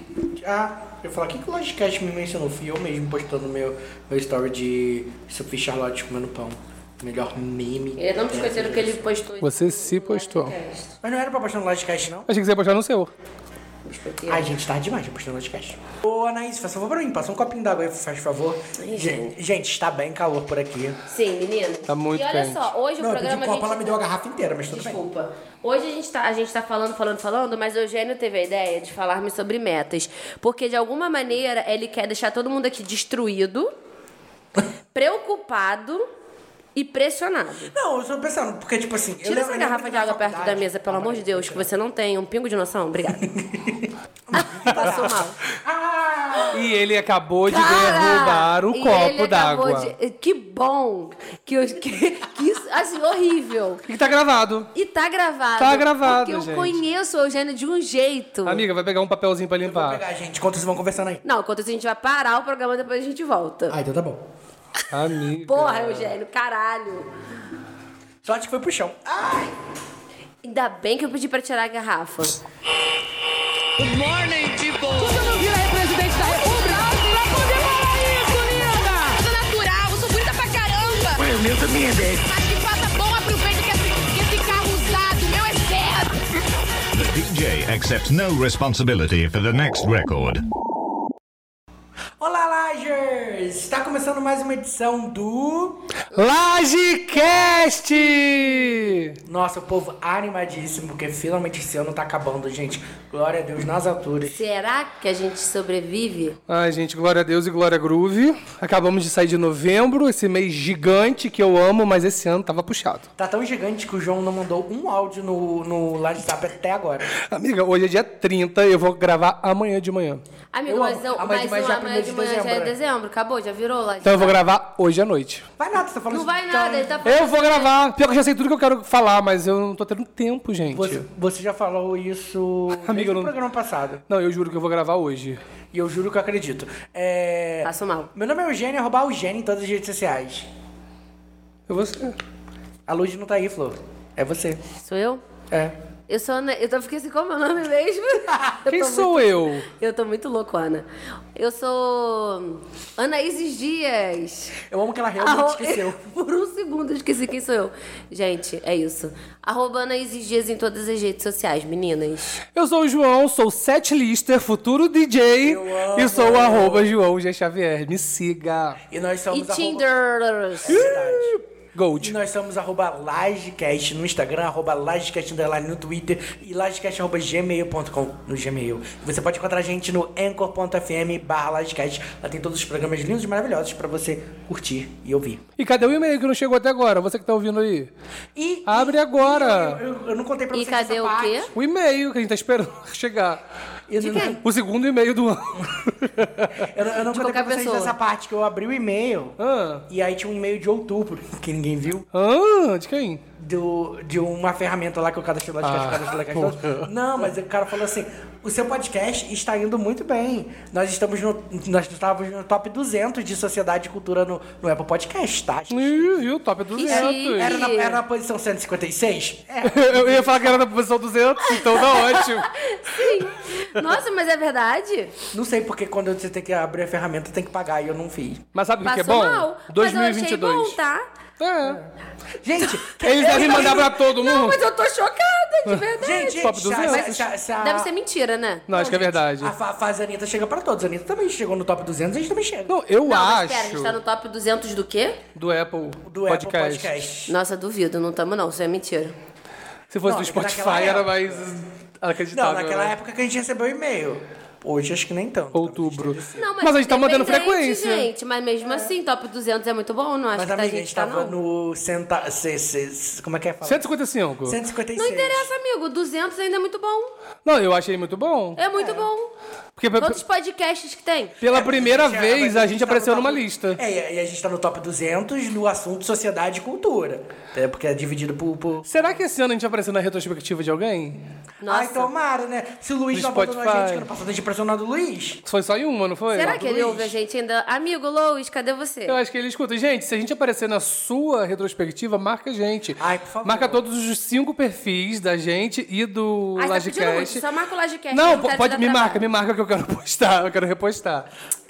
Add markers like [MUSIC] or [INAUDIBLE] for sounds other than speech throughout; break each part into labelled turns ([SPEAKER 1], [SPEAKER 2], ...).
[SPEAKER 1] Logicast. Ah, eu ia falar, o que, que o Logicast me mencionou? Fui eu mesmo postando meu, meu story de Sophie Charlotte comendo pão. Melhor meme.
[SPEAKER 2] Eu É, não me esqueceram que ele postou.
[SPEAKER 3] Você se postou.
[SPEAKER 2] Podcast.
[SPEAKER 1] Mas não era pra postar no Logicast, não?
[SPEAKER 3] Achei que você ia postar no seu.
[SPEAKER 2] Biscoiteiro.
[SPEAKER 1] Ai, gente, tarde demais, eu postei no podcast. Ô, Anaís, faz favor pra mim, passa um copinho d'água aí, faz favor.
[SPEAKER 2] Ai,
[SPEAKER 1] Gente, gente, está bem calor por aqui.
[SPEAKER 2] Sim, meninas.
[SPEAKER 3] Tá muito
[SPEAKER 2] E olha
[SPEAKER 3] quente.
[SPEAKER 2] só, hoje
[SPEAKER 1] Não,
[SPEAKER 2] o
[SPEAKER 1] eu pedi
[SPEAKER 2] programa.
[SPEAKER 1] copo,
[SPEAKER 2] a
[SPEAKER 1] ela
[SPEAKER 2] gente...
[SPEAKER 1] me deu a garrafa inteira, mas tudo bem.
[SPEAKER 2] Desculpa. Hoje a gente, tá, a gente tá falando, falando, falando, mas o Eugênio teve a ideia de falarmos sobre metas. Porque, de alguma maneira, ele quer deixar todo mundo aqui
[SPEAKER 1] [LAUGHS]
[SPEAKER 2] destruído, preocupado e pressionado.
[SPEAKER 1] Não, eu tô pensando, porque tipo assim... eu
[SPEAKER 2] Tira
[SPEAKER 1] lembro-
[SPEAKER 2] essa
[SPEAKER 1] eu
[SPEAKER 2] garrafa
[SPEAKER 1] lembro
[SPEAKER 2] de água
[SPEAKER 1] na
[SPEAKER 2] perto da
[SPEAKER 1] faculdade-
[SPEAKER 2] mesa, pelo
[SPEAKER 1] Calma
[SPEAKER 2] amor
[SPEAKER 1] aí,
[SPEAKER 2] de Deus, que
[SPEAKER 1] deixa eu-
[SPEAKER 2] você não tem um pingo de
[SPEAKER 1] [LAUGHS]
[SPEAKER 2] noção. Obrigada. Passou mal.
[SPEAKER 1] Ah!
[SPEAKER 3] E ele acabou de derrubar
[SPEAKER 2] Cara,
[SPEAKER 3] o
[SPEAKER 2] e ele
[SPEAKER 3] copo
[SPEAKER 2] acabou
[SPEAKER 3] d'água.
[SPEAKER 2] de- eh, Que bom! Que, eu- que, que isso, assim, horrível.
[SPEAKER 3] E que tá gravado.
[SPEAKER 2] E tá gravado.
[SPEAKER 3] Tá gravado,
[SPEAKER 2] Porque eu
[SPEAKER 3] gente.
[SPEAKER 2] conheço o Eugênio de um jeito.
[SPEAKER 3] Amiga, vai pegar um papelzinho pra
[SPEAKER 1] Vou
[SPEAKER 3] limpar.
[SPEAKER 1] pegar, gente, enquanto vocês vão conversando aí.
[SPEAKER 2] Não, enquanto isso a gente vai parar o programa, depois a gente volta.
[SPEAKER 1] Ah, então tá bom.
[SPEAKER 3] Amiga.
[SPEAKER 2] Porra, Eugênio, caralho.
[SPEAKER 1] Sorte que foi pro chão. Ah,
[SPEAKER 2] Ainda bem que eu pedi pra tirar a garrafa.
[SPEAKER 4] Good morning, people.
[SPEAKER 5] Você não vira aí, presidente da República? Não vai poder falar isso, linda!
[SPEAKER 4] Sou natural, eu sou bonita pra caramba. Ué, o meu também é 10. Mas que faça bom, aproveita que esse, que esse carro usado, meu é zero.
[SPEAKER 6] The DJ accepts no responsibility for the next record.
[SPEAKER 1] Olá, Lagers! Está começando mais uma edição do...
[SPEAKER 3] Lagecast!
[SPEAKER 1] Nossa, o povo animadíssimo, porque finalmente esse ano tá acabando, gente. Glória a Deus nas alturas.
[SPEAKER 2] Será que a gente sobrevive?
[SPEAKER 3] Ai, gente, glória a Deus e glória a Groove. Acabamos de sair de novembro, esse mês gigante que eu amo, mas esse ano tava puxado.
[SPEAKER 1] Tá tão gigante que o João não mandou um áudio no, no WhatsApp até agora.
[SPEAKER 3] Amiga, hoje é dia 30 eu vou gravar amanhã de manhã.
[SPEAKER 2] Amigo,
[SPEAKER 1] Eu
[SPEAKER 2] mas,
[SPEAKER 1] amo.
[SPEAKER 2] eu,
[SPEAKER 1] Amanhã de
[SPEAKER 2] mas
[SPEAKER 1] manhã
[SPEAKER 2] o
[SPEAKER 1] já é
[SPEAKER 2] amanhã de
[SPEAKER 1] primeiro de
[SPEAKER 2] manhã já é
[SPEAKER 1] dezembro, né?
[SPEAKER 2] dezembro, acabou, já virou lá.
[SPEAKER 3] Então eu vou gravar hoje à noite.
[SPEAKER 1] Vai nada, você tá falando
[SPEAKER 2] Não
[SPEAKER 1] isso.
[SPEAKER 2] vai nada, ele tá
[SPEAKER 3] Eu vou gravar. Pior que eu já sei tudo que eu quero falar, mas eu não tô tendo tempo, gente.
[SPEAKER 1] Você, você já falou isso
[SPEAKER 3] [LAUGHS] Amigo,
[SPEAKER 1] desde
[SPEAKER 3] eu não-
[SPEAKER 1] o programa passado.
[SPEAKER 3] Não, eu juro que eu vou gravar hoje.
[SPEAKER 1] E eu juro que eu acredito. É...
[SPEAKER 2] Passo mal.
[SPEAKER 1] Meu nome é Eugênio, arroba Eugênio em todas as redes sociais.
[SPEAKER 3] Eu vou ser.
[SPEAKER 1] A Luz não tá aí, Flor. É você.
[SPEAKER 2] Sou eu?
[SPEAKER 1] É.
[SPEAKER 2] Eu sou Ana. Eu tô fiquei assim, como é o meu nome mesmo? [LAUGHS] Eu
[SPEAKER 3] Quem
[SPEAKER 2] tô
[SPEAKER 3] sou
[SPEAKER 2] muito-
[SPEAKER 3] eu?
[SPEAKER 2] Eu tô muito louco, Ana. Eu sou Anaíses Dias.
[SPEAKER 1] Eu amo que ela realmente
[SPEAKER 2] Arro- [LAUGHS]
[SPEAKER 1] esqueceu.
[SPEAKER 2] Por um segundo eu esqueci quem sou eu. Gente, é isso. Arroba Anaíses Dias em todas as redes sociais, meninas.
[SPEAKER 3] Eu sou o João, sou setlister, futuro DJ.
[SPEAKER 1] Eu
[SPEAKER 3] E
[SPEAKER 1] amo.
[SPEAKER 3] sou o arroba João G. Xavier. Me siga.
[SPEAKER 1] E nós
[SPEAKER 2] E
[SPEAKER 1] somos
[SPEAKER 2] Tinder.
[SPEAKER 1] Arroba... E
[SPEAKER 3] Gold.
[SPEAKER 1] nós somos arroba Lagecast no Instagram, arroba Lagecast underline no Twitter e Lagecast arroba gmail.com no Gmail. Você pode encontrar a gente no anchor.fm barra Lagecast. Lá tem todos os programas lindos e maravilhosos pra você curtir e ouvir.
[SPEAKER 3] E cadê o e-mail que não chegou até agora? Você que tá ouvindo aí.
[SPEAKER 1] E...
[SPEAKER 3] Abre agora.
[SPEAKER 1] Eu, eu- eu não contei pra
[SPEAKER 2] E
[SPEAKER 1] vocês
[SPEAKER 2] cadê
[SPEAKER 1] essa
[SPEAKER 2] o
[SPEAKER 1] parte.
[SPEAKER 2] quê?
[SPEAKER 3] O e-mail que a gente tá esperando [LAUGHS] chegar.
[SPEAKER 1] Eu, não-
[SPEAKER 2] quem?
[SPEAKER 3] O segundo e-mail do ano.
[SPEAKER 1] [LAUGHS]
[SPEAKER 3] [LAUGHS]
[SPEAKER 1] eu não- eu não contei pra
[SPEAKER 2] qualquer
[SPEAKER 1] vocês
[SPEAKER 2] pessoa.
[SPEAKER 1] essa parte que eu abri o e-mail
[SPEAKER 3] Ah.
[SPEAKER 1] e aí tinha um e-mail de outubro [LAUGHS] que ninguém viu.
[SPEAKER 3] Ah, de quem?
[SPEAKER 1] do, de uma ferramenta lá que o cadastrei lá de
[SPEAKER 3] Ah,
[SPEAKER 1] ah, cadastrei lá de
[SPEAKER 3] [LAUGHS] porra.
[SPEAKER 1] Não, mas o cara falou assim: o seu podcast está indo muito bem. Nós estamos no, nós estávamos no top 200 de sociedade e cultura no, no Apple Podcast, tá? gente?
[SPEAKER 3] Ih, viu? Top
[SPEAKER 2] chique.
[SPEAKER 3] 200.
[SPEAKER 1] Era na, era na posição 156? É.
[SPEAKER 3] [LAUGHS] Eu ia falar que era na posição 200, então
[SPEAKER 2] [LAUGHS]
[SPEAKER 3] tá ótimo.
[SPEAKER 2] Sim. Nossa, mas é verdade?
[SPEAKER 1] Não sei porque quando você tem que abrir a ferramenta tem que pagar e eu não fiz.
[SPEAKER 3] Mas sabe o que que é
[SPEAKER 2] Passou
[SPEAKER 3] bom?
[SPEAKER 2] mal. Mas eu achei bom,
[SPEAKER 3] 2022.
[SPEAKER 2] tá?
[SPEAKER 3] É.
[SPEAKER 1] Gente,
[SPEAKER 3] [LAUGHS] Eles devem mandar pra todo mundo.
[SPEAKER 2] Não, mas eu tô chocada, de verdade.
[SPEAKER 1] gente,
[SPEAKER 3] top
[SPEAKER 1] gente, se
[SPEAKER 3] 200.
[SPEAKER 1] a- se a- se a-
[SPEAKER 2] Deve ser mentira, né?
[SPEAKER 3] Não, acho que é verdade.
[SPEAKER 1] A, fa- fase Anitta chega pra todos. A Anitta também chegou no top 200, a gente também chega.
[SPEAKER 3] Não, eu
[SPEAKER 2] Não, mas
[SPEAKER 3] acho
[SPEAKER 2] pera, a gente tá no top 200 do quê?
[SPEAKER 3] do Apple
[SPEAKER 1] do
[SPEAKER 3] podcast.
[SPEAKER 1] Apple Podcast.
[SPEAKER 2] Nossa, duvido, não tamo não, isso é mentira.
[SPEAKER 3] Se fosse
[SPEAKER 1] Não,
[SPEAKER 3] do
[SPEAKER 1] é que naquela
[SPEAKER 3] Spotify era
[SPEAKER 1] época-
[SPEAKER 3] mais
[SPEAKER 1] Não,
[SPEAKER 3] acreditável.
[SPEAKER 1] naquela
[SPEAKER 3] né?
[SPEAKER 1] época que a gente recebeu o e-mail. Hoje acho que nem tanto.
[SPEAKER 3] Outubro.
[SPEAKER 2] Não,
[SPEAKER 3] mas, a gente tá mantendo
[SPEAKER 2] independente,
[SPEAKER 3] frequência.
[SPEAKER 2] gente, mas mesmo assim, top 200 é muito bom, não acho
[SPEAKER 1] Mas,
[SPEAKER 2] que
[SPEAKER 1] amiga,
[SPEAKER 2] a
[SPEAKER 1] a
[SPEAKER 2] gente,
[SPEAKER 1] gente
[SPEAKER 2] tá
[SPEAKER 1] tava
[SPEAKER 2] não.
[SPEAKER 1] no. Centa, c, c- como é que é? Fala?
[SPEAKER 3] 155.
[SPEAKER 1] 156.
[SPEAKER 2] Não interessa, amigo, 200 ainda é muito bom.
[SPEAKER 3] Não, eu achei muito bom.
[SPEAKER 2] É muito bom.
[SPEAKER 3] Porque pe-
[SPEAKER 2] Quantos podcasts que tem?
[SPEAKER 3] pela primeira
[SPEAKER 1] Gente,
[SPEAKER 3] vez
[SPEAKER 1] É, mas
[SPEAKER 3] a gente
[SPEAKER 1] tá
[SPEAKER 3] apareceu
[SPEAKER 1] no top-
[SPEAKER 3] numa lista.
[SPEAKER 1] É, e a gente tá no top 200 no assunto sociedade e cultura. É porque é dividido por. por...
[SPEAKER 3] Será que esse ano a gente apareceu na retrospectiva de alguém?
[SPEAKER 2] Nossa.
[SPEAKER 1] Ai, tomara, né? Se o Luiz
[SPEAKER 3] No
[SPEAKER 1] não abandonou a
[SPEAKER 3] Spotify.
[SPEAKER 1] gente, que não passou a gente impressionado o Luiz.
[SPEAKER 3] Foi só em uma, não foi?
[SPEAKER 2] Será que ele
[SPEAKER 1] Luiz.
[SPEAKER 2] ouve a gente ainda? Amigo, Louis, cadê você?
[SPEAKER 3] Eu acho que ele escuta. Gente, se a gente aparecer na sua retrospectiva, marca a gente.
[SPEAKER 1] Ai, por favor.
[SPEAKER 3] Marca todos os cinco perfis da gente e do
[SPEAKER 2] Ai, tá pedindo muito,
[SPEAKER 3] Lagecast.
[SPEAKER 2] só marca o Lagecast.
[SPEAKER 3] Não,
[SPEAKER 2] quero te
[SPEAKER 3] pode,
[SPEAKER 2] dar
[SPEAKER 3] me
[SPEAKER 2] tá trabalho.
[SPEAKER 3] marca, me marca que eu quero [LAUGHS] postar, eu quero repostar.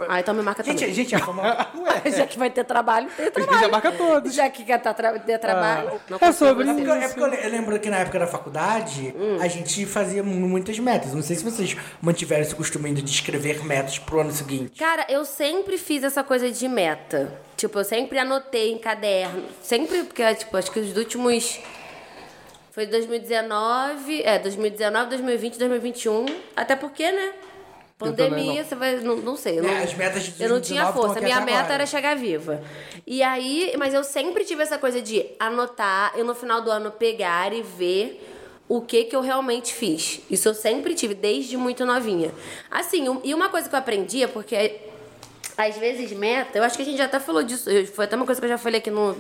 [SPEAKER 2] Ah, então me marca
[SPEAKER 1] Gente,
[SPEAKER 2] também.
[SPEAKER 1] gente, é famosa.
[SPEAKER 2] [LAUGHS]
[SPEAKER 3] [LAUGHS]
[SPEAKER 2] Já que vai ter trabalho, tem trabalho.
[SPEAKER 3] Já marca todos.
[SPEAKER 2] Já que quer tá tra ter trabalho. não
[SPEAKER 3] é
[SPEAKER 2] consigo
[SPEAKER 3] sobre
[SPEAKER 1] É
[SPEAKER 2] você.
[SPEAKER 1] porque, eu- Hum. é porque eu le- eu lembro que na época da faculdade, a gente fazia mu- muitas metas. Não sei se vocês mantiveram esse costume ainda de escrever metas pro ano seguinte.
[SPEAKER 2] Cara, eu sempre fiz essa coisa de meta. Tipo, eu sempre anotei em caderno. Sempre, porque, tipo, acho que os últimos. Foi 2019. É, 2019, 2020, 2021. Até porque, né? Pandemia, você vai. Não, não sei. Eu não,
[SPEAKER 1] É, as metas de
[SPEAKER 2] Eu não tinha
[SPEAKER 1] 2019
[SPEAKER 2] força.
[SPEAKER 1] estão aqui
[SPEAKER 2] Minha
[SPEAKER 1] até
[SPEAKER 2] meta
[SPEAKER 1] agora.
[SPEAKER 2] era chegar viva. E aí, mas eu sempre tive essa coisa de anotar e no final do ano pegar e ver o que que eu realmente fiz. Isso eu sempre tive, desde muito novinha. Assim, um- e uma coisa que eu aprendi é porque às vezes meta, eu acho que a gente já até falou disso, eu- foi até uma coisa que eu já falei aqui no,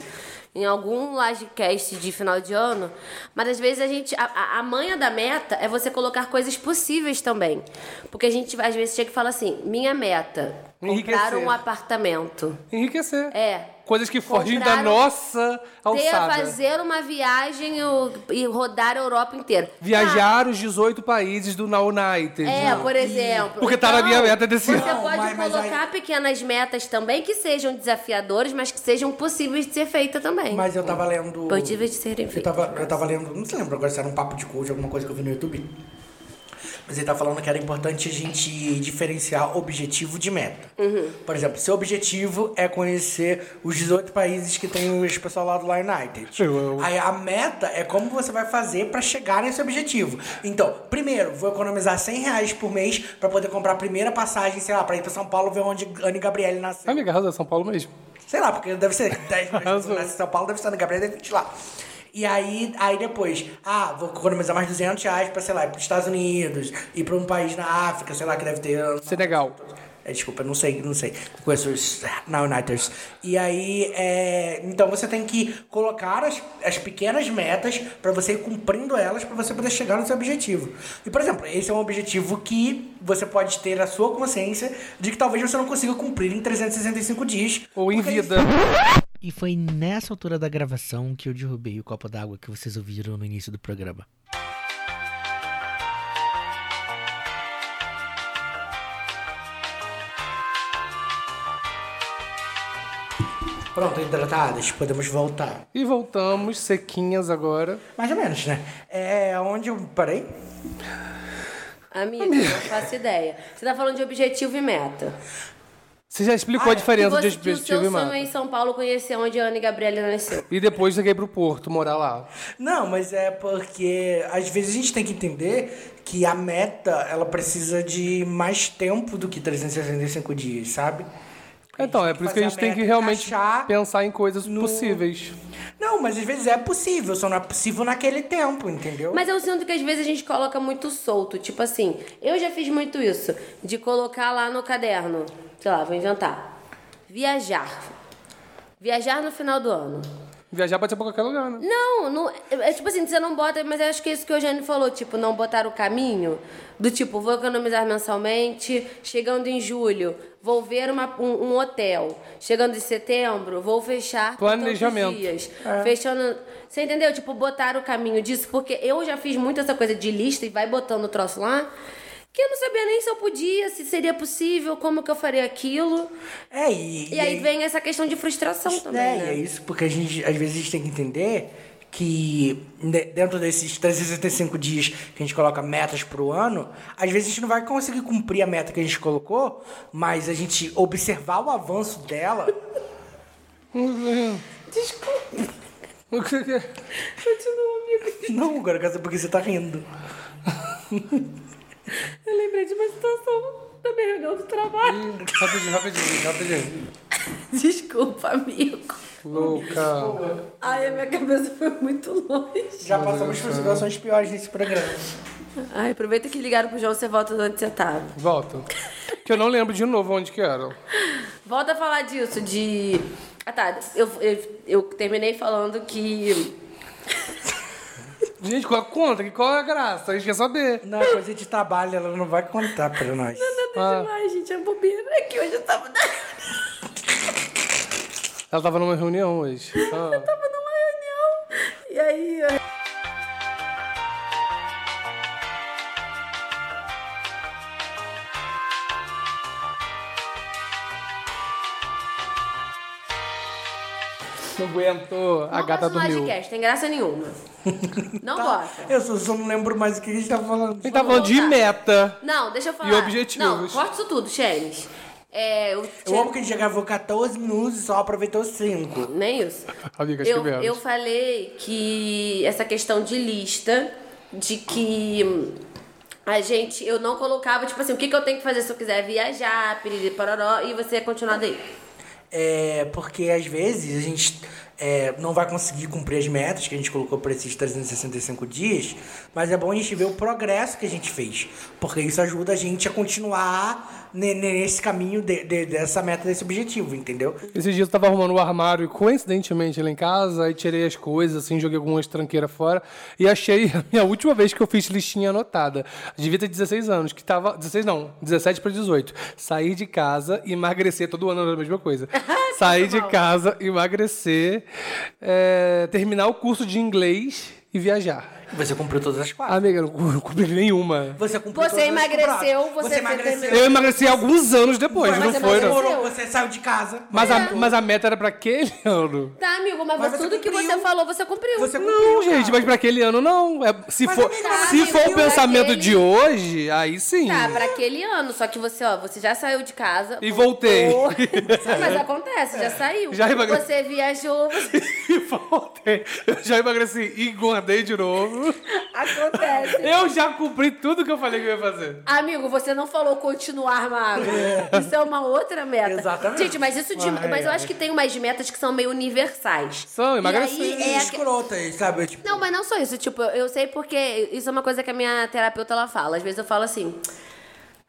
[SPEAKER 2] em algum livecast de final de ano, mas às vezes a gente, a- a, a manha da meta é você colocar coisas possíveis também, porque a gente às vezes chega e fala assim, minha meta, comprar
[SPEAKER 3] Enriquecer.
[SPEAKER 2] um apartamento,
[SPEAKER 3] Enriquecer.
[SPEAKER 2] é...
[SPEAKER 3] Coisas que fogem da
[SPEAKER 2] Comprar um-
[SPEAKER 3] nossa
[SPEAKER 2] Ter a
[SPEAKER 3] alçada.
[SPEAKER 2] fazer uma viagem e o- e rodar a Europa inteira. Ah,
[SPEAKER 3] Viajar os 18 países do Now United.
[SPEAKER 2] é, por exemplo. Então,
[SPEAKER 3] Porque tá na minha meta desse
[SPEAKER 2] Você
[SPEAKER 3] ano.
[SPEAKER 2] pode
[SPEAKER 1] mas- mas
[SPEAKER 2] colocar pequenas metas também que sejam desafiadoras, mas que sejam possíveis de ser feita também.
[SPEAKER 1] Mas eu tava lendo.
[SPEAKER 2] Possíveis de serem
[SPEAKER 1] Eu
[SPEAKER 2] feitas.
[SPEAKER 1] tava, eu tava lendo, não se lembra agora se era um papo de coach, alguma coisa que eu vi no YouTube. Mas ele tá falando que era importante a gente diferenciar objetivo de meta. Por exemplo, seu objetivo é conhecer os 18 países que tem os pessoal lá do La United.
[SPEAKER 3] Eu amo.
[SPEAKER 1] Aí a meta é como você vai fazer pra chegar nesse objetivo. Então, primeiro, vou economizar 100 reais por mês pra poder comprar a primeira passagem, sei lá, pra ir pra São Paulo ver onde Ana e Gabriele nasceu.
[SPEAKER 3] Amiga, arrasa São Paulo mesmo.
[SPEAKER 1] Sei lá, porque deve ser
[SPEAKER 3] [LAUGHS]
[SPEAKER 1] 10 pessoas que nascem em São Paulo, deve estar no Gabriel, deve 20 lá. E aí, aí depois, ah, vou economizar mais 200 reais pra, sei lá, ir pros Estados Unidos, ir pra um país na África, sei lá, que deve ter...
[SPEAKER 3] Senegal.
[SPEAKER 1] É, desculpa, não sei, não sei. Com esses Now Nighters. E aí, é, então você tem que colocar as, as pequenas metas pra você ir cumprindo elas pra você poder chegar no seu objetivo. E, por exemplo, esse é um objetivo que você pode ter a sua consciência de que talvez você não consiga cumprir em 365 dias.
[SPEAKER 3] Ou em
[SPEAKER 1] porque
[SPEAKER 3] vida.
[SPEAKER 1] e foi nessa altura da gravação que eu derrubei o copo d'água que vocês ouviram no início do programa. Pronto, hidratadas, podemos voltar.
[SPEAKER 3] E voltamos, sequinhas agora.
[SPEAKER 1] Mais ou menos, né? É onde eu parei? tá-
[SPEAKER 2] Amiga, não faço ideia. Você tá falando de objetivo e meta.
[SPEAKER 3] Você já explicou a
[SPEAKER 2] Que
[SPEAKER 3] diferença de
[SPEAKER 2] Ah, você, que o seu
[SPEAKER 3] objetivo e
[SPEAKER 2] sonho é
[SPEAKER 3] meta.
[SPEAKER 2] em São Paulo conhecer onde a Ana e Gabriela nasceu.
[SPEAKER 3] E depois cheguei pro Porto, morar lá.
[SPEAKER 1] Não, mas é porque às vezes a gente tem que entender que a meta ela precisa de mais tempo do que 365 dias, sabe?
[SPEAKER 3] Então, é por isso que a gente
[SPEAKER 1] fazer a
[SPEAKER 3] tem que
[SPEAKER 1] meta
[SPEAKER 3] realmente
[SPEAKER 1] encaixar
[SPEAKER 3] pensar em coisas possíveis.
[SPEAKER 1] Não, mas às vezes é possível, só não é possível naquele tempo, entendeu?
[SPEAKER 2] Mas eu sinto que às vezes a gente coloca muito solto. Tipo assim, eu já fiz muito isso. De colocar lá no caderno. Sei lá, vou inventar. Viajar. Viajar no final do ano.
[SPEAKER 3] Viajar pode ser pra qualquer lugar, né? [LAUGHS]
[SPEAKER 2] Não, não é, é tipo assim, você não bota, mas eu acho que é isso que o Eugênio falou, tipo, não botar o caminho. Do tipo, vou economizar mensalmente, chegando em julho, vou ver uma- um, um hotel. Chegando em setembro, vou fechar por tantos
[SPEAKER 3] Planejamento.
[SPEAKER 2] dias. Fechando. Você entendeu? Tipo, botar o caminho disso, porque eu já fiz muito essa coisa de lista e vai botando o troço lá. Que eu não sabia nem se eu podia, se seria possível, como que eu faria aquilo.
[SPEAKER 1] É, e,
[SPEAKER 2] E, aí vem essa questão de frustração também.
[SPEAKER 1] É,
[SPEAKER 2] né?
[SPEAKER 1] e é isso, porque a gente, às vezes a gente tem que entender que ne- dentro desses 365 dias que a gente coloca metas pro ano, às vezes a gente não vai conseguir cumprir a meta que a gente colocou, mas a gente observar o avanço [LAUGHS] dela.
[SPEAKER 3] O que que é?
[SPEAKER 1] não, agora eu quero saber por que você tá rindo.
[SPEAKER 2] Eu lembrei de uma situação da minha reunião do trabalho.
[SPEAKER 3] Rapidinho, rapidinho, rapidinho.
[SPEAKER 2] Desculpa, amigo.
[SPEAKER 3] Louca.
[SPEAKER 2] Ai, a minha cabeça foi muito longe.
[SPEAKER 1] Já passamos por situações piores nesse programa.
[SPEAKER 2] Ai, aproveita que ligaram pro João, você volta de onde você tava.
[SPEAKER 3] Volta. Que eu não lembro de novo onde que era.
[SPEAKER 2] Volta a falar disso, de... Ah, tá. Eu, eu, eu terminei falando que...
[SPEAKER 3] Gente, qual a conta? Que Qual é a graça? A gente quer saber.
[SPEAKER 1] Não, é coisa de trabalho, ela não vai contar pra nós.
[SPEAKER 2] Nada demais, gente. É bobeira. É que hoje eu tava... Na...
[SPEAKER 3] Ela tava numa reunião hoje. Ah.
[SPEAKER 2] tava numa reunião. E aí... eu-
[SPEAKER 3] Não aguento. A
[SPEAKER 2] não
[SPEAKER 3] gata
[SPEAKER 2] gosta do
[SPEAKER 3] dormiu.
[SPEAKER 2] Lodcast, tem graça nenhuma. Não gosta.
[SPEAKER 1] Eu só, só não lembro mais o que a gente tá falando.
[SPEAKER 3] Ele tá falando de
[SPEAKER 2] voltar.
[SPEAKER 3] meta.
[SPEAKER 2] Não, deixa eu falar.
[SPEAKER 3] E objetivos.
[SPEAKER 2] Não, corta isso tudo, Chenes. É, eu,
[SPEAKER 1] Eu amo que a gente já gravou 14 minutos e só aproveitou 5.
[SPEAKER 2] Nem isso.
[SPEAKER 3] Amiga, acho
[SPEAKER 2] eu,
[SPEAKER 3] que menos.
[SPEAKER 2] eu falei que essa questão de lista, de que hum, a gente, eu não colocava, tipo assim, o que, que eu tenho que fazer se eu quiser viajar, piriri, pororó, e você ia continuar daí.
[SPEAKER 1] É, porque às vezes a gente é, não vai conseguir cumprir as metas que a gente colocou pra esses 365 dias, mas é bom a gente ver o progresso que a gente fez. Porque isso ajuda a gente a continuar ne- ne- nesse caminho de- de- dessa meta, desse objetivo, entendeu?
[SPEAKER 3] Esses dias eu tava arrumando o armário, coincidentemente, lá em casa, aí tirei as coisas, assim, joguei algumas tranqueiras fora, e achei a minha última vez que eu fiz listinha anotada. Devia ter 16 anos, que tava. 16 não, 17 para 18. Sair de casa, emagrecer, todo ano era a mesma
[SPEAKER 1] [LAUGHS]
[SPEAKER 3] coisa. Sair de casa, emagrecer, é, terminar o curso de inglês e viajar. Ah,
[SPEAKER 1] Você cumpriu todas as quatro.
[SPEAKER 3] Amiga, eu não cu- não cumpri nenhuma.
[SPEAKER 1] Você cumpriu
[SPEAKER 2] Você
[SPEAKER 1] todas as
[SPEAKER 2] emagreceu,
[SPEAKER 1] quatro.
[SPEAKER 2] você
[SPEAKER 1] você
[SPEAKER 2] fez-
[SPEAKER 1] emagreceu.
[SPEAKER 3] Eu emagreci alguns anos depois, não
[SPEAKER 1] você
[SPEAKER 3] foi, não.
[SPEAKER 1] demorou, você saiu de casa.
[SPEAKER 3] Mas a, mas a meta era pra aquele ano.
[SPEAKER 2] Tá, amigo, mas,
[SPEAKER 1] Mas
[SPEAKER 2] você-
[SPEAKER 1] você
[SPEAKER 2] tudo que
[SPEAKER 1] cumpriu.
[SPEAKER 2] você falou, você cumpriu.
[SPEAKER 1] Você cumpriu,
[SPEAKER 3] Não, gente,
[SPEAKER 1] cara.
[SPEAKER 3] mas pra aquele ano não. É, se
[SPEAKER 1] Mas
[SPEAKER 3] for,
[SPEAKER 1] é verdade,
[SPEAKER 3] se for o
[SPEAKER 2] viu?
[SPEAKER 3] pensamento
[SPEAKER 2] Aquele-
[SPEAKER 3] de hoje, aí sim.
[SPEAKER 2] Tá, pra aquele ano, só que você, ó, você já saiu de casa.
[SPEAKER 3] E voltei.
[SPEAKER 2] voltou. mas acontece, já saiu.
[SPEAKER 3] Já emagre-
[SPEAKER 2] Você viajou, você-
[SPEAKER 3] [LAUGHS] E voltei. Eu já emagreci, engordei
[SPEAKER 2] [LAUGHS]
[SPEAKER 3] de novo.
[SPEAKER 2] acontece.
[SPEAKER 3] Eu já cumpri tudo que eu falei que eu ia fazer.
[SPEAKER 2] Amigo, você não falou continuar magro. Isso é uma outra meta.
[SPEAKER 1] Exatamente.
[SPEAKER 2] Gente, mas isso de,
[SPEAKER 3] Ai,
[SPEAKER 2] mas eu
[SPEAKER 3] ai.
[SPEAKER 2] acho que tem umas metas que são meio universais.
[SPEAKER 3] São,
[SPEAKER 2] E
[SPEAKER 3] emagrecer.
[SPEAKER 2] aí é aque-
[SPEAKER 1] escrotas, sabe? Tipo,
[SPEAKER 2] Não, mas não só isso, tipo, eu, eu sei porque isso é uma coisa que a minha terapeuta ela fala. Às vezes eu falo assim: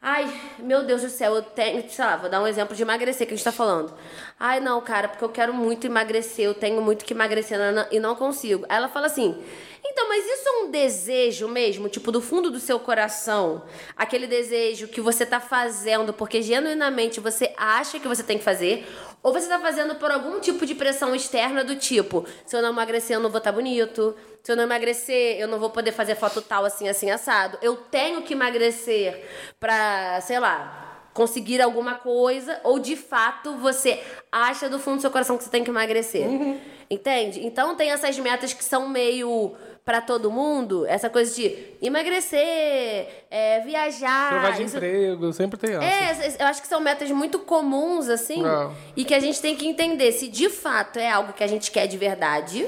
[SPEAKER 2] "Ai, meu Deus do céu, eu tenho, sei lá, vou dar um exemplo de emagrecer que a gente tá falando. Ai, não, cara, porque eu quero muito emagrecer, eu tenho muito que emagrecer nana, e não consigo". Aí ela fala assim: então, mas isso é um desejo mesmo, tipo, do fundo do seu coração? Aquele desejo que você tá fazendo porque genuinamente você acha que você tem que fazer? Ou você tá fazendo por algum tipo de pressão externa do tipo, se eu não emagrecer, eu não vou estar bonito, se eu não emagrecer, eu não vou poder fazer foto tal, assim, assim, assado. Eu tenho que emagrecer pra, sei lá, conseguir alguma coisa, ou de fato você acha do fundo do seu coração que você tem que emagrecer. Entende? Então tem essas metas que são meio pra todo mundo, essa coisa de emagrecer, é, viajar.
[SPEAKER 3] Trocar de
[SPEAKER 2] isso-
[SPEAKER 3] emprego, sempre tem essa.
[SPEAKER 2] é, essas- eu acho que são metas muito comuns, assim,
[SPEAKER 3] Não.
[SPEAKER 2] e que a gente tem que entender se de fato é algo que a gente quer de verdade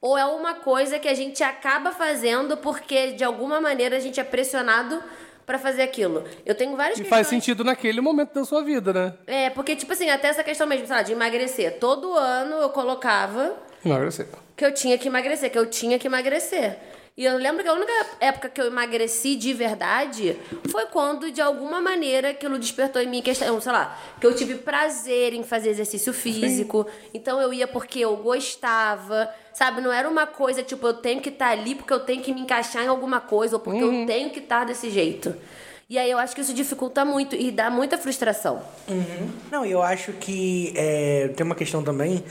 [SPEAKER 2] ou é uma coisa que a gente acaba fazendo porque de alguma maneira a gente é pressionado pra fazer aquilo. Eu tenho várias
[SPEAKER 3] E
[SPEAKER 2] questões.
[SPEAKER 3] faz sentido naquele momento da sua vida, né?
[SPEAKER 2] É, porque, tipo assim, até essa questão mesmo, sei lá, de emagrecer. Todo ano eu colocava
[SPEAKER 3] Emagrecer.
[SPEAKER 2] que eu tinha que emagrecer, que eu tinha que emagrecer. E eu lembro que a única época que eu emagreci de verdade foi quando, de alguma maneira, aquilo despertou em mim questão, sei lá, que eu tive prazer em fazer exercício físico. Então eu ia porque eu gostava, sabe? Não era uma coisa tipo, eu tenho que estar ali porque eu tenho que me encaixar em alguma coisa ou porque eu tenho que estar desse jeito. E aí eu acho que isso dificulta muito e dá muita frustração.
[SPEAKER 1] Não, eu acho que é, tem uma questão também,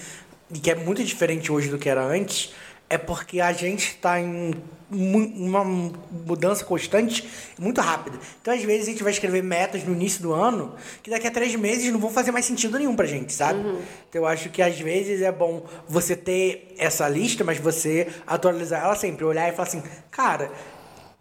[SPEAKER 1] e que é muito diferente hoje do que era antes, é porque a gente está em mu- uma mudança constante muito rápida. Então, às vezes, a gente vai escrever metas no início do ano que daqui a três meses não vão fazer mais sentido nenhum pra gente, sabe? Então, eu acho que às vezes é bom você ter essa lista, mas você atualizar ela sempre, olhar e falar assim, cara.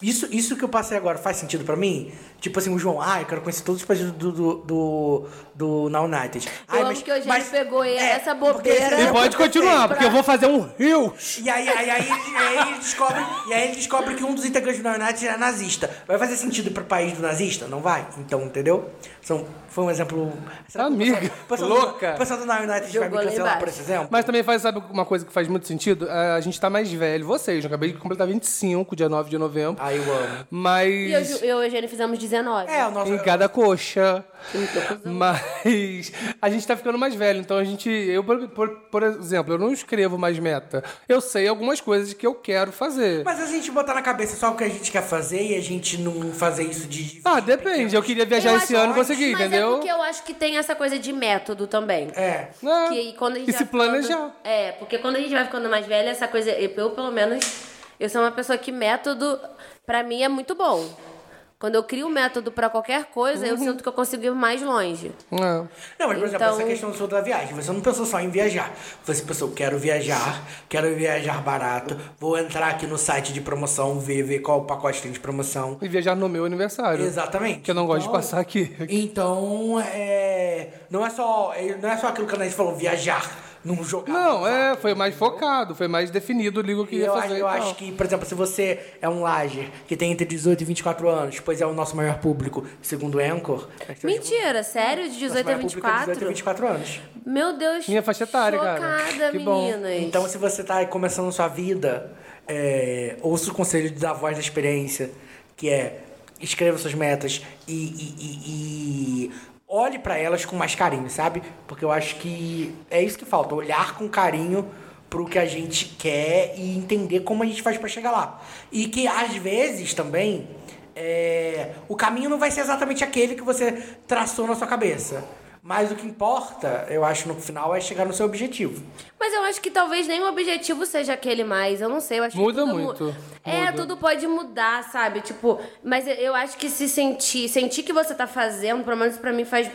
[SPEAKER 1] Isso, isso que eu passei agora faz sentido pra mim? Tipo assim, o João, ah, eu quero conhecer todos os países do, do, do, do Na United. Ai,
[SPEAKER 2] amo que o Eugênio pegou essa bobeira.
[SPEAKER 1] porque esse
[SPEAKER 2] É,
[SPEAKER 3] E
[SPEAKER 1] exemplo
[SPEAKER 3] pode
[SPEAKER 1] eu passei.
[SPEAKER 3] continuar, porque eu vou fazer um rio.
[SPEAKER 1] E aí, aí, aí, ele- aí ele descobre, e aí ele descobre que um dos integrantes do Na United era nazista. Vai fazer sentido pro país do nazista? Não vai? Então, entendeu? São, foi um exemplo. será que o
[SPEAKER 3] Amiga,
[SPEAKER 1] pessoal- o pessoal
[SPEAKER 3] louca.
[SPEAKER 1] Do, o pessoal do Na United
[SPEAKER 2] Jogou
[SPEAKER 1] vai
[SPEAKER 2] lá
[SPEAKER 1] me cancelar por
[SPEAKER 2] embaixo.
[SPEAKER 1] esse exemplo?
[SPEAKER 3] Mas também faz, sabe uma coisa que faz muito sentido? A gente tá mais velho. Vocês, eu acabei de completar 25, dia 9 de novembro.
[SPEAKER 1] Ai, eu amo.
[SPEAKER 3] Mas.
[SPEAKER 2] E eu, eu e o Eugênio fizemos 19.
[SPEAKER 1] É, o nosso.
[SPEAKER 3] em cada coxa.
[SPEAKER 2] cuzão.
[SPEAKER 3] Mas a gente tá ficando mais velho, então a gente. Eu, por, por- por exemplo, eu não escrevo mais meta. Eu sei algumas coisas que eu quero fazer.
[SPEAKER 1] Mas a gente botar na cabeça só o que a gente quer fazer e a gente não fazer isso de.
[SPEAKER 3] ah, depende. Eu queria viajar
[SPEAKER 2] Eu
[SPEAKER 3] esse
[SPEAKER 2] acho
[SPEAKER 3] ano e
[SPEAKER 2] ótimo,
[SPEAKER 3] consegui,
[SPEAKER 2] mas
[SPEAKER 3] entendeu?
[SPEAKER 2] é porque eu acho que tem essa coisa de método também.
[SPEAKER 1] É.
[SPEAKER 3] É.
[SPEAKER 2] Que aí quando a gente
[SPEAKER 3] E
[SPEAKER 2] vai
[SPEAKER 3] se planejar.
[SPEAKER 2] ficando- é, porque quando a gente vai ficando mais velha, essa coisa, eu pelo menos, eu sou uma pessoa que método, pra mim, é muito bom. Quando eu crio um método pra qualquer coisa,
[SPEAKER 3] Uhum.
[SPEAKER 2] eu sinto que eu consigo ir mais longe.
[SPEAKER 3] É.
[SPEAKER 1] Não, mas por exemplo,
[SPEAKER 2] Então-
[SPEAKER 1] essa questão do seu da viagem, você não pensou só em viajar. Você pensou, quero viajar, quero viajar barato, vou entrar aqui no site de promoção, ver, ver qual pacote tem de promoção.
[SPEAKER 3] É. E viajar no meu aniversário.
[SPEAKER 1] Exatamente.
[SPEAKER 3] Que eu não gosto de
[SPEAKER 1] Então-
[SPEAKER 3] passar aqui.
[SPEAKER 1] Então, é. Não é só. é- Não é só aquilo que a Anaís falou, viajar num jogo.
[SPEAKER 3] Não, é, foi mais focado, foi mais definido o ligo que
[SPEAKER 1] E
[SPEAKER 3] ia
[SPEAKER 1] eu, então.
[SPEAKER 3] fazer.
[SPEAKER 1] acho,
[SPEAKER 3] e
[SPEAKER 1] eu
[SPEAKER 3] tal.
[SPEAKER 1] acho que, por exemplo, se você é um lager que tem entre 18 e 24 anos, pois é o nosso maior público, segundo o Anchor.
[SPEAKER 2] Mentira, sério? De
[SPEAKER 1] nosso
[SPEAKER 2] 18 a
[SPEAKER 1] maior público é 18 a
[SPEAKER 2] 24?
[SPEAKER 1] 24 anos.
[SPEAKER 2] Meu Deus.
[SPEAKER 3] Minha faixa etária, cara.
[SPEAKER 2] Chocada,
[SPEAKER 3] Que bom.
[SPEAKER 2] meninas.
[SPEAKER 1] Então, se você tá aí começando sua vida, é, ouça o conselho da voz da experiência, que é escreva suas metas e, e- e- e olhe pra elas com mais carinho, sabe? Porque eu acho que é isso que falta, olhar com carinho pro que a gente quer e entender como a gente faz pra chegar lá. E que às vezes também é, o caminho não vai ser exatamente aquele que você traçou na sua cabeça. Mas o que importa, eu acho, no final, é chegar no seu objetivo.
[SPEAKER 2] Mas eu acho que talvez nem o objetivo seja aquele mais. Eu não sei, eu acho
[SPEAKER 3] Muda
[SPEAKER 2] que tudo mu-
[SPEAKER 3] muito.
[SPEAKER 2] É,
[SPEAKER 3] Muda.
[SPEAKER 2] tudo pode mudar, sabe? Tipo, mas eu- eu acho que se sentir, sentir que você tá fazendo, pelo menos pra mim faz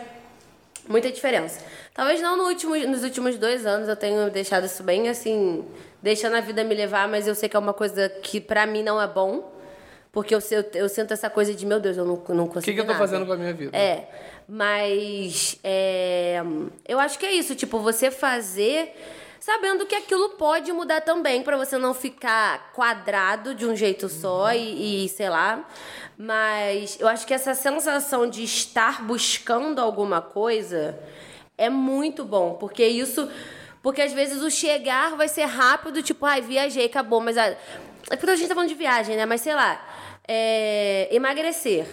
[SPEAKER 2] muita diferença. Talvez não no último, nos últimos dois anos eu tenho deixado isso bem assim, deixando a vida me levar, mas eu sei que é uma coisa que pra mim não é bom. Porque eu, sei- eu, eu sinto essa coisa de, meu Deus, eu não, não consigo.
[SPEAKER 3] que eu tô
[SPEAKER 2] nada.
[SPEAKER 3] fazendo com a minha vida?
[SPEAKER 2] É, mas é, eu acho que é isso, tipo, você fazer sabendo que aquilo pode mudar também, pra você não ficar quadrado de um jeito só e, e sei lá. Mas eu acho que essa sensação de estar buscando alguma coisa é muito bom, porque isso. Porque às vezes o chegar vai ser rápido, tipo, ai, viajei, acabou, mas. ah, É porque a gente tá falando de viagem, né? Mas sei lá. é, emagrecer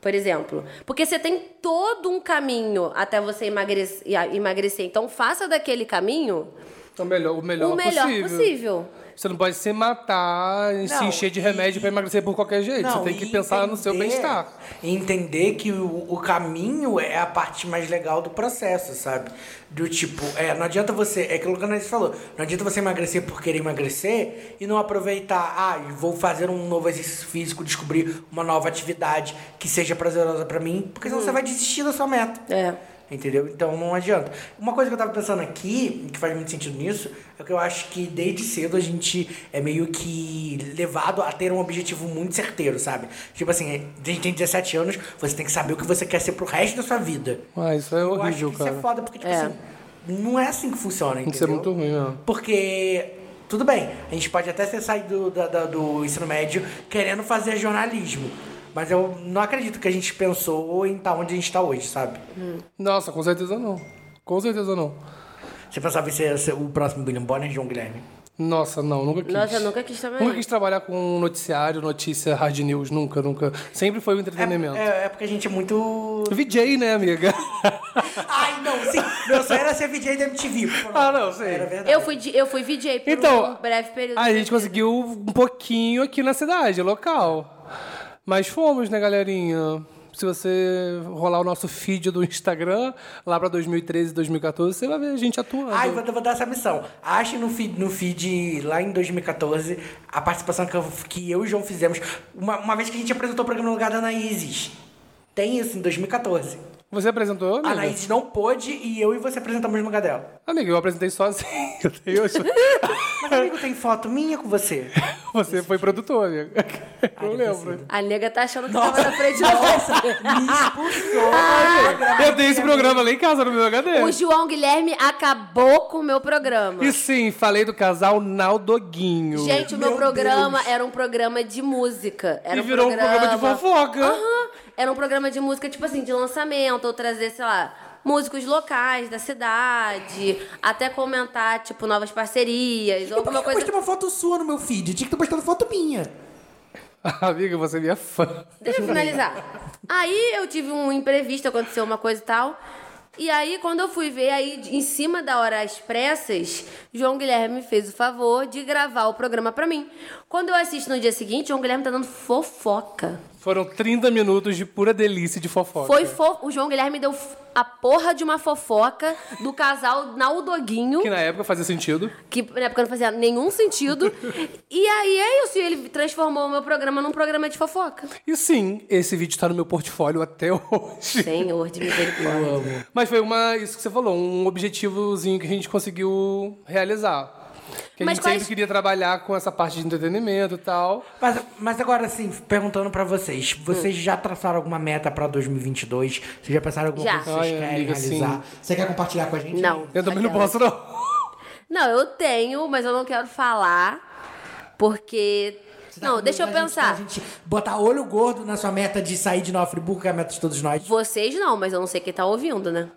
[SPEAKER 2] por exemplo. Porque você tem todo um caminho até você emagrecer. emagrecer. Então faça daquele caminho
[SPEAKER 3] Então, melhor, o melhor,
[SPEAKER 2] o melhor
[SPEAKER 3] possível.
[SPEAKER 2] possível.
[SPEAKER 3] Você não pode se matar e se
[SPEAKER 1] Não,
[SPEAKER 3] encher de remédio
[SPEAKER 1] e-
[SPEAKER 3] pra emagrecer por qualquer jeito.
[SPEAKER 1] Não,
[SPEAKER 3] você tem que
[SPEAKER 1] e
[SPEAKER 3] pensar no seu
[SPEAKER 1] entender-
[SPEAKER 3] bem-estar.
[SPEAKER 1] e Entender que o, o caminho é a parte mais legal do processo, sabe? Do tipo, é, não adianta você. É aquilo que a Anaís falou. Não adianta você emagrecer por querer emagrecer e não aproveitar. Ah, eu vou fazer um novo exercício físico, descobrir uma nova atividade que seja prazerosa pra mim, porque senão
[SPEAKER 3] Hum.
[SPEAKER 1] você vai desistir da sua meta.
[SPEAKER 2] É.
[SPEAKER 1] Entendeu? Então não adianta. Uma coisa que eu tava pensando aqui, que faz muito sentido nisso, é que eu acho que desde cedo a gente é meio que levado a ter um objetivo muito certeiro, sabe? Tipo assim, a gente tem 17 anos, você tem que saber o que você quer ser pro resto da sua vida.
[SPEAKER 3] Ah, isso é
[SPEAKER 1] eu acho
[SPEAKER 3] horrível,
[SPEAKER 1] que
[SPEAKER 3] cara.
[SPEAKER 1] isso é foda, porque, tipo
[SPEAKER 2] É.
[SPEAKER 1] assim, não é assim que funciona, entendeu?
[SPEAKER 3] Isso é muito ruim, né?
[SPEAKER 1] Porque, tudo bem, a gente pode até ter saído da- da- do ensino médio querendo fazer jornalismo. Mas eu não acredito que a gente pensou em estar onde a gente tá hoje, sabe?
[SPEAKER 3] Nossa, com certeza não. Com certeza não.
[SPEAKER 1] Você pensava em ser, ser é o próximo William Bonner, João Guilherme?
[SPEAKER 3] Nossa, não, nunca quis.
[SPEAKER 2] Nossa, eu nunca quis também.
[SPEAKER 3] Nunca quis trabalhar com noticiário, notícia, hard news, nunca, nunca. Sempre foi o entretenimento.
[SPEAKER 1] É, é porque a gente é
[SPEAKER 3] [LAUGHS]
[SPEAKER 1] muito.
[SPEAKER 3] VJ, né,
[SPEAKER 1] [LAUGHS]
[SPEAKER 3] amiga?
[SPEAKER 1] Ai, não, sim. Meu sonho era ser VJ da MTV. Pronto.
[SPEAKER 3] Ah, não, sim.
[SPEAKER 1] Era verdade.
[SPEAKER 2] Eu fui, de- eu fui VJ por
[SPEAKER 3] Então,
[SPEAKER 2] um breve período.
[SPEAKER 3] a
[SPEAKER 2] da
[SPEAKER 3] gente
[SPEAKER 2] minha
[SPEAKER 3] conseguiu um pouquinho aqui na cidade, local. Mas fomos, né, galerinha? Se você rolar o nosso feed do Instagram, lá pra 2013, 2014, você vai ver a gente atuando.
[SPEAKER 1] Ai, vou, vou dar essa missão. Ache no feed, no feed lá em 2014 a participação que eu, que eu e o João fizemos. Uma, uma vez que a gente apresentou o programa no lugar da Anaíses. Tem isso em 2014.
[SPEAKER 3] Você apresentou,
[SPEAKER 1] A
[SPEAKER 3] amiga?
[SPEAKER 1] Anaíses não pôde e eu e você apresentamos no lugar dela.
[SPEAKER 3] Amiga, eu apresentei sozinho. [LAUGHS] Eu tenho... É.
[SPEAKER 1] Mas, amigo, tem foto minha com
[SPEAKER 3] [LAUGHS]
[SPEAKER 1] você.
[SPEAKER 3] Você foi produtor, amiga. Eu lembro.
[SPEAKER 2] vida. A nega tá achando que tava na frente nossa.
[SPEAKER 1] Me expulsou.
[SPEAKER 3] Eu tenho esse programa lá em casa, no meu
[SPEAKER 2] [LAUGHS]
[SPEAKER 3] HD.
[SPEAKER 2] O João Guilherme acabou com o meu programa.
[SPEAKER 3] E sim, falei do casal Naldoguinho.
[SPEAKER 2] Gente, o meu,
[SPEAKER 1] Meu
[SPEAKER 2] programa
[SPEAKER 1] Deus.
[SPEAKER 2] era um programa de música. Era
[SPEAKER 3] E virou um programa de fofoca.
[SPEAKER 2] Aham. Era um programa de música, tipo assim, de lançamento, ou trazer, sei lá, músicos locais da cidade, até comentar, tipo, novas parcerias, ou
[SPEAKER 1] Por que
[SPEAKER 2] Então, alguma
[SPEAKER 1] eu
[SPEAKER 2] coisa.
[SPEAKER 1] postei Então, uma foto sua no meu feed? Tinha que ter postado foto minha.
[SPEAKER 3] [LAUGHS] Amiga, você é minha fã.
[SPEAKER 2] Deixa eu finalizar. Aí eu tive um imprevisto, aconteceu uma coisa e tal. E aí, quando eu fui ver, aí de- em cima da hora às pressas, João Guilherme fez o favor de gravar o programa pra mim. Quando eu assisto no dia seguinte, João Guilherme tá dando fofoca.
[SPEAKER 3] Foram 30 minutos de pura delícia de fofoca.
[SPEAKER 2] Foi fo... O João Guilherme deu f- a porra de uma fofoca do casal Naldoguinho,
[SPEAKER 3] Que na época fazia sentido.
[SPEAKER 2] que na época não fazia nenhum sentido. e aí é isso, e ele transformou o meu programa num programa de fofoca.
[SPEAKER 3] E sim, esse vídeo tá no meu portfólio até [LAUGHS] hoje.
[SPEAKER 2] Senhor de misericórdia.
[SPEAKER 3] Mas foi uma, isso que você falou, um objetivozinho que a gente conseguiu realizar. Que a
[SPEAKER 2] Mas
[SPEAKER 3] gente
[SPEAKER 2] quais-
[SPEAKER 3] sempre queria trabalhar com essa parte de entretenimento e tal.
[SPEAKER 1] Mas, mas agora, assim, perguntando pra vocês,
[SPEAKER 2] Hum.
[SPEAKER 1] vocês já traçaram alguma meta pra 2022? Vocês já pensaram em alguma
[SPEAKER 2] Já. assim,
[SPEAKER 1] coisa que vocês
[SPEAKER 3] Ai,
[SPEAKER 1] querem
[SPEAKER 3] amiga,
[SPEAKER 1] realizar? Você quer compartilhar com a gente?
[SPEAKER 2] Não.
[SPEAKER 3] Eu também não
[SPEAKER 2] Aquela.
[SPEAKER 3] posso, não.
[SPEAKER 2] Não, eu tenho, mas eu não quero falar, porque.
[SPEAKER 1] Você tá
[SPEAKER 2] Não,
[SPEAKER 1] comigo
[SPEAKER 2] deixa eu
[SPEAKER 1] pra gente-
[SPEAKER 2] pensar.
[SPEAKER 1] pra gente botar olho gordo na sua meta de sair de Nova Friburgo, que é a meta de todos nós.
[SPEAKER 2] Vocês não, mas eu não sei quem tá ouvindo, né?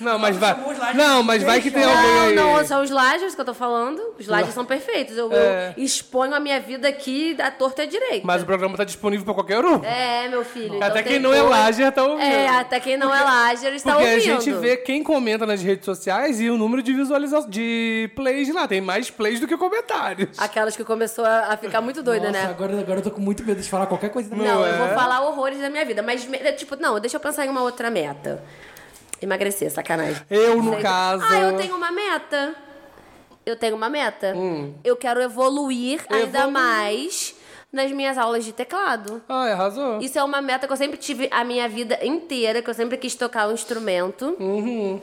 [SPEAKER 3] Não, mas vai.
[SPEAKER 1] chamou os likes
[SPEAKER 3] Não, mas vai que tem alguém
[SPEAKER 2] Não,
[SPEAKER 3] aí.
[SPEAKER 2] não, assim, são os lajes que eu tô falando. Os lajes são perfeitos. Eu, eu exponho a minha vida aqui da torta à direita.
[SPEAKER 3] É. Mas o programa tá disponível pra qualquer um.
[SPEAKER 2] É, meu filho.
[SPEAKER 3] Até
[SPEAKER 2] então
[SPEAKER 3] quem
[SPEAKER 2] tem
[SPEAKER 3] não é
[SPEAKER 2] todo-
[SPEAKER 3] lajer tá ouvindo.
[SPEAKER 2] É, até quem não é lajer está
[SPEAKER 3] Porque a
[SPEAKER 2] ouvindo.
[SPEAKER 3] gente vê quem comenta nas redes sociais e o número de visualizações de plays lá. Tem mais plays do que comentários.
[SPEAKER 2] Aquelas que começou a a ficar muito doida,
[SPEAKER 1] Nossa,
[SPEAKER 2] né?
[SPEAKER 1] agora, agora eu tô com muito medo de falar qualquer coisa da minha
[SPEAKER 2] Não,
[SPEAKER 3] é?
[SPEAKER 2] eu vou falar horrores da minha vida. Mas, me- é, tipo, não, deixa eu pensar em uma outra meta. Emagrecer, sacanagem.
[SPEAKER 3] Eu, no
[SPEAKER 2] Sei.
[SPEAKER 3] caso.
[SPEAKER 2] Ah, eu tenho uma meta. Eu tenho uma meta. Eu quero evoluir ainda
[SPEAKER 3] Hum. Evoluir.
[SPEAKER 2] mais nas minhas aulas de teclado.
[SPEAKER 3] Ah, arrasou.
[SPEAKER 2] Isso é uma meta que eu sempre tive a minha vida inteira, que eu sempre quis tocar um instrumento.
[SPEAKER 3] Uhum.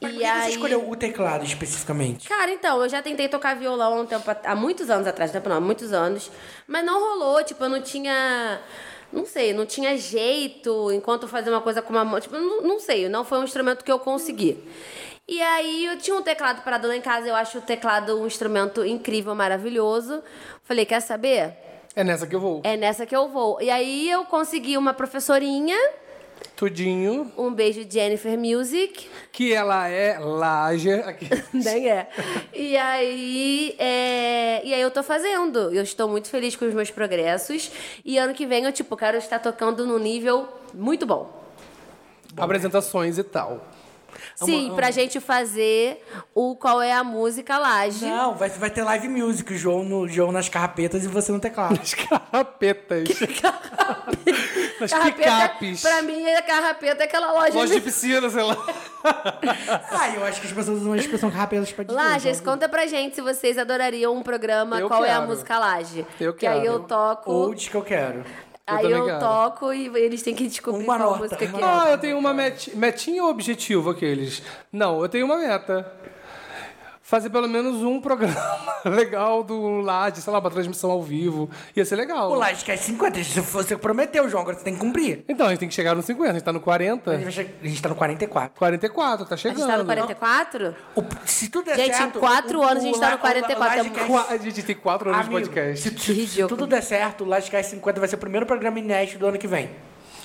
[SPEAKER 1] Mas por
[SPEAKER 2] E
[SPEAKER 1] que
[SPEAKER 2] aí...
[SPEAKER 1] você escolheu o teclado especificamente?
[SPEAKER 2] Cara, então, eu já tentei tocar violão há um tempo at- há muitos anos atrás, tempo não, há muitos anos, mas não rolou, tipo, eu não tinha não sei, não tinha jeito enquanto eu fazia uma coisa com uma mão, tipo, não, não sei, não foi um instrumento que eu consegui. E aí eu tinha um teclado parado lá em casa, eu acho o teclado um instrumento incrível, maravilhoso. Falei, quer saber?
[SPEAKER 3] É nessa que eu vou.
[SPEAKER 2] É nessa que eu vou. E aí eu consegui uma professorinha
[SPEAKER 3] Tudinho.
[SPEAKER 2] um beijo, Jennifer Music.
[SPEAKER 3] Que ela é lager. Aqui.
[SPEAKER 2] Nem é. E aí, é, e aí eu tô fazendo. Eu estou muito feliz com os meus progressos. E ano que vem eu, tipo, quero estar tocando num nível muito bom.
[SPEAKER 3] Apresentações e tal.
[SPEAKER 2] Sim, pra gente fazer o Qual é a Música Laje. [LAUGHS]
[SPEAKER 1] Não, vai, vai ter live music, o João, no, João nas carrapetas e você no
[SPEAKER 2] [LAUGHS]
[SPEAKER 1] teclado.
[SPEAKER 3] As carrapetas. [LAUGHS] Nas picapes.
[SPEAKER 2] Pra mim, a carrapeta é aquela loja,
[SPEAKER 3] Loja de
[SPEAKER 2] de...
[SPEAKER 3] piscina, sei lá.
[SPEAKER 1] ah, eu acho que as pessoas usam a expressão carrapetas pra dizer.
[SPEAKER 2] Lajes,
[SPEAKER 1] então.
[SPEAKER 2] conta pra gente se vocês adorariam um programa
[SPEAKER 3] Eu
[SPEAKER 2] Qual é a
[SPEAKER 3] quero.
[SPEAKER 2] Música Laje.
[SPEAKER 3] Eu
[SPEAKER 2] Que aí
[SPEAKER 3] quero.
[SPEAKER 2] eu toco,
[SPEAKER 1] Ou diz que eu quero.
[SPEAKER 2] aí
[SPEAKER 3] também
[SPEAKER 2] eu
[SPEAKER 3] quero.
[SPEAKER 2] toco e eles têm que descobrir
[SPEAKER 1] Uma
[SPEAKER 2] qual
[SPEAKER 1] nota,
[SPEAKER 2] música
[SPEAKER 1] uma
[SPEAKER 2] que é.
[SPEAKER 1] nota.
[SPEAKER 3] Ah, eu tenho uma met... metinha ou objetivo aqueles? Não, eu tenho uma meta. Fazer pelo menos um programa [LAUGHS] legal do Laje, sei lá, pra transmissão ao vivo. Ia ser legal.
[SPEAKER 1] O é Livecast 50, isso você prometeu, João, agora você tem que cumprir.
[SPEAKER 3] Então, a gente tem que chegar no 50, a gente tá no
[SPEAKER 1] A
[SPEAKER 3] 40.
[SPEAKER 1] gente vai che- a gente tá no 44.
[SPEAKER 3] 44, tá
[SPEAKER 2] A
[SPEAKER 3] chegando.
[SPEAKER 2] gente tá no 44?
[SPEAKER 1] O- se tudo der
[SPEAKER 2] Gente, em
[SPEAKER 1] certo,
[SPEAKER 2] quatro
[SPEAKER 1] o-
[SPEAKER 2] anos a gente
[SPEAKER 1] o
[SPEAKER 2] tá
[SPEAKER 1] Li-
[SPEAKER 2] no 44, é muito-
[SPEAKER 1] Livecast-
[SPEAKER 3] Qua- A gente tem 4 anos
[SPEAKER 1] Amigo,
[SPEAKER 3] de podcast.
[SPEAKER 1] se,
[SPEAKER 2] Que
[SPEAKER 1] se
[SPEAKER 2] ridículo.
[SPEAKER 1] tudo der certo, o Livecast 50 vai ser o primeiro programa inédito do ano que vem.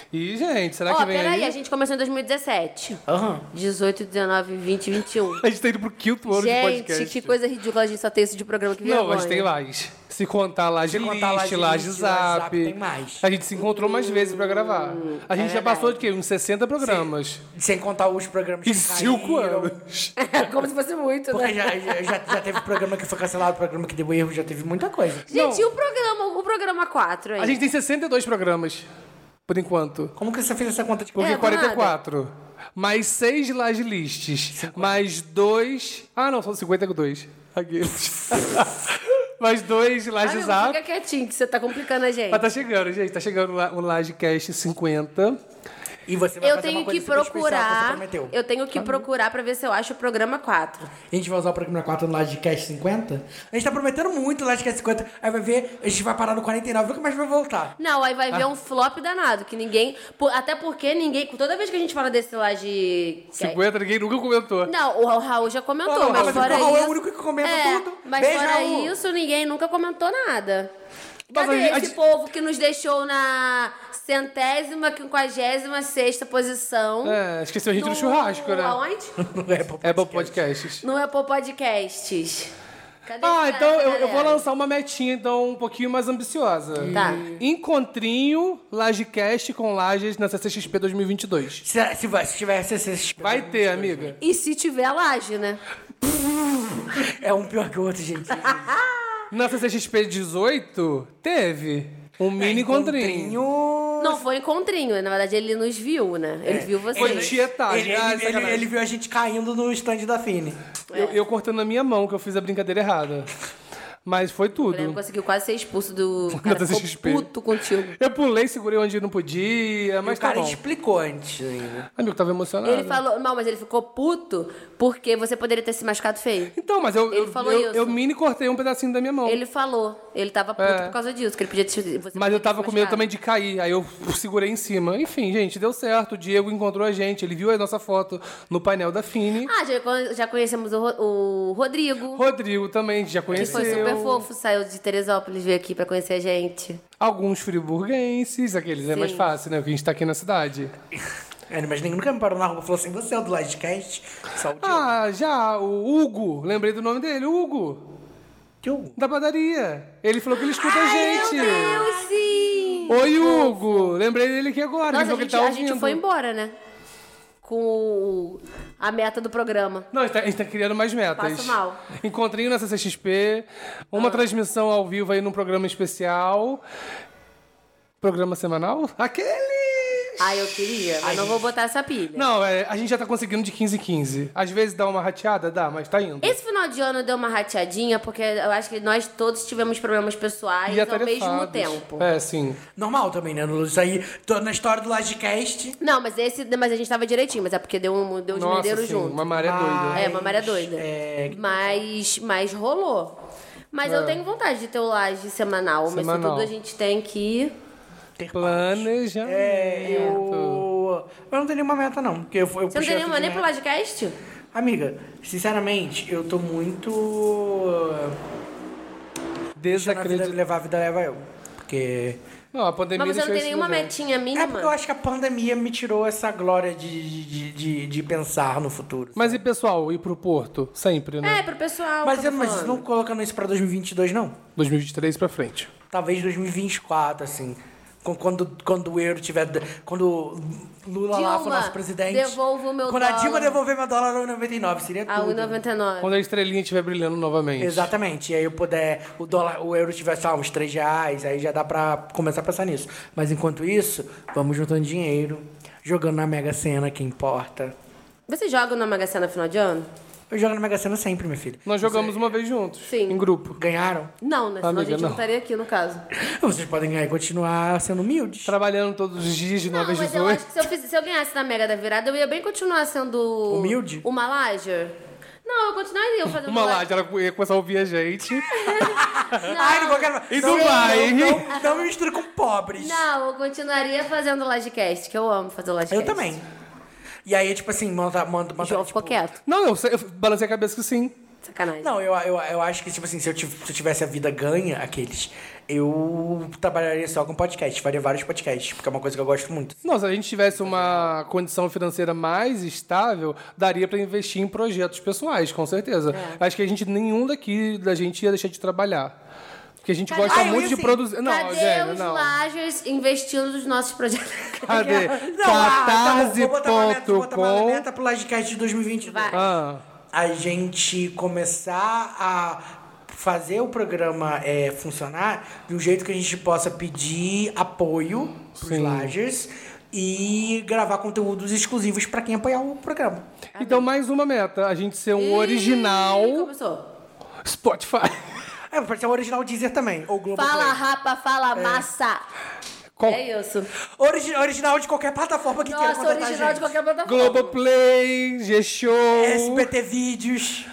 [SPEAKER 3] E, gente, será
[SPEAKER 2] Ó,
[SPEAKER 3] que vem
[SPEAKER 2] peraí,
[SPEAKER 3] aí?
[SPEAKER 2] a gente começou em 2017.
[SPEAKER 1] Aham.
[SPEAKER 2] 18, 19, 20,
[SPEAKER 3] [LAUGHS]
[SPEAKER 2] 21.
[SPEAKER 3] A gente tá indo pro quinto ano de podcast.
[SPEAKER 2] Gente, que coisa ridícula, a gente só tem isso de programa que
[SPEAKER 3] Não, mas
[SPEAKER 2] vergonha. [LAUGHS]
[SPEAKER 3] tem laje. Se contar laje
[SPEAKER 1] Se
[SPEAKER 3] list,
[SPEAKER 1] contar laje
[SPEAKER 3] laje,
[SPEAKER 1] list,
[SPEAKER 3] zap.
[SPEAKER 1] WhatsApp, tem mais. É.
[SPEAKER 3] A gente se encontrou mais vezes pra gravar. A gente já passou de quê? Uns 60 programas.
[SPEAKER 1] Sem contar os programas
[SPEAKER 3] E
[SPEAKER 1] que
[SPEAKER 3] cinco
[SPEAKER 1] caíram.
[SPEAKER 3] anos.
[SPEAKER 2] É Como se fosse muito,
[SPEAKER 1] Porque
[SPEAKER 2] né?
[SPEAKER 1] já, já, já- já teve programa que foi cancelado, programa que deu erro, já teve muita coisa.
[SPEAKER 2] Gente, e o programa, o programa 4 aí?
[SPEAKER 3] A gente tem 62 programas, por enquanto.
[SPEAKER 1] Como que você fez essa conta de
[SPEAKER 3] Porque
[SPEAKER 2] É, do
[SPEAKER 3] 44. Mais 6 laje lists. Mais 2... Ah, não, são 52. Aqueles. [LAUGHS] mais 2
[SPEAKER 1] Ah,
[SPEAKER 2] Ai,
[SPEAKER 3] laje
[SPEAKER 2] meu,
[SPEAKER 3] zap.
[SPEAKER 2] Fica quietinho, que você tá complicando a gente.
[SPEAKER 3] Mas tá chegando, gente. Tá chegando lá o LajeCast 50.
[SPEAKER 1] E você vai
[SPEAKER 2] Eu
[SPEAKER 1] fazer uma
[SPEAKER 2] tenho
[SPEAKER 1] coisa
[SPEAKER 2] que
[SPEAKER 1] super especial você
[SPEAKER 2] procurar.
[SPEAKER 1] prometeu.
[SPEAKER 2] Eu tenho
[SPEAKER 3] Tá
[SPEAKER 2] que procurar pra ver se eu acho o programa 4.
[SPEAKER 1] A gente vai usar o programa 4 no Livecast 50? A gente tá prometendo muito o Livecast 50. Aí vai ver, a gente vai parar no 49, nunca mais vai voltar.
[SPEAKER 2] Não, aí
[SPEAKER 3] Ah.
[SPEAKER 2] vai ver um flop danado, que ninguém. por- Até porque ninguém. Toda vez que a gente fala desse lá de. é
[SPEAKER 3] 50, ninguém nunca comentou.
[SPEAKER 2] Não, o Ra- o Raul já comentou,
[SPEAKER 1] Ah,
[SPEAKER 2] mas,
[SPEAKER 1] mas o
[SPEAKER 2] fora
[SPEAKER 1] Raul é o
[SPEAKER 2] isso...
[SPEAKER 1] único que comenta
[SPEAKER 2] É,
[SPEAKER 1] tudo.
[SPEAKER 2] Mas
[SPEAKER 1] Beijo,
[SPEAKER 2] fora
[SPEAKER 1] Raul.
[SPEAKER 2] isso, ninguém nunca comentou nada.
[SPEAKER 3] Mas
[SPEAKER 2] Cadê
[SPEAKER 3] a gente- a
[SPEAKER 2] esse
[SPEAKER 3] gente-
[SPEAKER 2] povo que nos deixou na centésima, quinquagésima sexta posição?
[SPEAKER 3] É, esqueceu a gente no churrasco, né?
[SPEAKER 2] Aonde?
[SPEAKER 1] É,
[SPEAKER 3] [LAUGHS] Apple Podcasts.
[SPEAKER 2] No Apple Podcasts. Cadê
[SPEAKER 3] Ah,
[SPEAKER 2] essa-
[SPEAKER 3] então
[SPEAKER 2] essa
[SPEAKER 3] eu, eu vou
[SPEAKER 2] galera?
[SPEAKER 3] lançar uma metinha, então, um pouquinho mais ambiciosa.
[SPEAKER 2] Tá.
[SPEAKER 3] Encontrinho LajeCast com Lajes na CCXP 2022.
[SPEAKER 1] se, se, vai- se tiver esse
[SPEAKER 3] Vai ter, amiga.
[SPEAKER 2] E se tiver laje, né?
[SPEAKER 3] [LAUGHS]
[SPEAKER 1] É um pior que o outro, gente.
[SPEAKER 3] Na CCXP 18, teve. Um
[SPEAKER 2] Tá,
[SPEAKER 3] mini encontrinho.
[SPEAKER 1] Encontrinho.
[SPEAKER 2] Não, foi encontrinho. né? Na verdade, ele nos viu, né?
[SPEAKER 3] É.
[SPEAKER 2] Ele viu vocês.
[SPEAKER 3] Foi tietagem.
[SPEAKER 1] Ele,
[SPEAKER 3] Ah,
[SPEAKER 1] ele- ele-
[SPEAKER 3] sacanagem.
[SPEAKER 1] ele viu a gente caindo no stand da Fini.
[SPEAKER 3] Eu, eu cortando a minha mão, que eu fiz a brincadeira errada. Mas foi
[SPEAKER 2] O Breno
[SPEAKER 3] tudo.
[SPEAKER 2] conseguiu quase ser expulso do. O
[SPEAKER 3] Da
[SPEAKER 2] Cara, ficou
[SPEAKER 3] CXP.
[SPEAKER 2] puto contigo.
[SPEAKER 3] Eu pulei, segurei onde não podia, mas
[SPEAKER 1] o
[SPEAKER 3] tá
[SPEAKER 1] cara
[SPEAKER 3] bom.
[SPEAKER 1] explicou antes ainda.
[SPEAKER 3] Amigo, tava emocionado.
[SPEAKER 2] Ele falou, não, mas ele ficou puto porque você poderia ter se machucado feio.
[SPEAKER 3] Então, mas eu,
[SPEAKER 2] Ele
[SPEAKER 3] eu,
[SPEAKER 2] falou
[SPEAKER 3] eu,
[SPEAKER 2] isso.
[SPEAKER 3] eu mini cortei um pedacinho da minha mão.
[SPEAKER 2] Ele falou, ele tava puto
[SPEAKER 3] É.
[SPEAKER 2] por causa disso, que ele podia te. você
[SPEAKER 3] Mas
[SPEAKER 2] poderia
[SPEAKER 3] eu
[SPEAKER 2] ter
[SPEAKER 3] tava
[SPEAKER 2] se
[SPEAKER 3] com medo
[SPEAKER 2] machucado.
[SPEAKER 3] também de cair, aí eu [LAUGHS] segurei em cima. Enfim, gente, deu certo. O Diego encontrou a gente, ele viu a nossa foto no painel da Fini.
[SPEAKER 2] Ah, já, con- já conhecemos o, Ro- o Rodrigo.
[SPEAKER 3] Rodrigo também já
[SPEAKER 2] Que
[SPEAKER 3] conheceu.
[SPEAKER 2] foi super fofo, saiu de Teresópolis, veio aqui pra conhecer a gente.
[SPEAKER 3] Alguns friburguenses, aqueles, é mais
[SPEAKER 2] Sim.
[SPEAKER 3] fácil, né? Porque a gente tá aqui na cidade.
[SPEAKER 1] É, mas ninguém nunca me parou na rua e falou assim: você é o do Livecast? Saúde.
[SPEAKER 3] Ah, já, o Hugo, lembrei do nome dele, Hugo,
[SPEAKER 1] eu.
[SPEAKER 3] da padaria. Ele falou que ele escuta a gente.
[SPEAKER 2] Deus, sim!
[SPEAKER 3] Oi, Hugo! Lembrei dele aqui agora.
[SPEAKER 2] Nossa, a
[SPEAKER 3] ele falou que
[SPEAKER 2] gente,
[SPEAKER 3] ele tá
[SPEAKER 2] a gente
[SPEAKER 3] ouvindo.
[SPEAKER 2] foi embora, né? Com o- a meta do programa.
[SPEAKER 3] Não, a gente, tá, a gente tá criando mais metas.
[SPEAKER 2] Passo mal. Ah.
[SPEAKER 3] Encontrinho na CCXP, uma transmissão ao vivo aí num programa especial. Programa semanal? Aquele!
[SPEAKER 2] Ah, eu queria, mas não vou botar essa pilha.
[SPEAKER 3] Não, é, a gente já tá conseguindo de 15 em 15. Às vezes dá uma rateada? Dá, mas tá indo.
[SPEAKER 2] Esse final de ano deu uma rateadinha, porque eu acho que nós todos tivemos problemas pessoais
[SPEAKER 3] E
[SPEAKER 2] ao mesmo
[SPEAKER 3] atarefados.
[SPEAKER 2] tempo.
[SPEAKER 3] É, sim.
[SPEAKER 1] Normal também, né, Lulu? Isso aí, tô na história do Livecast.
[SPEAKER 2] Não, mas esse. Mas a gente tava direitinho, mas é porque deu um, deu um
[SPEAKER 3] Nossa,
[SPEAKER 2] desmendeiro
[SPEAKER 3] sim,
[SPEAKER 2] junto.
[SPEAKER 3] uma maré doida.
[SPEAKER 2] É, uma maré doida.
[SPEAKER 1] É,
[SPEAKER 2] Mas, mas rolou. Mas eu tenho vontade de ter o laje semanal, mas
[SPEAKER 3] É. Semanal.
[SPEAKER 2] isso tudo a gente tem que.
[SPEAKER 1] ter
[SPEAKER 3] Planejamento.
[SPEAKER 1] É, eu. Mas não tem nenhuma meta, não. Porque eu, eu
[SPEAKER 2] Você não
[SPEAKER 1] puxei
[SPEAKER 2] tem nenhuma
[SPEAKER 1] essa de
[SPEAKER 2] nem pro
[SPEAKER 1] meta.
[SPEAKER 2] Lodcast?
[SPEAKER 1] Amiga, sinceramente, eu tô muito. Deixando a vida me
[SPEAKER 3] Desacreditado.
[SPEAKER 1] levar, a vida leva eu. Porque.
[SPEAKER 3] Não, a pandemia
[SPEAKER 2] Mas você não
[SPEAKER 3] deixou
[SPEAKER 2] tem
[SPEAKER 3] isso
[SPEAKER 2] nenhuma
[SPEAKER 3] mudar.
[SPEAKER 2] metinha
[SPEAKER 1] É porque eu
[SPEAKER 2] mínima?
[SPEAKER 1] acho que a pandemia me tirou essa glória de, de, de, de pensar no futuro.
[SPEAKER 3] Mas e pessoal, ir pro Porto? Sempre, né?
[SPEAKER 2] É, pro pessoal.
[SPEAKER 1] Mas,
[SPEAKER 2] que eu
[SPEAKER 1] eu-
[SPEAKER 2] tô
[SPEAKER 1] mas
[SPEAKER 2] falando.
[SPEAKER 1] não colocando isso pra 2022, não.
[SPEAKER 3] 2023 pra frente.
[SPEAKER 1] Talvez 2024, assim. Com- Quando, quando o euro tiver. Quando Lula lá for
[SPEAKER 2] Dilma,
[SPEAKER 1] nosso presidente.
[SPEAKER 2] devolva o meu
[SPEAKER 1] Quando a
[SPEAKER 2] dólar. Ah, um
[SPEAKER 1] Dilma devolver meu dólar um a 1,99, seria
[SPEAKER 2] A
[SPEAKER 1] tudo.
[SPEAKER 2] 1,99.
[SPEAKER 3] Quando a estrelinha estiver brilhando novamente.
[SPEAKER 1] Exatamente. E aí eu puder, o dólar, o euro tiver só uns 3 reais, aí já dá pra começar a pensar nisso. Mas enquanto isso, vamos juntando dinheiro, jogando na Mega Sena, que importa.
[SPEAKER 3] é-
[SPEAKER 2] Você joga na Mega Sena no final de ano?
[SPEAKER 1] Eu jogo na Mega Sena sempre, minha filha.
[SPEAKER 3] Nós jogamos uma vez juntos,
[SPEAKER 2] Sim.
[SPEAKER 3] em grupo.
[SPEAKER 1] Ganharam?
[SPEAKER 2] Não, né? Senão
[SPEAKER 3] Tá, Amiga,
[SPEAKER 2] a gente
[SPEAKER 3] não.
[SPEAKER 2] não estaria aqui, no caso.
[SPEAKER 1] Vocês podem ganhar e continuar sendo humildes.
[SPEAKER 3] Trabalhando todos os dias de
[SPEAKER 2] Não,
[SPEAKER 3] 9 às
[SPEAKER 2] mas eu acho
[SPEAKER 3] 18.
[SPEAKER 2] que se eu, fiz- se eu ganhasse na Mega da Virada, eu ia bem continuar sendo...
[SPEAKER 1] Humilde?
[SPEAKER 2] Uma lager. Não, eu continuaria fazendo...
[SPEAKER 1] é.
[SPEAKER 3] Uma laje, ela ia começar a ouvir a gente.
[SPEAKER 1] Ai, não vou quero.
[SPEAKER 3] E
[SPEAKER 1] não,
[SPEAKER 3] Dubai?
[SPEAKER 1] Não, não, não me misture com pobres.
[SPEAKER 2] Não, eu continuaria fazendo lagecast, que eu amo fazer lagecast.
[SPEAKER 1] Eu também. E aí, tipo assim, manda. manda,
[SPEAKER 2] O
[SPEAKER 1] manda
[SPEAKER 2] João
[SPEAKER 1] tipo,
[SPEAKER 2] ficou quieto.
[SPEAKER 3] Não, eu, sei- eu balancei a cabeça que sim.
[SPEAKER 2] Sacanagem.
[SPEAKER 1] Não, eu, eu, eu acho que, tipo assim, se eu, tiv- se eu tivesse a vida ganha, aqueles, eu trabalharia só com podcast, faria vários podcasts, porque é uma coisa que eu gosto muito.
[SPEAKER 3] Não, se a gente tivesse uma condição financeira mais estável, daria pra investir em projetos pessoais, com certeza.
[SPEAKER 1] É.
[SPEAKER 3] Acho que a gente, nenhum daqui da gente ia deixar de trabalhar. Porque a gente
[SPEAKER 2] Cadê-
[SPEAKER 3] gosta
[SPEAKER 2] Ai, eu
[SPEAKER 3] muito
[SPEAKER 1] ia
[SPEAKER 3] de
[SPEAKER 1] assim,
[SPEAKER 3] produzir. Não,
[SPEAKER 2] Cadê
[SPEAKER 3] Eugênia,
[SPEAKER 2] os
[SPEAKER 3] não.
[SPEAKER 2] lagers investindo nos nossos projetos? [LAUGHS]
[SPEAKER 3] Cadê?
[SPEAKER 1] ah, tá bom, vou botar uma meta, vou botar uma
[SPEAKER 3] Catarse.com.
[SPEAKER 1] meta pro podcast de 2022.
[SPEAKER 2] Vai.
[SPEAKER 3] Ah.
[SPEAKER 1] A gente começar a fazer o programa é, funcionar de um jeito que a gente possa pedir apoio pros
[SPEAKER 3] Sim.
[SPEAKER 1] Lagers e gravar conteúdos exclusivos pra quem apoiar o programa.
[SPEAKER 3] Então, mais uma meta. A gente ser um
[SPEAKER 2] Ih,
[SPEAKER 3] original
[SPEAKER 2] Começou.
[SPEAKER 3] Spotify.
[SPEAKER 1] É, pode ser o original Deezer também, ou Globo
[SPEAKER 2] Fala, rapa, fala, massa.
[SPEAKER 3] Qual-
[SPEAKER 2] É isso.
[SPEAKER 1] Origi original de qualquer plataforma que queira
[SPEAKER 2] Nossa,
[SPEAKER 1] contratar
[SPEAKER 2] original
[SPEAKER 1] a
[SPEAKER 2] de
[SPEAKER 1] gente.
[SPEAKER 2] qualquer plataforma.
[SPEAKER 3] Globoplay, G-Show.
[SPEAKER 2] É
[SPEAKER 1] SBT Vídeos.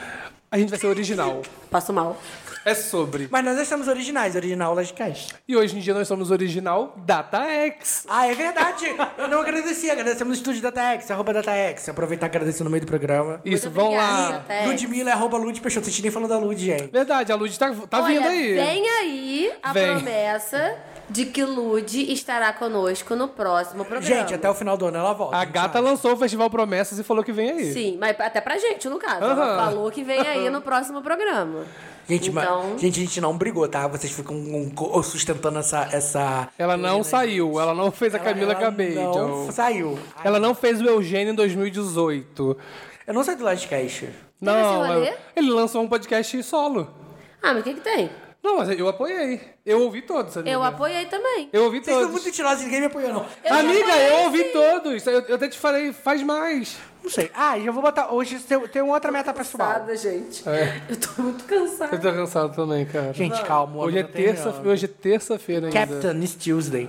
[SPEAKER 3] A gente vai ser original.
[SPEAKER 2] Passo mal.
[SPEAKER 3] É sobre.
[SPEAKER 1] Mas nós estamos originais, original Lajcast.
[SPEAKER 3] E hoje em dia nós somos original DataX.
[SPEAKER 1] Ah, é verdade. Eu não agradeci. Agradecemos o estúdio DataX, arroba DataX. Aproveitar e agradecer no meio do programa.
[SPEAKER 3] Isso,
[SPEAKER 2] Muito
[SPEAKER 3] vão
[SPEAKER 2] obrigada,
[SPEAKER 3] lá.
[SPEAKER 2] até.
[SPEAKER 1] Ludmilla é arroba Lud Peixoto. A gente nem falou da Lud, gente.
[SPEAKER 3] Verdade, a Lud tá, tá
[SPEAKER 2] Olha,
[SPEAKER 3] vindo aí.
[SPEAKER 2] Vem aí a
[SPEAKER 3] Vem.
[SPEAKER 2] promessa de que Lud estará conosco no próximo programa.
[SPEAKER 1] Gente, até o final do ano ela volta.
[SPEAKER 3] A
[SPEAKER 1] gente
[SPEAKER 3] gata
[SPEAKER 1] sabe.
[SPEAKER 3] lançou o Festival Promessas e falou que vem aí.
[SPEAKER 2] Sim, mas até pra gente, no caso.
[SPEAKER 3] Aham.
[SPEAKER 2] Ela falou que vem aí no próximo programa.
[SPEAKER 1] Gente,
[SPEAKER 2] então...
[SPEAKER 1] mas, gente, a gente não brigou, tá? Vocês ficam um, co- sustentando essa... essa...
[SPEAKER 3] Ela não saiu, ela não fez a Camila
[SPEAKER 1] né, ela
[SPEAKER 3] Cabello. então.
[SPEAKER 1] não saiu.
[SPEAKER 3] Ela não fez o Eugênio em 2018.
[SPEAKER 1] Eu não saí do Lodcast.
[SPEAKER 2] esse
[SPEAKER 3] Não,
[SPEAKER 2] rolê?
[SPEAKER 3] ela- ele lançou um podcast solo.
[SPEAKER 2] Ah, mas o que que tem?
[SPEAKER 3] Não, mas eu apoiei. Eu ouvi todos, amiga.
[SPEAKER 2] Eu apoiei também.
[SPEAKER 3] Eu ouvi
[SPEAKER 1] Vocês são
[SPEAKER 3] todos.
[SPEAKER 1] muito mentirosos, ninguém me apoiou, não.
[SPEAKER 2] Eu
[SPEAKER 3] Amiga,
[SPEAKER 2] apoiei,
[SPEAKER 3] eu ouvi
[SPEAKER 2] sim.
[SPEAKER 3] todos. Eu, eu até te falei, faz mais.
[SPEAKER 1] Não sei. Ah, já vou botar. Hoje tem, tem outra meta pessoal.
[SPEAKER 2] Cansada, gente.
[SPEAKER 3] É.
[SPEAKER 2] Eu tô muito
[SPEAKER 3] Eu
[SPEAKER 2] cansada.
[SPEAKER 3] tô cansado também, cara.
[SPEAKER 1] Gente, calma. o
[SPEAKER 3] hoje, é
[SPEAKER 1] ano tá terminando.
[SPEAKER 3] terça, hoje é terça-feira ainda.
[SPEAKER 1] Captain is Tuesday.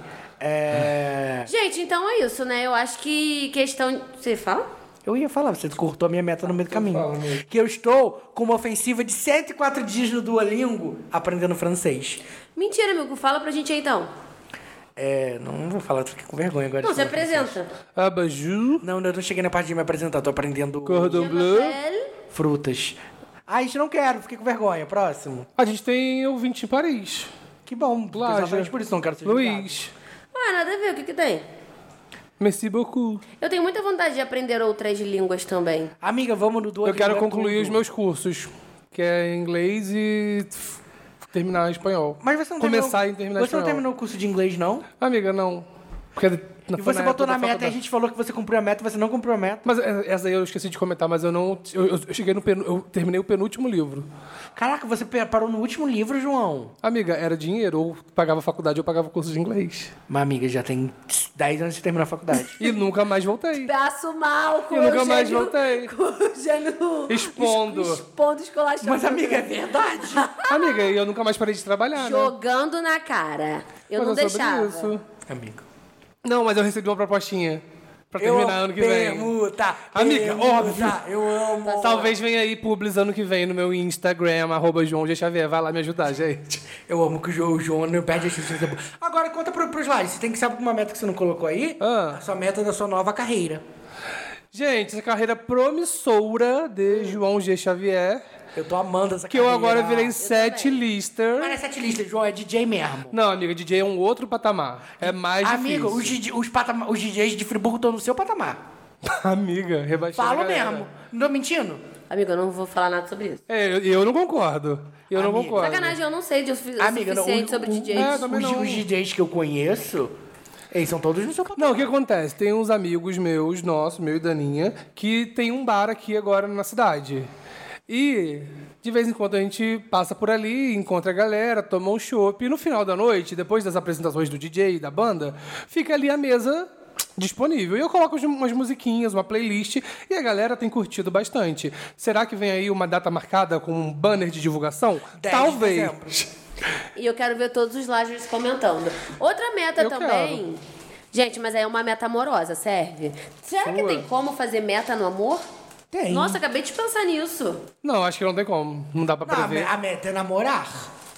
[SPEAKER 1] É...
[SPEAKER 2] Gente, então é isso, né? Eu acho que questão. Você fala?
[SPEAKER 1] Eu ia falar, você cortou a minha meta no meio do caminho.
[SPEAKER 3] fala mesmo.
[SPEAKER 1] Que eu estou com uma ofensiva de 104 dias no Duolingo aprendendo francês.
[SPEAKER 2] Mentira, amigo. Fala pra gente aí então.
[SPEAKER 1] É, não vou falar, tô aqui com vergonha agora.
[SPEAKER 2] Não,
[SPEAKER 1] de
[SPEAKER 2] se
[SPEAKER 3] é
[SPEAKER 1] falar francês.
[SPEAKER 2] apresenta.
[SPEAKER 3] Abajur,
[SPEAKER 1] Não, eu não cheguei na parte de me apresentar, tô aprendendo
[SPEAKER 3] cordon bleu.
[SPEAKER 2] Mademoiselle.
[SPEAKER 1] frutas. Ah, isso não quero, fiquei com vergonha. Próximo.
[SPEAKER 3] A gente tem ouvinte em Paris.
[SPEAKER 1] Que bom,
[SPEAKER 3] Plágio.
[SPEAKER 1] exatamente por isso não quero ser julgado.
[SPEAKER 3] Luiz.
[SPEAKER 2] Ah, nada a ver. O que que tem?
[SPEAKER 3] Merci beaucoup.
[SPEAKER 2] Eu tenho muita vontade de aprender outras línguas também.
[SPEAKER 1] Amiga, vamos no
[SPEAKER 3] Eu
[SPEAKER 1] Duolingo.
[SPEAKER 3] quero
[SPEAKER 1] é
[SPEAKER 3] concluir
[SPEAKER 1] tudo.
[SPEAKER 3] os meus cursos, que é inglês e f- terminar em espanhol.
[SPEAKER 1] Mas você não
[SPEAKER 3] Começar
[SPEAKER 1] terminou...
[SPEAKER 3] e terminar em
[SPEAKER 1] Você não
[SPEAKER 3] espanhol.
[SPEAKER 1] terminou o curso de inglês, não?
[SPEAKER 3] Amiga, não. Porque na-
[SPEAKER 1] E
[SPEAKER 3] foi
[SPEAKER 1] você
[SPEAKER 3] época
[SPEAKER 1] botou
[SPEAKER 3] da
[SPEAKER 1] na meta e a
[SPEAKER 3] faculdade.
[SPEAKER 1] gente falou que você cumpriu a meta, você não cumpriu a meta.
[SPEAKER 3] Mas é, essa aí eu esqueci de comentar, mas eu não. Eu, eu- eu cheguei no penu- Eu terminei o penúltimo livro.
[SPEAKER 1] Caraca, você pe- parou no último livro, João.
[SPEAKER 3] Amiga, era dinheiro, ou pagava faculdade, ou pagava curso de inglês.
[SPEAKER 1] Mas, amiga, já tem 10 anos que você terminou a
[SPEAKER 3] [LAUGHS]
[SPEAKER 1] faculdade.
[SPEAKER 3] E nunca mais voltei.
[SPEAKER 2] Passo mal com
[SPEAKER 3] Eu nunca
[SPEAKER 2] Eugênio-
[SPEAKER 3] mais voltei.
[SPEAKER 2] [LAUGHS] Com Eugênio...
[SPEAKER 3] Expondo.
[SPEAKER 2] es- Expondo escolachando.
[SPEAKER 1] Mas, amiga, é verdade.
[SPEAKER 2] [LAUGHS]
[SPEAKER 3] Amiga, e eu nunca mais parei de trabalhar, né?
[SPEAKER 2] Jogando na cara. Eu
[SPEAKER 3] Mas
[SPEAKER 2] não
[SPEAKER 3] é sobre
[SPEAKER 2] deixava.
[SPEAKER 3] isso.
[SPEAKER 1] Amigo.
[SPEAKER 3] Não, mas eu recebi uma propostinha pra
[SPEAKER 1] Eu
[SPEAKER 3] terminar
[SPEAKER 1] amo
[SPEAKER 3] ano que vem.
[SPEAKER 1] Permuta,
[SPEAKER 3] Amiga,
[SPEAKER 1] permuta,
[SPEAKER 3] óbvio.
[SPEAKER 1] Eu amo.
[SPEAKER 3] Talvez venha aí publis ano que vem no meu Instagram, arroba João G. Xavier. Vai lá me ajudar, gente.
[SPEAKER 1] Eu amo que o João, o João não perde a chance de fazer- Agora conta pro, pros lives. Você tem que saber uma meta que você não colocou aí.
[SPEAKER 3] Ah.
[SPEAKER 1] A sua meta da sua nova carreira.
[SPEAKER 3] Gente, essa carreira promissora de João G. Xavier,
[SPEAKER 1] Eu tô amando essa
[SPEAKER 3] que eu
[SPEAKER 1] carreira.
[SPEAKER 3] agora virei set
[SPEAKER 1] Mas não é
[SPEAKER 3] lister.
[SPEAKER 1] sete listas, João, é DJ mesmo.
[SPEAKER 3] Não, amiga, DJ é um outro patamar. É mais
[SPEAKER 1] Amigo, os,
[SPEAKER 3] difícil.
[SPEAKER 1] DJ os, patama- os DJs de Friburgo estão no seu patamar.
[SPEAKER 3] [LAUGHS] Amiga, rebaixando
[SPEAKER 1] Falo
[SPEAKER 3] a galera.
[SPEAKER 1] mesmo. Não tô mentindo?
[SPEAKER 2] Amiga, eu não vou falar nada sobre isso.
[SPEAKER 3] É, eu, eu não concordo. Eu não
[SPEAKER 1] Amiga.
[SPEAKER 3] concordo.
[SPEAKER 2] Sacanagem, eu não sei de o sufi-
[SPEAKER 1] Amiga,
[SPEAKER 2] o
[SPEAKER 1] não,
[SPEAKER 2] suficiente
[SPEAKER 1] o-
[SPEAKER 2] sobre
[SPEAKER 1] o-
[SPEAKER 2] DJs.
[SPEAKER 3] É, também
[SPEAKER 1] os,
[SPEAKER 3] não.
[SPEAKER 1] os DJs que eu conheço, eles são todos no seu patamar.
[SPEAKER 3] Não, o que acontece? Tem uns amigos meus, nossos, meu e Daninha, que tem um bar aqui agora na cidade. E de vez em quando a gente passa por ali, encontra a galera, toma um chopp. E no final da noite, depois das apresentações do DJ e da banda, fica ali a mesa disponível. E eu coloco umas musiquinhas, uma playlist, e a galera tem curtido bastante. Será que vem aí uma data marcada com um banner de divulgação?
[SPEAKER 1] 10 de
[SPEAKER 3] Talvez.
[SPEAKER 1] dezembro.
[SPEAKER 2] E eu quero ver todos os Lajers comentando. Outra meta
[SPEAKER 3] Eu
[SPEAKER 2] também. Gente, mas aí é uma meta amorosa, serve? Será que
[SPEAKER 3] Sua.
[SPEAKER 2] tem como fazer meta no amor?
[SPEAKER 1] Tem.
[SPEAKER 2] Nossa, acabei de pensar nisso.
[SPEAKER 3] Não, acho que não tem como. Não dá pra
[SPEAKER 1] Não, a,
[SPEAKER 3] prever.
[SPEAKER 1] me- a meta é namorar.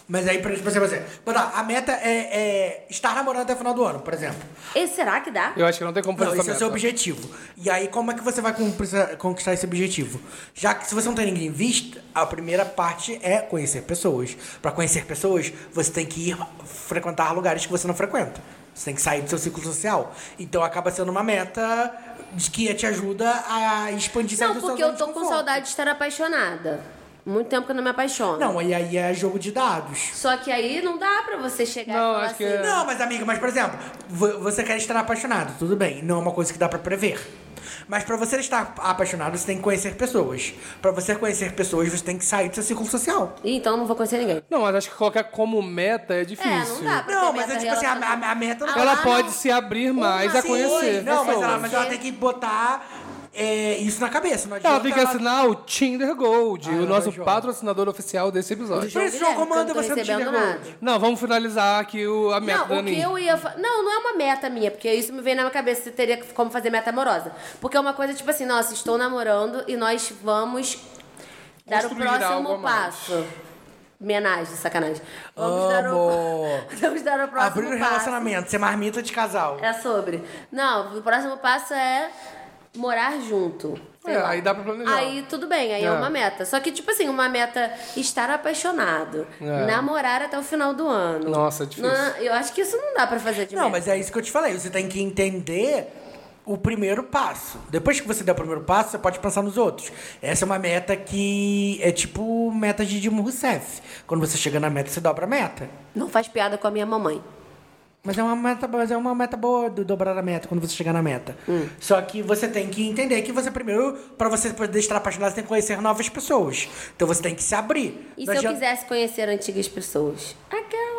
[SPEAKER 1] Mas aí, por exemplo, você, você mas tá, a meta é, é estar namorando até o final do ano, por exemplo.
[SPEAKER 2] E será que dá?
[SPEAKER 3] Eu acho que não tem como fazer
[SPEAKER 1] Não,
[SPEAKER 3] essa
[SPEAKER 1] esse é o
[SPEAKER 3] meta.
[SPEAKER 1] seu objetivo. E aí, como é que você vai compre- conquistar esse objetivo? Já que se você não tem ninguém em vista, a primeira parte é conhecer pessoas. Pra conhecer pessoas, você tem que ir frequentar lugares que você não frequenta. Você tem que sair do seu ciclo social. Então acaba sendo uma meta de que te ajuda a expandir sair
[SPEAKER 2] Não,
[SPEAKER 1] do seu
[SPEAKER 2] porque
[SPEAKER 1] zona
[SPEAKER 2] eu
[SPEAKER 1] de
[SPEAKER 2] tô com
[SPEAKER 1] conforto.
[SPEAKER 2] saudade de estar apaixonada. Muito tempo que eu não me apaixono.
[SPEAKER 1] Não, e aí é jogo de dados.
[SPEAKER 2] Só que aí não dá pra você chegar
[SPEAKER 3] Não,
[SPEAKER 2] e falar
[SPEAKER 3] acho que
[SPEAKER 2] assim.
[SPEAKER 3] é-
[SPEAKER 1] Não, mas amiga, mas por exemplo, vo- você quer estar apaixonado, tudo bem, não é uma coisa que dá pra prever. Mas pra você estar apaixonado, você tem que conhecer pessoas. Pra você conhecer pessoas, você tem que sair do seu círculo social.
[SPEAKER 2] Ih, então eu não vou conhecer ninguém.
[SPEAKER 3] Não, mas acho que colocar como meta é difícil.
[SPEAKER 2] É, não dá pra ter
[SPEAKER 1] Não,
[SPEAKER 2] meta
[SPEAKER 1] mas é tipo assim, a,
[SPEAKER 2] relacionada.
[SPEAKER 1] a- a meta não é assim.
[SPEAKER 2] Ah,
[SPEAKER 3] Ela
[SPEAKER 2] lá
[SPEAKER 3] pode
[SPEAKER 2] não.
[SPEAKER 3] se abrir mais a
[SPEAKER 2] Sim,
[SPEAKER 3] conhecer.
[SPEAKER 1] Não, mas ela,
[SPEAKER 3] pessoas.
[SPEAKER 1] mas ela tem que botar é, isso na cabeça. Não adianta
[SPEAKER 3] Ela tem que assinar o Tinder Gold,
[SPEAKER 1] Ah,
[SPEAKER 3] o
[SPEAKER 1] ela
[SPEAKER 3] nosso
[SPEAKER 1] vai jogar.
[SPEAKER 3] patrocinador oficial desse episódio.
[SPEAKER 1] Por isso, João,
[SPEAKER 2] Guilherme, que eu
[SPEAKER 1] comanda
[SPEAKER 2] não tô
[SPEAKER 1] você no Tinder
[SPEAKER 2] recebendo
[SPEAKER 1] Gold.
[SPEAKER 2] nada.
[SPEAKER 3] Não, vamos finalizar aqui o, a meta
[SPEAKER 2] Não,
[SPEAKER 3] da
[SPEAKER 2] o que
[SPEAKER 3] Aninha.
[SPEAKER 2] eu ia fa... Não, não é uma meta minha, porque isso me veio na minha cabeça, você teria como fazer meta amorosa. Porque é uma coisa tipo assim, nossa, estou namorando e nós vamos dar
[SPEAKER 3] Construir
[SPEAKER 2] o
[SPEAKER 3] algo a
[SPEAKER 2] próximo
[SPEAKER 3] mais.
[SPEAKER 2] passo. Menagem, sacanagem. Vamos dar o [LAUGHS] Vamos dar o próximo
[SPEAKER 1] Abrir um
[SPEAKER 2] passo.
[SPEAKER 1] relacionamento, ser marmita de casal.
[SPEAKER 2] É sobre. Não, o próximo passo é morar junto. Sei
[SPEAKER 3] É,
[SPEAKER 2] lá.
[SPEAKER 3] aí dá pra planejar.
[SPEAKER 2] Aí tudo bem, aí é.
[SPEAKER 3] É.
[SPEAKER 2] uma meta. Só que, tipo assim, uma meta estar apaixonado,
[SPEAKER 3] É.
[SPEAKER 2] namorar até o final do ano.
[SPEAKER 3] Nossa, é difícil.
[SPEAKER 2] Não, eu acho que isso não dá pra fazer de
[SPEAKER 1] Não,
[SPEAKER 2] meta.
[SPEAKER 1] mas é isso que eu te falei. Você tem que entender o primeiro passo. Depois que você der o primeiro passo, você pode pensar nos outros. Essa é uma meta que é tipo meta de Dilma Rousseff. Quando você chega na meta, você dobra a meta.
[SPEAKER 2] Não faz piada com a minha mamãe.
[SPEAKER 1] Mas é uma meta, mas é uma meta boa do dobrar a meta quando você chegar na meta.
[SPEAKER 2] Hum.
[SPEAKER 1] Só que você tem que entender que você primeiro, pra você poder estar apaixonado, você tem que conhecer novas pessoas. Então você tem que se abrir.
[SPEAKER 2] E
[SPEAKER 1] Não
[SPEAKER 2] se eu
[SPEAKER 1] adianta-
[SPEAKER 2] quisesse conhecer antigas pessoas? Aquela.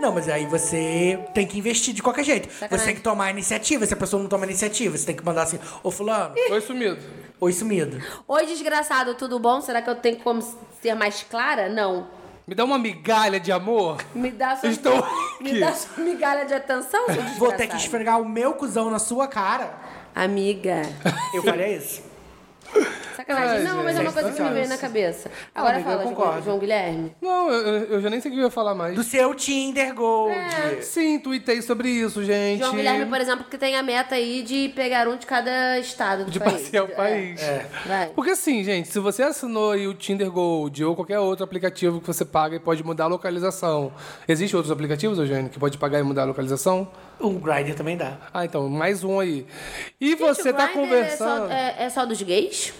[SPEAKER 1] Não, mas aí você tem que investir de qualquer jeito. Você tem que tomar iniciativa. Se a pessoa não toma iniciativa, você tem que mandar assim, ô fulano,
[SPEAKER 3] Foi sumido.
[SPEAKER 1] oi sumido.
[SPEAKER 2] Oi, desgraçado, tudo bom? Será que eu tenho como ser mais clara? Não.
[SPEAKER 3] Me dá uma migalha de amor.
[SPEAKER 2] Me dá sua,
[SPEAKER 3] Estou
[SPEAKER 2] me
[SPEAKER 3] aqui.
[SPEAKER 2] dá sua migalha de atenção,
[SPEAKER 1] Vou
[SPEAKER 2] seu
[SPEAKER 1] ter que
[SPEAKER 2] desgraçado.
[SPEAKER 1] esfregar o meu cuzão na sua cara.
[SPEAKER 2] Amiga.
[SPEAKER 1] Eu falei isso.
[SPEAKER 2] Sacanagem.
[SPEAKER 3] Ai,
[SPEAKER 2] não, mas é uma
[SPEAKER 1] gente.
[SPEAKER 2] coisa que me veio na cabeça. Agora
[SPEAKER 1] amiga, eu
[SPEAKER 2] fala, João,
[SPEAKER 1] concordo.
[SPEAKER 2] João Guilherme.
[SPEAKER 3] Não, eu, eu já nem sei o que eu ia falar mais.
[SPEAKER 1] Do seu Tinder Gold.
[SPEAKER 3] Sim, tuitei sobre isso, gente.
[SPEAKER 2] João Guilherme, por exemplo, que tem a meta aí de pegar um de cada estado do
[SPEAKER 3] De
[SPEAKER 2] país.
[SPEAKER 3] passear o
[SPEAKER 2] É.
[SPEAKER 3] país.
[SPEAKER 2] Vai.
[SPEAKER 3] Porque assim, gente, se você assinou aí o Tinder Gold ou qualquer outro aplicativo que você paga e pode mudar a localização. Existem outros aplicativos, Eugênio, que pode pagar e mudar a localização?
[SPEAKER 1] Um grinder também dá.
[SPEAKER 3] Ah, então, mais um aí. E
[SPEAKER 2] Gente,
[SPEAKER 3] você
[SPEAKER 2] o
[SPEAKER 3] tá
[SPEAKER 2] Grindr
[SPEAKER 3] conversando.
[SPEAKER 2] É só, é- é só dos gays?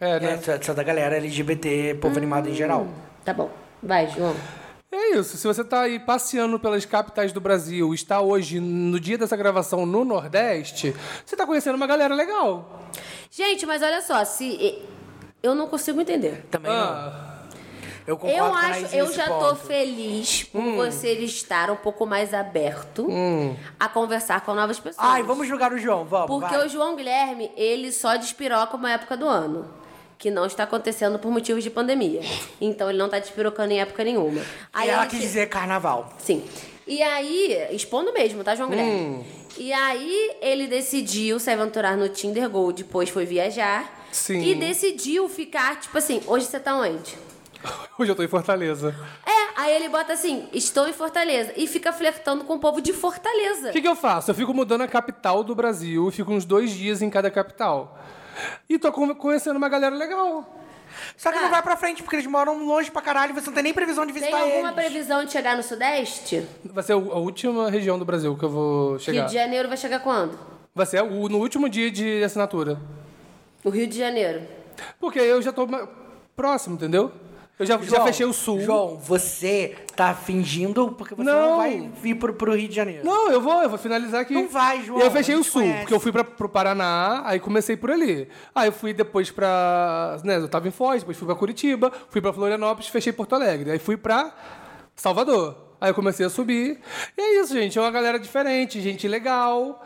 [SPEAKER 3] É,
[SPEAKER 1] É,
[SPEAKER 3] né?
[SPEAKER 1] só, só da galera LGBT, povo animado em geral.
[SPEAKER 2] Tá bom. Vai, João.
[SPEAKER 3] É isso. Se você tá aí passeando pelas capitais do Brasil, está hoje, no dia dessa gravação, no Nordeste, você tá conhecendo uma galera legal.
[SPEAKER 2] Gente, mas olha só, se. Eu não consigo entender.
[SPEAKER 1] Também
[SPEAKER 3] Ah,
[SPEAKER 1] não. Eu concordo
[SPEAKER 2] Eu
[SPEAKER 1] com a
[SPEAKER 2] acho,
[SPEAKER 1] Anaís
[SPEAKER 2] eu
[SPEAKER 1] nesse
[SPEAKER 2] já tô
[SPEAKER 1] ponto. Hum.
[SPEAKER 2] feliz por você estar um pouco mais aberto a conversar com novas pessoas.
[SPEAKER 1] Ai, vamos julgar o João, vamos.
[SPEAKER 2] Porque
[SPEAKER 1] Então vai.
[SPEAKER 2] o João Guilherme, ele só despiroca uma época do ano. Que não está acontecendo por motivos de pandemia. Então ele não está despirocando em época nenhuma.
[SPEAKER 1] E ela
[SPEAKER 2] ele
[SPEAKER 1] quis
[SPEAKER 2] che-
[SPEAKER 1] dizer carnaval.
[SPEAKER 2] Sim. E aí, expondo mesmo, tá, João Guilherme?
[SPEAKER 1] Hum.
[SPEAKER 2] E aí, ele decidiu se aventurar no Tinder Gold, depois foi viajar.
[SPEAKER 3] Sim.
[SPEAKER 2] E decidiu ficar, tipo assim, hoje você tá onde?
[SPEAKER 3] hoje eu tô em Fortaleza.
[SPEAKER 2] É, aí ele bota assim, estou em Fortaleza. E fica flertando com o povo de Fortaleza.
[SPEAKER 3] O que, que eu faço? Eu fico mudando a capital do Brasil, fico uns dois dias em cada capital. E tô con- conhecendo uma galera legal.
[SPEAKER 1] Só que não vai pra frente, porque eles moram longe pra caralho. Você não tem nem previsão de
[SPEAKER 2] Tem
[SPEAKER 1] visitar
[SPEAKER 2] alguma
[SPEAKER 1] eles.
[SPEAKER 2] previsão de chegar no Sudeste?
[SPEAKER 3] Vai ser a última região do Brasil que eu vou
[SPEAKER 2] Rio
[SPEAKER 3] chegar.
[SPEAKER 2] de Janeiro vai chegar quando?
[SPEAKER 3] Vai ser o- no último dia de assinatura.
[SPEAKER 2] No Rio de Janeiro.
[SPEAKER 3] Porque eu já tô ma- próximo, entendeu? Eu já, já
[SPEAKER 1] João,
[SPEAKER 3] fechei o sul.
[SPEAKER 1] João, você tá fingindo porque você não,
[SPEAKER 3] Não.
[SPEAKER 1] vai vir pro, pro Rio de Janeiro.
[SPEAKER 3] Não, eu vou, eu vou finalizar aqui.
[SPEAKER 1] Não vai, João,
[SPEAKER 3] E eu fechei
[SPEAKER 1] a
[SPEAKER 3] o
[SPEAKER 1] gente
[SPEAKER 3] sul,
[SPEAKER 1] conhece.
[SPEAKER 3] porque eu fui pra, pro Paraná, aí comecei por ali. Aí eu fui depois pra. Né, eu tava em Foz, depois fui pra Curitiba, fui pra Florianópolis, fechei Porto Alegre. Aí fui pra Salvador. Aí eu comecei a subir. E é isso, gente. É uma galera diferente, gente legal.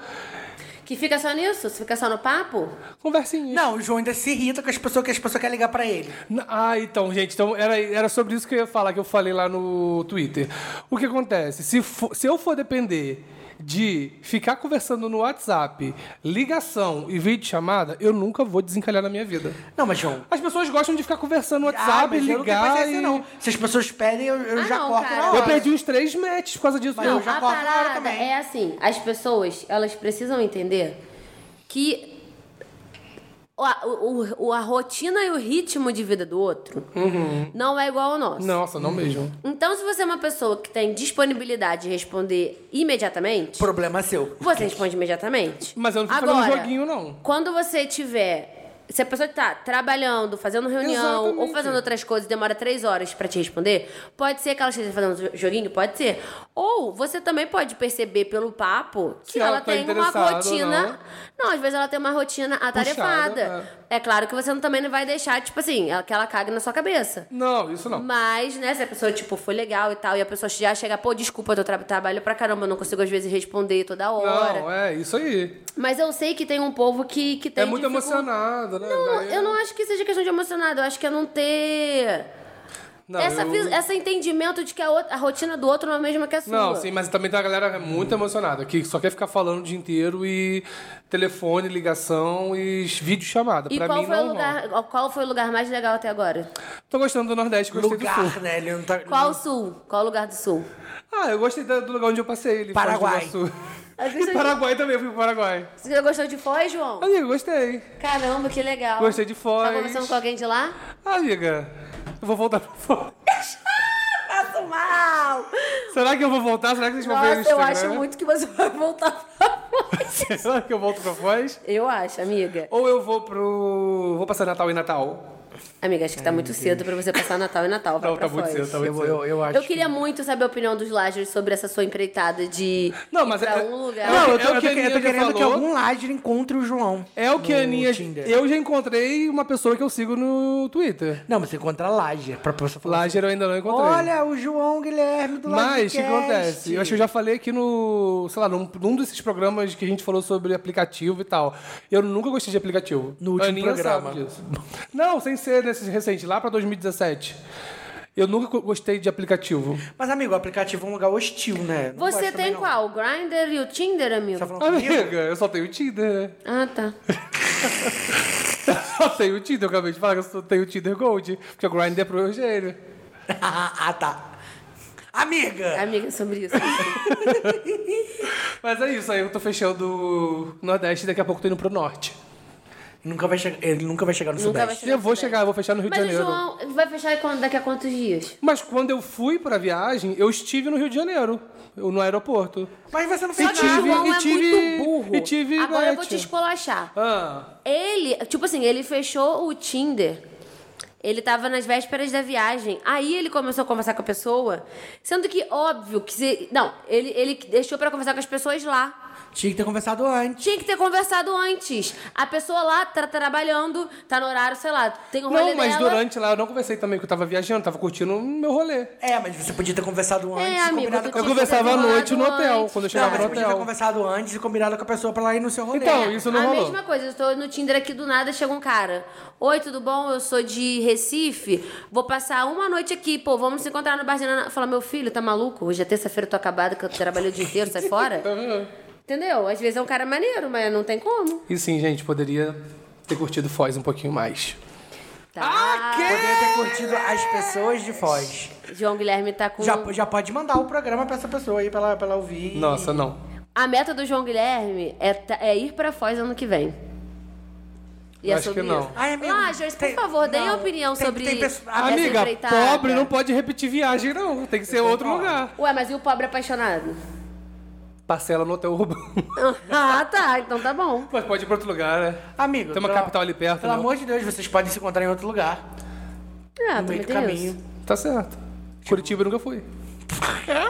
[SPEAKER 2] Que fica só nisso? Você fica só no papo?
[SPEAKER 3] Conversinha.
[SPEAKER 1] Não, o João ainda se irrita com as pessoas que as pessoas querem ligar pra ele.
[SPEAKER 3] N- Ah, então, gente, então era, era sobre isso que eu ia falar, que eu falei lá no Twitter. O que acontece? Se, fo- se eu for depender de ficar conversando no WhatsApp, ligação e vídeo chamada, eu nunca vou desencalhar na minha vida.
[SPEAKER 1] Não, mas João.
[SPEAKER 3] As pessoas gostam de ficar conversando no
[SPEAKER 1] ah, mas eu
[SPEAKER 3] WhatsApp,
[SPEAKER 1] não tenho
[SPEAKER 3] ligar.
[SPEAKER 1] paciência,
[SPEAKER 3] e-
[SPEAKER 1] não. Se as pessoas pedem, eu, eu
[SPEAKER 2] Ah,
[SPEAKER 1] já
[SPEAKER 2] não,
[SPEAKER 1] corto
[SPEAKER 2] cara.
[SPEAKER 1] na hora.
[SPEAKER 3] Eu perdi uns três matches por causa disso.
[SPEAKER 1] Mas eu
[SPEAKER 3] né?
[SPEAKER 1] já
[SPEAKER 2] a
[SPEAKER 1] corto na hora
[SPEAKER 2] parada
[SPEAKER 1] também.
[SPEAKER 2] é assim, as pessoas, elas precisam entender que a, o, o- a rotina e o ritmo de vida do outro
[SPEAKER 1] Uhum.
[SPEAKER 2] não é igual ao nosso.
[SPEAKER 3] Nossa, não mesmo.
[SPEAKER 2] Então, se você é uma pessoa que tem disponibilidade de responder imediatamente,
[SPEAKER 1] Problema seu.
[SPEAKER 2] você responde imediatamente.
[SPEAKER 3] Mas eu não fico
[SPEAKER 2] Agora,
[SPEAKER 3] fazendo joguinho, não.
[SPEAKER 2] Quando você tiver. Se a pessoa tá trabalhando, fazendo reunião
[SPEAKER 3] Exatamente.
[SPEAKER 2] ou fazendo outras coisas e demora três horas pra te responder, pode ser que ela esteja fazendo jo- joguinho? Pode ser. Ou você também pode perceber pelo papo que
[SPEAKER 3] Se
[SPEAKER 2] ela,
[SPEAKER 3] ela tá
[SPEAKER 2] tem uma
[SPEAKER 3] interessada ou
[SPEAKER 2] rotina. Não. às vezes ela tem uma rotina atarefada.
[SPEAKER 3] Puxada,
[SPEAKER 2] É. claro que você não- também não vai deixar, tipo assim, ela- que ela cague na sua cabeça.
[SPEAKER 3] Não, isso não.
[SPEAKER 2] Mas, né, se a pessoa, tipo, foi legal e tal, e a pessoa já chega, pô, desculpa, eu tô tra- trabalho pra caramba, eu não consigo às vezes responder toda hora.
[SPEAKER 3] Não, é isso aí.
[SPEAKER 2] Mas eu sei que tem um povo que, que tem.
[SPEAKER 3] É muito
[SPEAKER 2] dificu-
[SPEAKER 3] emocionado, né?
[SPEAKER 2] Não,
[SPEAKER 3] Daí-
[SPEAKER 2] eu não acho que seja questão de emocionado. Eu acho que é não ter.
[SPEAKER 3] Não,
[SPEAKER 2] essa,
[SPEAKER 3] eu-
[SPEAKER 2] vis- essa entendimento de que a, outra- a rotina do outro não é a mesma que a sua.
[SPEAKER 3] Não, sim, mas também tem uma galera muito emocionada, que só quer ficar falando o dia inteiro e telefone, ligação e videochamada.
[SPEAKER 2] E
[SPEAKER 3] pra
[SPEAKER 2] qual
[SPEAKER 3] mim,
[SPEAKER 2] foi,
[SPEAKER 3] não
[SPEAKER 2] o lugar, qual foi o lugar mais legal até agora?
[SPEAKER 3] rola. Tô gostando do Nordeste, gostei do Sul.
[SPEAKER 1] Lugar, né? Ele não tá.
[SPEAKER 2] Qual o sul? Qual o lugar do sul?
[SPEAKER 3] Ah, eu gostei da- do lugar onde eu passei. Ali,
[SPEAKER 1] Paraguai.
[SPEAKER 3] Foz do Iguaçu.
[SPEAKER 2] Às vezes
[SPEAKER 3] [LAUGHS] E
[SPEAKER 2] eu-
[SPEAKER 3] Paraguai também, eu fui pro Paraguai.
[SPEAKER 2] Você já gostou de Foz, João?
[SPEAKER 3] Amiga, gostei.
[SPEAKER 2] Caramba, que legal.
[SPEAKER 3] Gostei de Foz.
[SPEAKER 2] Tá conversando com alguém de lá?
[SPEAKER 3] Ah, Amiga, eu vou voltar pra Foz.
[SPEAKER 2] [LAUGHS] Passo mal!
[SPEAKER 3] Será que eu vou voltar? Será que vocês vão ver no
[SPEAKER 2] Nossa, eu
[SPEAKER 3] Instagram?
[SPEAKER 2] acho
[SPEAKER 3] [LAUGHS]
[SPEAKER 2] muito que você vai voltar pra Foz.
[SPEAKER 3] Será que eu volto pra Foz?
[SPEAKER 2] Eu acho, amiga.
[SPEAKER 3] Ou eu vou pro... Vou passar Natal em Natal.
[SPEAKER 2] Amiga, acho que tá muito cedo pra você passar Natal e Natal. Vai
[SPEAKER 3] Não,
[SPEAKER 2] pra
[SPEAKER 3] tá muito
[SPEAKER 2] fora.
[SPEAKER 3] cedo, tá muito
[SPEAKER 7] Eu,
[SPEAKER 3] cedo.
[SPEAKER 7] eu, eu acho.
[SPEAKER 2] Eu queria muito saber a opinião dos Lajos sobre essa sua empreitada de
[SPEAKER 3] Não,
[SPEAKER 2] ir
[SPEAKER 3] mas
[SPEAKER 2] pra
[SPEAKER 3] é-
[SPEAKER 2] um lugar.
[SPEAKER 1] Não, eu
[SPEAKER 3] É
[SPEAKER 1] tô,
[SPEAKER 3] o que a
[SPEAKER 1] que- eu tô
[SPEAKER 3] Aninha
[SPEAKER 1] querendo que
[SPEAKER 3] falou.
[SPEAKER 1] algum Lager encontre o João.
[SPEAKER 3] É o que
[SPEAKER 1] no
[SPEAKER 3] a Aninha.
[SPEAKER 1] Tinder.
[SPEAKER 3] Eu já encontrei uma pessoa que eu sigo no Twitter.
[SPEAKER 1] Não, você encontra Lager, pra pessoa falar.
[SPEAKER 3] Lager eu ainda não
[SPEAKER 1] assim,
[SPEAKER 3] encontrei.
[SPEAKER 1] Olha, o João Guilherme do
[SPEAKER 3] Mas o
[SPEAKER 1] Lagcast.
[SPEAKER 3] que acontece? Eu acho que eu já falei aqui no. sei lá, num, num desses programas que a gente falou sobre aplicativo e tal. Eu nunca gostei de aplicativo.
[SPEAKER 1] No último
[SPEAKER 3] Aninha
[SPEAKER 1] programa.
[SPEAKER 3] sabe disso. Não, sem ser nesse recente, lá pra 2017. Eu nunca co- gostei de aplicativo.
[SPEAKER 1] Mas, amigo, o aplicativo é um lugar hostil, né? Não
[SPEAKER 2] Você
[SPEAKER 1] gosto também,
[SPEAKER 2] tem
[SPEAKER 1] não.
[SPEAKER 2] qual? O Grindr e o Tinder, amigo?
[SPEAKER 1] Você tá falando
[SPEAKER 3] é
[SPEAKER 1] comigo?
[SPEAKER 3] Amiga, eu só tenho Tinder, [LAUGHS] né?
[SPEAKER 2] Ah, tá.
[SPEAKER 3] Só tenho Tinder, eu acabei de falar que eu só tenho Tinder Gold, porque o Grindr é pro Eugênio.
[SPEAKER 1] [LAUGHS] ah, tá. Amiga!
[SPEAKER 2] É, Amiga, sobre
[SPEAKER 3] [LAUGHS]
[SPEAKER 2] isso.
[SPEAKER 3] Mas é isso, aí eu tô fechando o Nordeste e daqui a pouco tô indo pro Norte.
[SPEAKER 1] Nunca vai chegar, ele nunca vai chegar no
[SPEAKER 2] Nunca vai
[SPEAKER 1] Sudeste.
[SPEAKER 2] chegar.
[SPEAKER 3] Eu vou chegar, eu vou fechar no Rio
[SPEAKER 2] Mas
[SPEAKER 3] de
[SPEAKER 2] o
[SPEAKER 3] Janeiro.
[SPEAKER 2] João vai fechar quando- daqui a quantos dias?
[SPEAKER 3] Mas quando eu fui pra viagem, eu estive no Rio de Janeiro, eu- no aeroporto.
[SPEAKER 1] Mas você não
[SPEAKER 3] E
[SPEAKER 1] fez
[SPEAKER 2] que o
[SPEAKER 1] nada.
[SPEAKER 3] tive-
[SPEAKER 2] João
[SPEAKER 3] e
[SPEAKER 2] é
[SPEAKER 3] tive-
[SPEAKER 2] muito burro.
[SPEAKER 3] e tive
[SPEAKER 2] Agora eu vou
[SPEAKER 3] match.
[SPEAKER 2] te escolachar.
[SPEAKER 3] Ah,
[SPEAKER 2] Ele, tipo assim, ele fechou o Tinder. Ele tava nas vésperas da viagem. Aí ele começou a conversar com a pessoa. Sendo que, óbvio, que se. Não, ele, ele deixou pra conversar com as pessoas lá.
[SPEAKER 1] Tinha que ter conversado antes.
[SPEAKER 2] Tinha que ter conversado antes. A pessoa lá tá trabalhando, tá no horário, sei lá, tem o rolê
[SPEAKER 3] não, mas
[SPEAKER 2] dela.
[SPEAKER 3] durante lá eu não conversei também, que eu tava viajando, tava curtindo o meu rolê.
[SPEAKER 1] É, mas você podia ter conversado antes e
[SPEAKER 2] É, amigo,
[SPEAKER 1] combinado
[SPEAKER 2] tu tá
[SPEAKER 1] com a
[SPEAKER 3] Eu
[SPEAKER 2] tinha
[SPEAKER 1] pessoa.
[SPEAKER 3] conversava à
[SPEAKER 2] ter
[SPEAKER 3] noite no
[SPEAKER 2] rolado
[SPEAKER 3] hotel,
[SPEAKER 2] antes.
[SPEAKER 3] quando eu
[SPEAKER 1] Não,
[SPEAKER 3] chegava
[SPEAKER 1] você
[SPEAKER 3] no
[SPEAKER 1] podia ter
[SPEAKER 3] hotel.
[SPEAKER 1] conversado antes e combinado com a pessoa pra lá ir no seu rolê.
[SPEAKER 3] Então, isso não
[SPEAKER 2] a
[SPEAKER 3] rolou.
[SPEAKER 2] mesma coisa, eu tô no Tinder aqui do nada, chega um cara. Oi, tudo bom? Eu sou de Recife. Vou passar uma noite aqui, pô, vamos se encontrar no barzinho. na- Fala, meu filho, tá maluco? Hoje é terça-feira, eu tô acabada, que eu trabalhei o dia inteiro, sai
[SPEAKER 3] [LAUGHS]
[SPEAKER 2] fora. Entendeu? Às vezes é um cara maneiro, mas não tem como.
[SPEAKER 3] E sim, gente, poderia ter curtido Foz um pouquinho mais.
[SPEAKER 2] Tá.
[SPEAKER 3] Ah!
[SPEAKER 1] Poderia ter curtido as pessoas de Foz.
[SPEAKER 2] João Guilherme tá com.
[SPEAKER 1] Já, já pode mandar o programa pra essa pessoa aí, pra ela, pra ela ouvir.
[SPEAKER 3] Nossa, não.
[SPEAKER 2] A meta do João Guilherme é, ta- é ir pra Foz ano que vem. E é
[SPEAKER 3] Eu acho
[SPEAKER 2] sobre
[SPEAKER 3] que não.
[SPEAKER 2] isso.
[SPEAKER 1] Ai, amigo,
[SPEAKER 2] Lajas, por
[SPEAKER 1] tem-
[SPEAKER 2] favor, deem a
[SPEAKER 1] não,
[SPEAKER 2] opinião
[SPEAKER 1] tem-
[SPEAKER 2] sobre
[SPEAKER 1] tem pessoa-
[SPEAKER 2] essa
[SPEAKER 3] Amiga,
[SPEAKER 2] empreitada.
[SPEAKER 3] pobre não pode repetir viagem, não. Tem que ser outro lugar.
[SPEAKER 2] Ué, mas e o pobre apaixonado?
[SPEAKER 3] Parcela no hotel urbano.
[SPEAKER 2] ah, tá. Então tá bom.
[SPEAKER 3] [LAUGHS] Mas pode ir pra outro lugar, né?
[SPEAKER 1] Amigo,
[SPEAKER 3] Tem uma
[SPEAKER 1] pelo-
[SPEAKER 3] capital ali perto,
[SPEAKER 1] Pelo
[SPEAKER 3] né?
[SPEAKER 1] amor de Deus, vocês podem se encontrar em outro lugar. no
[SPEAKER 2] Ah, também
[SPEAKER 1] meio do
[SPEAKER 2] tem
[SPEAKER 1] caminho.
[SPEAKER 2] isso.
[SPEAKER 1] [LAUGHS]
[SPEAKER 3] Tá certo. Curitiba eu nunca fui.
[SPEAKER 1] É,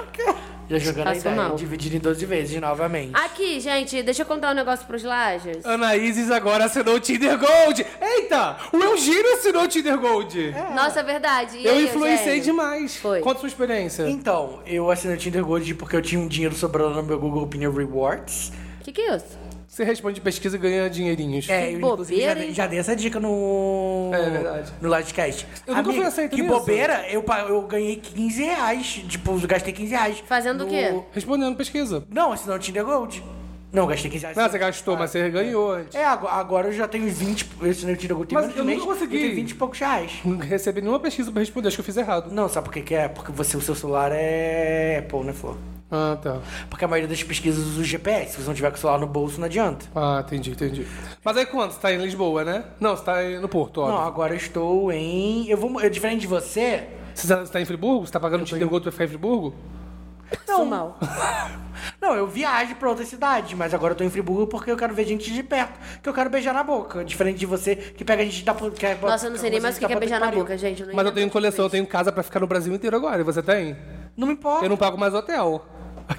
[SPEAKER 1] Já jogando a
[SPEAKER 2] Passou
[SPEAKER 1] ideia,
[SPEAKER 2] mal.
[SPEAKER 1] dividindo em 12 vezes novamente.
[SPEAKER 2] Aqui, gente, deixa eu contar um negócio pros Lajas.
[SPEAKER 3] Anaíses agora assinou o Tinder Gold. Eita! O Eugênio assinou o Tinder Gold.
[SPEAKER 2] Nossa, é verdade. E
[SPEAKER 3] Eu
[SPEAKER 2] aí,
[SPEAKER 3] influenciei
[SPEAKER 2] Eugênio?
[SPEAKER 3] demais.
[SPEAKER 2] Foi.
[SPEAKER 3] Conta sua experiência.
[SPEAKER 1] Então, eu assinei o Tinder Gold porque eu tinha um dinheiro sobrando no meu Google Opinion Rewards.
[SPEAKER 2] O que que é isso?
[SPEAKER 3] Você responde pesquisa e ganha dinheirinhos.
[SPEAKER 1] É, eu inclusive
[SPEAKER 2] bobeira,
[SPEAKER 1] já, dei-
[SPEAKER 2] hein?
[SPEAKER 1] já dei essa dica no.
[SPEAKER 3] É verdade.
[SPEAKER 1] No Livecast.
[SPEAKER 3] Eu nunca fui aceito
[SPEAKER 1] Que
[SPEAKER 3] nisso.
[SPEAKER 1] bobeira, eu, pa- eu ganhei 15 reais. Tipo, eu gastei 15 reais.
[SPEAKER 2] Fazendo o quê?
[SPEAKER 3] Respondendo
[SPEAKER 2] É
[SPEAKER 3] pesquisa.
[SPEAKER 1] Não, assinando o Tinder Gold. Não, gastei 15 reais.
[SPEAKER 3] Não, você gastou, mas você ganhou antes.
[SPEAKER 1] É, ago- agora eu já tenho 20. Eu assinei é o Tinder Gold tem
[SPEAKER 3] Mas
[SPEAKER 1] menos
[SPEAKER 3] eu
[SPEAKER 1] de um
[SPEAKER 3] nunca
[SPEAKER 1] mês,
[SPEAKER 3] consegui.
[SPEAKER 1] Eu tenho 20 e poucos reais.
[SPEAKER 3] Não recebi nenhuma pesquisa pra responder, acho que eu fiz errado.
[SPEAKER 1] Não, sabe por que, que é? Porque você, o seu celular é Apple, né, Flor?
[SPEAKER 3] Ah, tá.
[SPEAKER 1] Porque a maioria das pesquisas usa o GPS. Se você não tiver com o celular no bolso, não adianta.
[SPEAKER 3] Ah, entendi, entendi. Mas aí quando? Você tá em Lisboa, né? Não, você tá aí no Porto,
[SPEAKER 1] Não,
[SPEAKER 3] ó.
[SPEAKER 1] agora eu estou em. Eu vou. Eu, diferente de você.
[SPEAKER 3] Você tá, você tá em Friburgo? Você tá pagando Tinder Gold pra ficar em Friburgo?
[SPEAKER 2] Sou mal.
[SPEAKER 1] Não, eu viajo pra outra cidade, mas agora eu tô em Friburgo porque eu quero ver gente de perto, que eu quero beijar na boca. Diferente de você que pega a gente da ponta. que é-
[SPEAKER 2] Nossa, eu não sei nem mais o que
[SPEAKER 1] da
[SPEAKER 2] que é
[SPEAKER 1] ponta
[SPEAKER 2] beijar na
[SPEAKER 1] pariu.
[SPEAKER 2] boca, gente. não
[SPEAKER 3] Mas eu
[SPEAKER 2] entendo
[SPEAKER 3] tenho um
[SPEAKER 2] muito
[SPEAKER 3] coleção, eu tenho casa pra ficar no Brasil inteiro agora. E você tem?
[SPEAKER 1] Não me importa.
[SPEAKER 3] Eu
[SPEAKER 1] Eu
[SPEAKER 3] não pago mais hotel.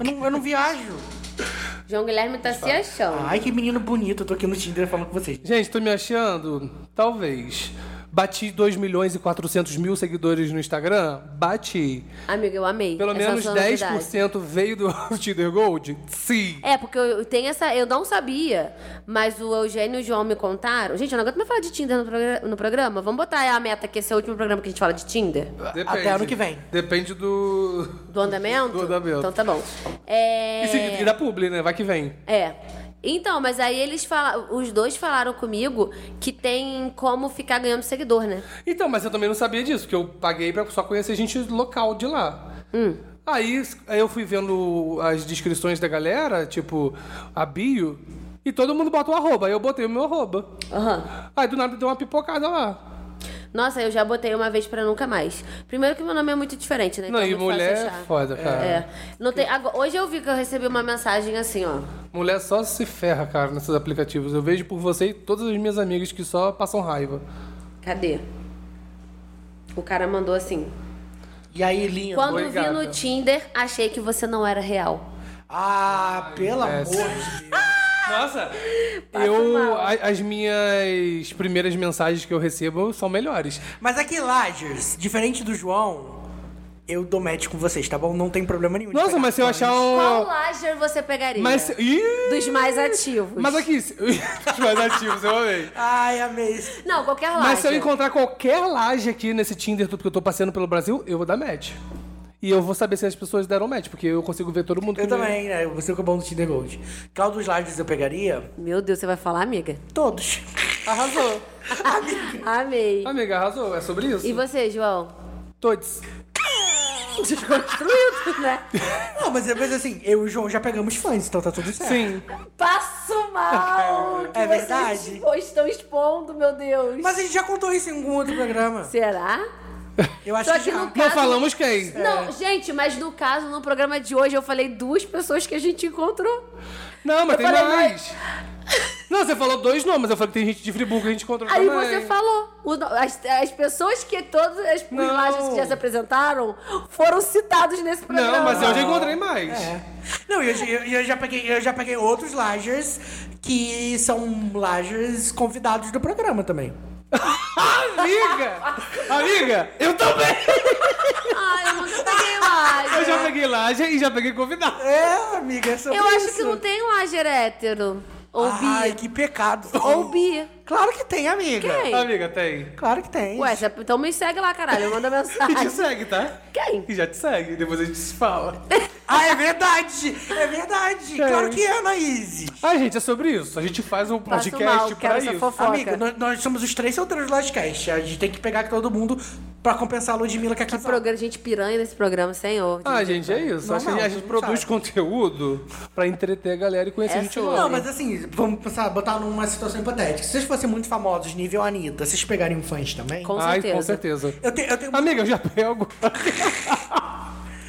[SPEAKER 1] não, eu não viajo.
[SPEAKER 2] isso. João Guilherme tá se achando.
[SPEAKER 1] Ai, que menino bonito. Eu tô aqui no Tinder falando com vocês.
[SPEAKER 3] Gente, tô me achando? Talvez. Bati 2 milhões e 400 mil seguidores no Instagram? Bati.
[SPEAKER 2] Amiga, eu amei.
[SPEAKER 3] Pelo
[SPEAKER 2] essa
[SPEAKER 3] menos
[SPEAKER 2] sua
[SPEAKER 3] 10%
[SPEAKER 2] novidade.
[SPEAKER 3] veio do [LAUGHS] Tinder Gold? Sim.
[SPEAKER 2] É, porque eu- eu tenho essa. Eu não sabia, mas o Eugênio e o João me contaram. Gente, eu não aguento mais falar de Tinder no, progra- no programa. Vamos botar a meta que esse é o último programa que a gente fala de Tinder?
[SPEAKER 1] É, Até ano que vem.
[SPEAKER 3] Depende do...
[SPEAKER 2] Do andamento?
[SPEAKER 3] Do andamento.
[SPEAKER 2] Então tá bom. É.
[SPEAKER 3] E, se- e da publi, né? Vai que vem.
[SPEAKER 2] É. Então, mas aí eles falaram. Os dois falaram comigo que tem como ficar ganhando seguidor, né?
[SPEAKER 3] Então, mas eu também não sabia disso, que eu paguei pra só conhecer gente local de lá.
[SPEAKER 1] Hum.
[SPEAKER 3] Aí, aí eu fui vendo as descrições da galera, tipo, a bio, e todo mundo bota o arroba. Aí eu botei o meu arroba.
[SPEAKER 2] Aham.
[SPEAKER 3] Aí do nada deu uma pipocada lá.
[SPEAKER 2] Nossa, eu já botei uma vez pra nunca mais. Primeiro que meu nome é muito diferente, né?
[SPEAKER 3] não,
[SPEAKER 2] Então é
[SPEAKER 3] e
[SPEAKER 2] muito fácil
[SPEAKER 3] mulher é
[SPEAKER 2] achar.
[SPEAKER 3] foda, cara.
[SPEAKER 2] É. Não tem, agora- hoje eu vi que eu recebi uma mensagem assim, ó.
[SPEAKER 3] Mulher só se ferra, cara, nesses aplicativos. Eu vejo por você e todas as minhas amigas que só passam raiva.
[SPEAKER 2] Cadê? O cara mandou assim.
[SPEAKER 1] E aí, linha?
[SPEAKER 2] Quando vi
[SPEAKER 3] Obrigado.
[SPEAKER 2] no Tinder, achei que você não era real.
[SPEAKER 1] Ah, pelo
[SPEAKER 3] é,
[SPEAKER 1] amor de Deus.
[SPEAKER 3] Nossa!
[SPEAKER 2] Passa
[SPEAKER 3] Eu,
[SPEAKER 2] mal.
[SPEAKER 3] a- as minhas primeiras mensagens que eu recebo são melhores.
[SPEAKER 1] Mas aqui, Lages, diferente do João, eu dou match com vocês, tá bom? Não tem problema nenhum. de
[SPEAKER 3] Nossa,
[SPEAKER 1] pegar
[SPEAKER 3] mas se eu
[SPEAKER 1] fãs.
[SPEAKER 3] achar
[SPEAKER 2] Qual
[SPEAKER 3] um.
[SPEAKER 2] lager você pegaria?
[SPEAKER 3] Mas. Ih!
[SPEAKER 2] Dos mais ativos.
[SPEAKER 3] Mas aqui. se- [LAUGHS] Os mais ativos, eu amei.
[SPEAKER 1] Ai, amei.
[SPEAKER 2] Não, qualquer lager.
[SPEAKER 3] Mas se eu encontrar qualquer laje aqui nesse Tinder, tudo que eu tô passeando pelo Brasil, eu vou dar match. E eu vou saber se as pessoas deram match, porque eu consigo ver todo mundo.
[SPEAKER 1] Eu
[SPEAKER 3] que-
[SPEAKER 1] também, né? Você que é bom do Tinder Gold. Qual dos Lages eu pegaria?
[SPEAKER 2] Meu Deus, você vai falar, amiga?
[SPEAKER 1] Todos.
[SPEAKER 3] Arrasou.
[SPEAKER 2] Amei.
[SPEAKER 3] Amiga, arrasou. É sobre isso?
[SPEAKER 2] E você, João?
[SPEAKER 3] Todos.
[SPEAKER 2] Desconstruído, né?
[SPEAKER 1] Não, mas, mas assim, eu e o João já pegamos fãs, então tá tudo certo.
[SPEAKER 3] Sim.
[SPEAKER 2] Passo
[SPEAKER 3] [LAUGHS]
[SPEAKER 2] mal! que
[SPEAKER 1] É verdade?
[SPEAKER 2] Vocês estão expondo, meu Deus.
[SPEAKER 1] Mas a gente já contou isso em algum outro programa.
[SPEAKER 2] Será?
[SPEAKER 1] Eu acho
[SPEAKER 2] Só
[SPEAKER 1] que
[SPEAKER 2] que
[SPEAKER 1] já.
[SPEAKER 2] não
[SPEAKER 3] Não
[SPEAKER 2] Caso-
[SPEAKER 3] falamos quem.
[SPEAKER 2] Não, gente, mas no caso, no programa de hoje, eu falei duas pessoas que a gente encontrou.
[SPEAKER 3] Não, mas
[SPEAKER 2] Eu
[SPEAKER 3] tem
[SPEAKER 2] falei, né?
[SPEAKER 3] mais. Não, você falou dois nomes. Eu falei que tem gente de Friburgo que a gente encontrou
[SPEAKER 2] Aí
[SPEAKER 3] também.
[SPEAKER 2] você falou. o no- as, as pessoas que todas as
[SPEAKER 3] Não.
[SPEAKER 2] imagens que já se apresentaram foram citados nesse programa.
[SPEAKER 3] Não, mas eu já encontrei mais.
[SPEAKER 1] É. Não, eu, já- eu- eu já peguei, eu já peguei outros Lagers que são Lagers convidados do programa também.
[SPEAKER 3] Amiga! Amiga! Eu também!
[SPEAKER 2] Ai, eu nunca peguei laje.
[SPEAKER 3] Eu já peguei laje e já peguei convidado.
[SPEAKER 1] É, amiga, é sobre
[SPEAKER 2] Eu acho
[SPEAKER 1] isso.
[SPEAKER 2] que não tem lager hétero. Ou
[SPEAKER 1] Ai,
[SPEAKER 2] bi.
[SPEAKER 1] que pecado.
[SPEAKER 2] Ou bi.
[SPEAKER 1] Claro que tem, amiga.
[SPEAKER 2] Quem?
[SPEAKER 3] Amiga, tem.
[SPEAKER 1] Claro que tem.
[SPEAKER 2] Ué, cê- então me segue lá, caralho. Manda
[SPEAKER 3] E [LAUGHS] te
[SPEAKER 2] mensagem.
[SPEAKER 3] segue, tá?
[SPEAKER 2] Quem?
[SPEAKER 3] E já te segue. Depois a gente se fala.
[SPEAKER 1] Ah, é verdade! É verdade!
[SPEAKER 3] Tem.
[SPEAKER 1] Claro que é, Anaíse.
[SPEAKER 3] Ah, gente, é sobre isso. A gente faz um
[SPEAKER 2] Passo
[SPEAKER 3] podcast
[SPEAKER 2] mal, quero
[SPEAKER 3] pra
[SPEAKER 2] essa
[SPEAKER 3] isso.
[SPEAKER 2] fofoca.
[SPEAKER 1] Amigo, nós, nós somos os três solteiros do Lodcast. A gente tem que pegar todo mundo pra compensar a Ludmilla que é
[SPEAKER 2] Que
[SPEAKER 1] casada.
[SPEAKER 2] programa, gente piranha nesse programa, senhor.
[SPEAKER 3] Ah, gente, é isso. Acho que
[SPEAKER 1] Normal,
[SPEAKER 3] a gente
[SPEAKER 1] não
[SPEAKER 3] produz
[SPEAKER 1] sabe.
[SPEAKER 3] conteúdo pra entreter a galera e conhecer
[SPEAKER 2] É
[SPEAKER 3] gente
[SPEAKER 2] assim.
[SPEAKER 3] nova.
[SPEAKER 1] Não, mas assim, vamos pensar, botar numa situação hipotética. Se vocês fossem muito famosos, nível Anitta, vocês pegariam fãs também?
[SPEAKER 2] Com Ah,
[SPEAKER 3] Ai,
[SPEAKER 2] certeza.
[SPEAKER 3] com certeza.
[SPEAKER 1] Eu tenho, eu tenho...
[SPEAKER 3] Amiga, eu já pego.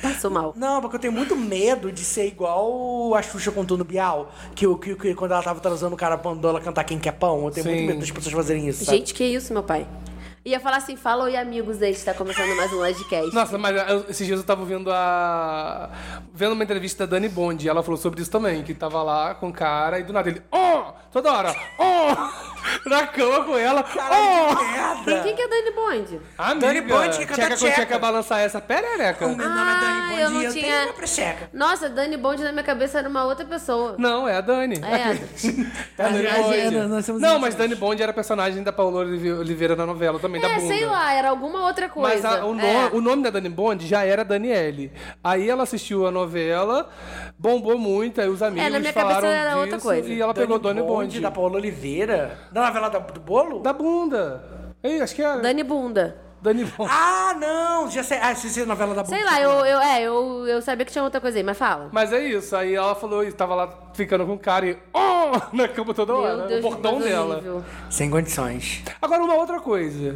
[SPEAKER 2] Passo mal.
[SPEAKER 1] Não, porque eu tenho muito medo de ser igual a Xuxa com o Tuno Bial, que, o- que, que quando ela tava transando, o cara mandou ela cantar Quem Quer Pão. Eu tenho
[SPEAKER 3] Sim.
[SPEAKER 1] muito medo das pessoas fazerem isso, sabe?
[SPEAKER 2] Gente, que isso, meu pai? Ia falar assim, fala oi amigos, aí está começando mais um podcast.
[SPEAKER 3] Nossa, mas ah, eu- esses dias eu tava ouvindo a. vendo uma entrevista da Dani Bond, e ela falou sobre isso também, que tava lá com o cara e do nada ele. Oh! Toda hora! Oh! [LAUGHS] Na cama com ela!
[SPEAKER 1] Caralho,
[SPEAKER 3] Oh!
[SPEAKER 1] que merda!
[SPEAKER 2] Quem que é Dani Bond?
[SPEAKER 3] Amiga,
[SPEAKER 1] Dani Bond que canta
[SPEAKER 3] tcheca com
[SPEAKER 1] tcheca.
[SPEAKER 3] tcheca balança essa perereca.
[SPEAKER 1] Meu nome é Dani
[SPEAKER 2] Ah,
[SPEAKER 1] Bom
[SPEAKER 2] eu
[SPEAKER 1] dia,
[SPEAKER 2] não
[SPEAKER 1] eu
[SPEAKER 2] tinha-
[SPEAKER 1] tenho uma precheca.
[SPEAKER 2] Nossa, Dani Bond na minha cabeça era uma outra pessoa.
[SPEAKER 3] Não, é a Dani.
[SPEAKER 2] É.
[SPEAKER 3] [LAUGHS] É a Dani
[SPEAKER 1] Imagina,
[SPEAKER 3] Bond.
[SPEAKER 1] nós somos
[SPEAKER 3] Não,
[SPEAKER 1] íntimos.
[SPEAKER 3] mas Dani Bond era personagem da Paola Olive- Oliveira na novela também, da
[SPEAKER 2] É,
[SPEAKER 3] bunda.
[SPEAKER 2] sei lá, era alguma outra coisa.
[SPEAKER 3] Mas a- o, no-
[SPEAKER 2] É.
[SPEAKER 3] o nome da Dani Bond já era Daniele. Aí ela assistiu a novela, bombou muito, aí os amigos
[SPEAKER 2] É, na minha
[SPEAKER 3] falaram
[SPEAKER 2] cabeça era
[SPEAKER 3] disso,
[SPEAKER 2] outra coisa.
[SPEAKER 3] E ela pegou Dani Bond.
[SPEAKER 1] da Paula Oliveira. Da novela da- do bolo?
[SPEAKER 3] Da bunda. Ei, acho que era.
[SPEAKER 2] Dani
[SPEAKER 3] Dani,
[SPEAKER 2] Bunda.
[SPEAKER 3] Bond.
[SPEAKER 1] Ah, não! Já sei. Ah, se você novela da
[SPEAKER 2] Sei
[SPEAKER 1] Bom
[SPEAKER 2] lá,
[SPEAKER 1] Dia.
[SPEAKER 2] eu, eu, é, eu, eu sabia que tinha outra coisa aí, mas fala.
[SPEAKER 3] Mas é isso, aí ela falou e tava lá ficando com o cara e. Oh! [LAUGHS] Na cama toda hora. o bordão
[SPEAKER 2] que coisa
[SPEAKER 3] dela.
[SPEAKER 2] é horrível.
[SPEAKER 1] Sem condições.
[SPEAKER 3] Agora, uma outra coisa.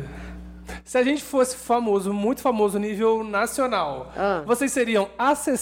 [SPEAKER 3] Se a gente fosse famoso, muito famoso, nível nacional,
[SPEAKER 2] Ah.
[SPEAKER 3] vocês seriam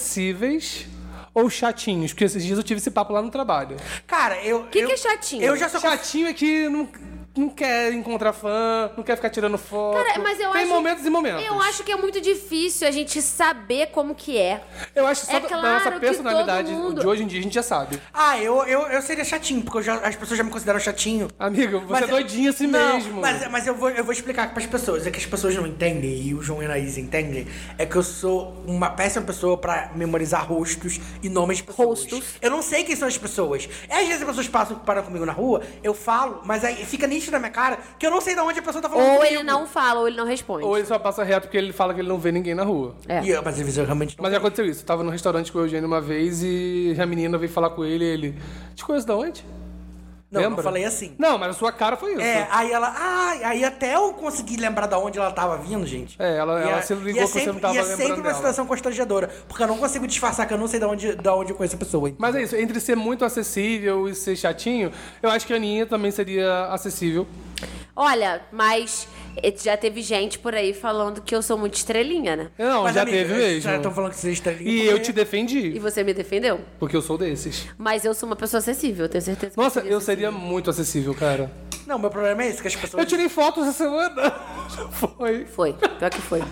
[SPEAKER 3] acessíveis ou chatinhos? Porque esses dias eu tive esse papo lá no trabalho.
[SPEAKER 1] Cara, eu. O
[SPEAKER 2] Que que é chatinho?
[SPEAKER 1] Eu já sou.
[SPEAKER 3] Chatinho é que não, não quer encontrar fã, não quer ficar tirando foto.
[SPEAKER 2] Cara, mas eu
[SPEAKER 3] Tem
[SPEAKER 2] acho-
[SPEAKER 3] momentos e momentos.
[SPEAKER 2] Eu acho que é muito difícil a gente saber como que é.
[SPEAKER 3] Eu acho só
[SPEAKER 2] É
[SPEAKER 3] da- da
[SPEAKER 2] claro que
[SPEAKER 3] nossa
[SPEAKER 2] todo
[SPEAKER 3] personalidade
[SPEAKER 2] mundo-
[SPEAKER 3] de hoje em dia a gente já sabe.
[SPEAKER 1] Ah, eu, eu, eu seria chatinho, porque eu já- as pessoas já me consideram chatinho.
[SPEAKER 3] Amigo, você
[SPEAKER 1] Mas
[SPEAKER 3] é doidinho assim
[SPEAKER 1] Não,
[SPEAKER 3] mesmo.
[SPEAKER 1] Mas, é- mas eu, vou, eu vou explicar pras pessoas. É que as pessoas não entendem, e o João e a Anaís entendem, é que eu sou uma péssima pessoa pra memorizar rostos e nomes de pessoas.
[SPEAKER 2] Rostos.
[SPEAKER 1] Eu não sei quem são as pessoas. E às vezes as pessoas passam, param comigo na rua, eu falo, mas aí fica nítido na minha cara que eu não sei de onde a pessoa tá falando
[SPEAKER 2] Ou
[SPEAKER 1] comigo.
[SPEAKER 2] ele não fala, ou ele não responde.
[SPEAKER 3] Ou ele só passa reto porque ele fala que ele não vê ninguém na rua.
[SPEAKER 2] É.
[SPEAKER 1] E eu, mas às vezes eu realmente não
[SPEAKER 3] Mas já aconteceu isso. Eu tava num restaurante com o Eugênio uma vez e a menina veio falar com ele e ele. Te conheço da onde?
[SPEAKER 1] Não,
[SPEAKER 3] Lembra?
[SPEAKER 1] eu falei assim.
[SPEAKER 3] Não, mas a sua cara foi isso.
[SPEAKER 1] É, aí ela. Ah, aí até eu consegui lembrar da onde ela tava vindo, gente.
[SPEAKER 3] É, ela-
[SPEAKER 1] E
[SPEAKER 3] ela
[SPEAKER 1] é-
[SPEAKER 3] se ligou
[SPEAKER 1] e
[SPEAKER 3] que você não tava
[SPEAKER 1] e é
[SPEAKER 3] lembrando
[SPEAKER 1] sempre uma
[SPEAKER 3] dela.
[SPEAKER 1] situação constrangedora, porque eu não consigo disfarçar que eu não sei da onde, da onde eu conheço a pessoa. hein?
[SPEAKER 3] Mas é isso, entre ser muito acessível e ser chatinho, eu acho que a Aninha também seria acessível.
[SPEAKER 2] Olha, mas eh, já teve gente por aí falando que eu sou muito estrelinha, né?
[SPEAKER 3] Não,
[SPEAKER 1] Mas,
[SPEAKER 3] já
[SPEAKER 1] amiga,
[SPEAKER 3] teve
[SPEAKER 1] vocês
[SPEAKER 3] mesmo.
[SPEAKER 1] Já estão falando que vocês estão
[SPEAKER 3] E eu te defendi,
[SPEAKER 2] E você me defendeu.
[SPEAKER 3] porque eu sou desses.
[SPEAKER 2] Mas eu sou uma pessoa acessível, eu tenho certeza. que
[SPEAKER 3] Nossa, eu
[SPEAKER 2] acessível.
[SPEAKER 3] seria muito acessível, cara.
[SPEAKER 1] Não, meu problema é esse, que as pessoas.
[SPEAKER 3] Eu tirei fotos essa semana. [LAUGHS] Foi.
[SPEAKER 2] Foi, pior que foi.